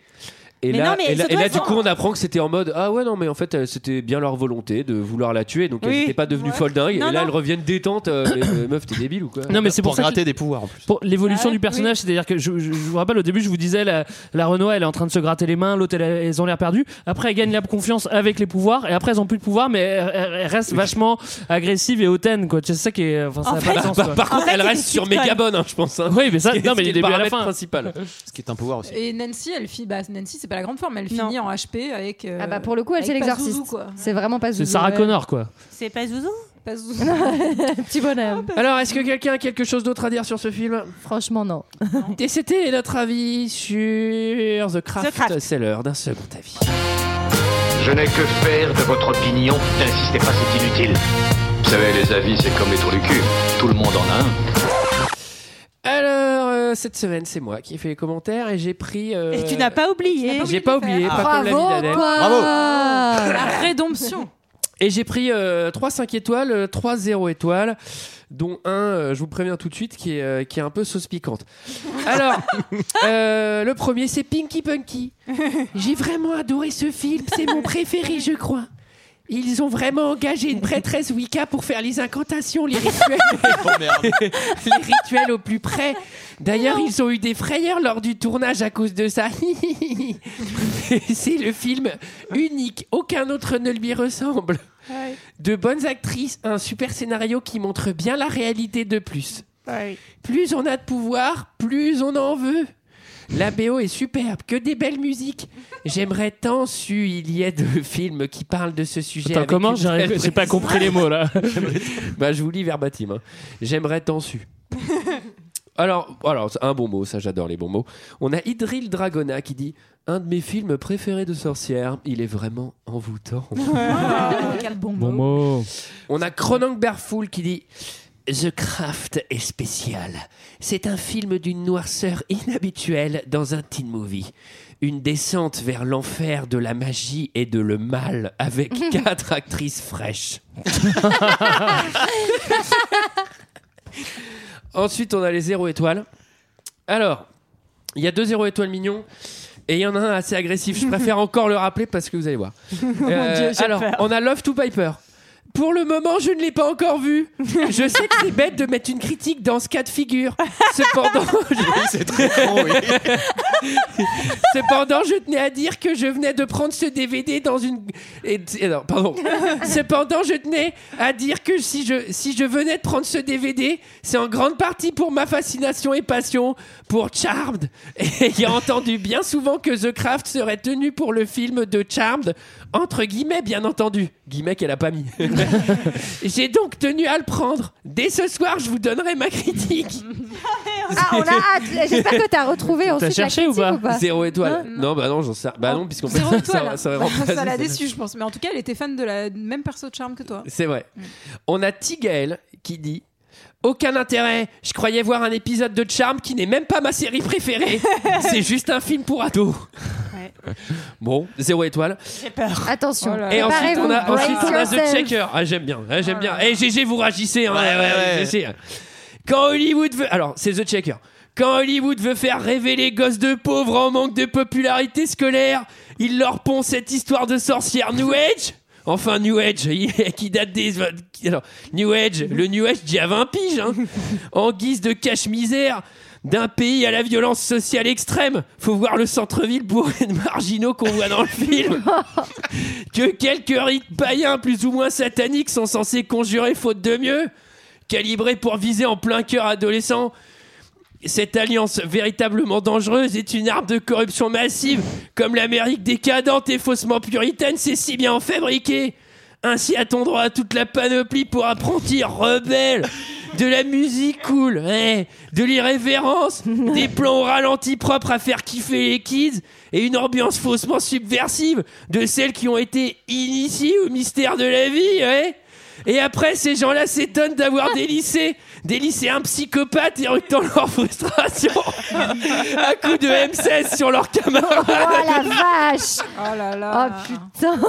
[SPEAKER 1] Et
[SPEAKER 12] Mais
[SPEAKER 1] là,
[SPEAKER 12] non, mais
[SPEAKER 1] et là,
[SPEAKER 12] surtout,
[SPEAKER 1] et là,
[SPEAKER 12] elles
[SPEAKER 1] du
[SPEAKER 12] ont-
[SPEAKER 1] coup, on apprend que c'était en mode Ah ouais, non, mais en fait, euh, c'était bien leur volonté de vouloir la tuer, donc elles
[SPEAKER 10] Oui.
[SPEAKER 1] n'étaient pas devenues
[SPEAKER 10] Ouais.
[SPEAKER 1] folles dingues.
[SPEAKER 10] Non,
[SPEAKER 1] et là,
[SPEAKER 10] non.
[SPEAKER 1] elles reviennent détentes. euh, mais, euh, meuf, t'es débile ou quoi
[SPEAKER 10] Non, mais c'est pour, ça que-
[SPEAKER 7] pouvoirs en plus.
[SPEAKER 10] Pour l'évolution
[SPEAKER 1] Ah ouais,
[SPEAKER 10] du personnage, c'est-à-dire que je, je- je vous rappelle au début, je vous disais la, la Renoir, elle est en train de se gratter les mains, l'autre, elle, elles ont l'air perdues. Après, elle gagne la confiance avec les pouvoirs, et après, elles ont plus de pouvoir, mais elles, elles- elles restent vachement agressives et hautaines, quoi. Tu sais, C'est ça qui est. Enfin, ça
[SPEAKER 1] En
[SPEAKER 10] a
[SPEAKER 1] fait-
[SPEAKER 10] pas de sens,
[SPEAKER 1] Par-
[SPEAKER 10] quoi.
[SPEAKER 1] par contre, En fait, elle c'est reste des sur sitcoms. Megabone, hein, je pense. hein.
[SPEAKER 10] Oui, mais
[SPEAKER 1] [LAUGHS]
[SPEAKER 10] ça,
[SPEAKER 1] Ce qui est-
[SPEAKER 10] non,
[SPEAKER 1] ce
[SPEAKER 10] mais
[SPEAKER 1] qui est
[SPEAKER 10] du
[SPEAKER 1] le
[SPEAKER 10] début à la
[SPEAKER 1] paramètre
[SPEAKER 10] fin.
[SPEAKER 1] principal.
[SPEAKER 7] Ce qui est un pouvoir aussi.
[SPEAKER 6] Et Nancy, elle fit, bah, Nancy, c'est pas la grande forme, elle finit en HP avec. euh,
[SPEAKER 11] Ah bah pour le coup, elle
[SPEAKER 6] avec
[SPEAKER 11] c'est
[SPEAKER 6] Pazuzu,
[SPEAKER 11] l'exorciste.
[SPEAKER 6] quoi.
[SPEAKER 11] C'est vraiment pas
[SPEAKER 10] C'est
[SPEAKER 11] Zouzou,
[SPEAKER 10] Sarah
[SPEAKER 11] ouais.
[SPEAKER 10] Connor, quoi.
[SPEAKER 12] C'est pas Zouzou
[SPEAKER 6] Pas Zouzou.
[SPEAKER 11] Petit bonhomme.
[SPEAKER 1] Alors, est-ce que quelqu'un a quelque chose d'autre à dire sur ce film
[SPEAKER 11] Franchement, non.
[SPEAKER 1] Et c'était notre avis sur The Craft.
[SPEAKER 11] The Craft.
[SPEAKER 1] C'est l'heure d'un second avis.
[SPEAKER 4] Je n'ai que faire de votre opinion. N'insistez pas, c'est inutile.
[SPEAKER 15] Vous savez, les avis, c'est comme les trous du cul. Tout le monde en a un.
[SPEAKER 1] Alors, euh, cette semaine, c'est moi qui ai fait les commentaires et j'ai pris. euh,
[SPEAKER 12] Et tu n'as pas oublié.
[SPEAKER 1] J'ai pas oublié, pas comme la vie d'Adèle.
[SPEAKER 6] Oh, La rédemption
[SPEAKER 1] [LAUGHS] Et j'ai pris 3 5 étoiles, euh, 3 0 étoiles, dont un, euh, je vous préviens tout de suite, qui est, euh, qui est un peu sauce piquante. Alors, euh, le premier, c'est Pinky Punky. J'ai vraiment adoré ce film, c'est mon préféré, je crois. Ils ont vraiment engagé une prêtresse Wicca pour faire les incantations, les rituels.
[SPEAKER 7] Oh,
[SPEAKER 1] [LAUGHS] les rituels au plus près. D'ailleurs, ils ont eu des frayeurs lors du tournage à cause de ça. [LAUGHS] C'est le film unique, aucun autre ne lui ressemble. De bonnes actrices, un super scénario qui montre bien la réalité de plus. Plus on a de pouvoir, plus on en veut. La BO est superbe, que des belles musiques. J'aimerais tant su il y ait de films qui parlent de ce sujet.
[SPEAKER 10] Attends,
[SPEAKER 1] avec
[SPEAKER 10] comment
[SPEAKER 1] une
[SPEAKER 10] J'ai-
[SPEAKER 1] telle
[SPEAKER 10] j'ai pas compris les mots, là.
[SPEAKER 1] J'aimerais- [LAUGHS] bah, je vous lis verbatim. hein. J'aimerais tant su. Alors, alors, c'est un bon mot, ça j'adore les bons mots. On a Idril Dragona qui dit Un de mes films préférés de sorcière, il est vraiment
[SPEAKER 6] [LAUGHS]
[SPEAKER 1] envoûtant.
[SPEAKER 6] Ah, Quel bon
[SPEAKER 10] Bon mot.
[SPEAKER 1] On a Cronenberg Fool qui dit The Craft est spécial. C'est un film d'une noirceur inhabituelle dans un teen movie. Une descente vers l'enfer de la magie et de le mal avec quatre actrices fraîches. [LAUGHS] Ensuite, on a les zéro étoiles. Alors, il y a deux zéro étoiles mignons et il y en a un assez agressif. Je
[SPEAKER 7] [LAUGHS]
[SPEAKER 1] préfère encore le rappeler
[SPEAKER 10] [LAUGHS]
[SPEAKER 1] parce que vous allez voir.
[SPEAKER 7] Oh
[SPEAKER 1] Euh,
[SPEAKER 10] Mon Dieu, j'ai
[SPEAKER 1] alors,
[SPEAKER 10] peur.
[SPEAKER 1] on a Love to Piper. Pour le moment, je ne l'ai pas encore vu. Je sais que c'est bête de mettre une critique dans ce cas de
[SPEAKER 7] [LAUGHS]
[SPEAKER 1] figure. Cependant,
[SPEAKER 7] c'est très con, oui.
[SPEAKER 1] Cependant, je tenais à dire que je venais de prendre ce DVD dans une. et- et non, pardon. Cependant, je tenais à dire que si je, si je venais de prendre ce DVD, c'est en grande partie pour ma fascination et passion pour Charmed. Et ayant entendu bien souvent que The Craft serait tenu pour le film de Charmed, entre guillemets, bien entendu. Guillemets qu'elle a pas mis. J'ai donc tenu à le prendre. Dès ce soir, je vous donnerai ma critique.
[SPEAKER 11] Ah, on a hâte. [LAUGHS] J'espère que t'as retrouvé ensuite. la critique
[SPEAKER 1] Zéro étoile. Non, bah non, j'en sais. Bah non, puisqu'on
[SPEAKER 6] Hein
[SPEAKER 1] [LAUGHS]
[SPEAKER 6] Zéro étoile.
[SPEAKER 1] ça, ça aurait remplacé-
[SPEAKER 6] [LAUGHS] Ça l'a déçu, je pense. Mais en tout cas, elle était fan de la même perso de charme que toi.
[SPEAKER 1] C'est vrai. On a Tigaël qui dit Aucun intérêt. Je croyais voir un épisode de Charme qui n'est même pas ma série préférée. C'est juste un film pour ados. Bon, zéro étoile.
[SPEAKER 12] J'ai peur.
[SPEAKER 11] Attention.
[SPEAKER 1] Et ensuite on, a,
[SPEAKER 11] Préparez-vous,
[SPEAKER 1] ensuite, on a
[SPEAKER 11] brace
[SPEAKER 1] The
[SPEAKER 11] yourself.
[SPEAKER 1] Checker. Ah, j'aime bien, ah, j'aime bien. Et GG, vous réagissez. hein.
[SPEAKER 10] Ouais,
[SPEAKER 1] Ouais, ouais,
[SPEAKER 10] ouais.
[SPEAKER 1] ouais, GG. Quand Hollywood veut... Alors, c'est The Checker. Quand Hollywood veut faire rêver les gosses de pauvres en manque de popularité scolaire, il leur pond cette histoire de sorcière New Age Enfin, New Age, [LAUGHS] qui date des... Alors, New Age, le New Age d'il y a 20
[SPEAKER 10] [LAUGHS]
[SPEAKER 1] piges, hein, en guise de cache-misère d'un pays à la violence sociale extrême. Faut voir le centre-ville bourré de marginaux qu'on voit dans le film
[SPEAKER 10] [LAUGHS]
[SPEAKER 1] que quelques rites païens plus ou moins sataniques sont censés conjurer faute de mieux, calibrés pour viser en plein cœur adolescent. Cette alliance véritablement dangereuse est une arme de corruption massive, comme l'Amérique décadente et faussement puritaine s'est si bien fabriquée. Ainsi a-t-on droit à toute la panoplie pour apprentis rebelles, de la musique cool, eh, de l'irrévérence, des plans au ralenti propres à faire kiffer les kids, et une ambiance faussement subversive de celles qui ont été initiées au mystère de la vie, hein. ouais. Et après, ces gens-là s'étonnent d'avoir des lycées, des lycéens psychopathes éructant leur frustration à coups de M16 sur leurs camarades.
[SPEAKER 11] Oh la vache
[SPEAKER 6] Oh là
[SPEAKER 11] Oh putain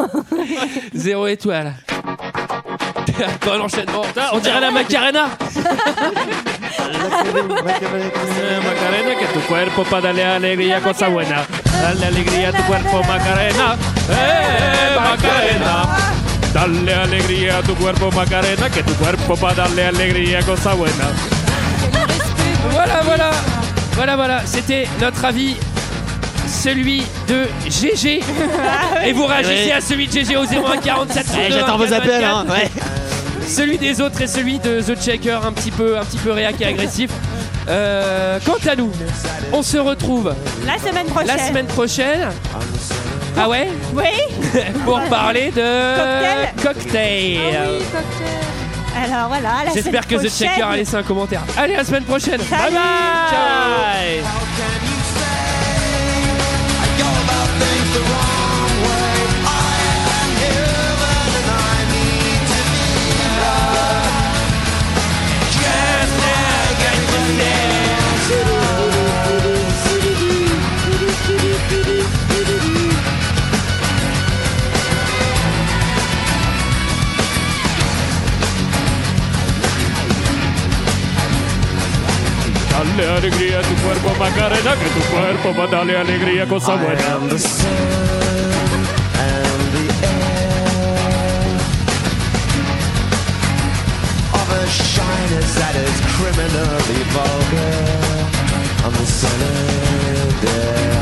[SPEAKER 1] Zéro étoile. Bon l'enchaînement. Putain,
[SPEAKER 10] On dirait la
[SPEAKER 1] [LAUGHS]
[SPEAKER 10] Macarena. Macarena, que tu cuerpo para darle alegría, cosa buena. Dale alegría a tu cuerpo, Macarena. Eh, Macarena. Dale alegría a tu cuerpo, Macarena, que tu cuerpo para darle alegría, cosa buena.
[SPEAKER 1] Voilà, voilà, voilà, voilà. C'était notre avis, celui de GG. Et vous réagissez
[SPEAKER 10] Ouais.
[SPEAKER 1] à celui de GG au 0147.
[SPEAKER 10] Ouais, j'attends vos appels, hein, ouais.
[SPEAKER 1] [LAUGHS] Celui des autres et celui de The Checker, un petit peu, un petit peu réac et agressif. Euh, quant à nous, on se retrouve
[SPEAKER 12] La semaine prochaine.
[SPEAKER 1] la semaine prochaine. Ah ouais
[SPEAKER 12] Oui.
[SPEAKER 1] Pour parler de cocktail.
[SPEAKER 12] Alors voilà. Ah la
[SPEAKER 1] J'espère que
[SPEAKER 12] semaine
[SPEAKER 1] The Checker a
[SPEAKER 12] prochaine.
[SPEAKER 1] laissé un commentaire. Allez, à la semaine prochaine. Bye bye. Ciao.
[SPEAKER 10] Dale alegría a tu cuerpo, Macarena, que tu cuerpo va a darle alegría, cosa buena.
[SPEAKER 16] of a shyness that is criminally vulgar. I'm the son of death.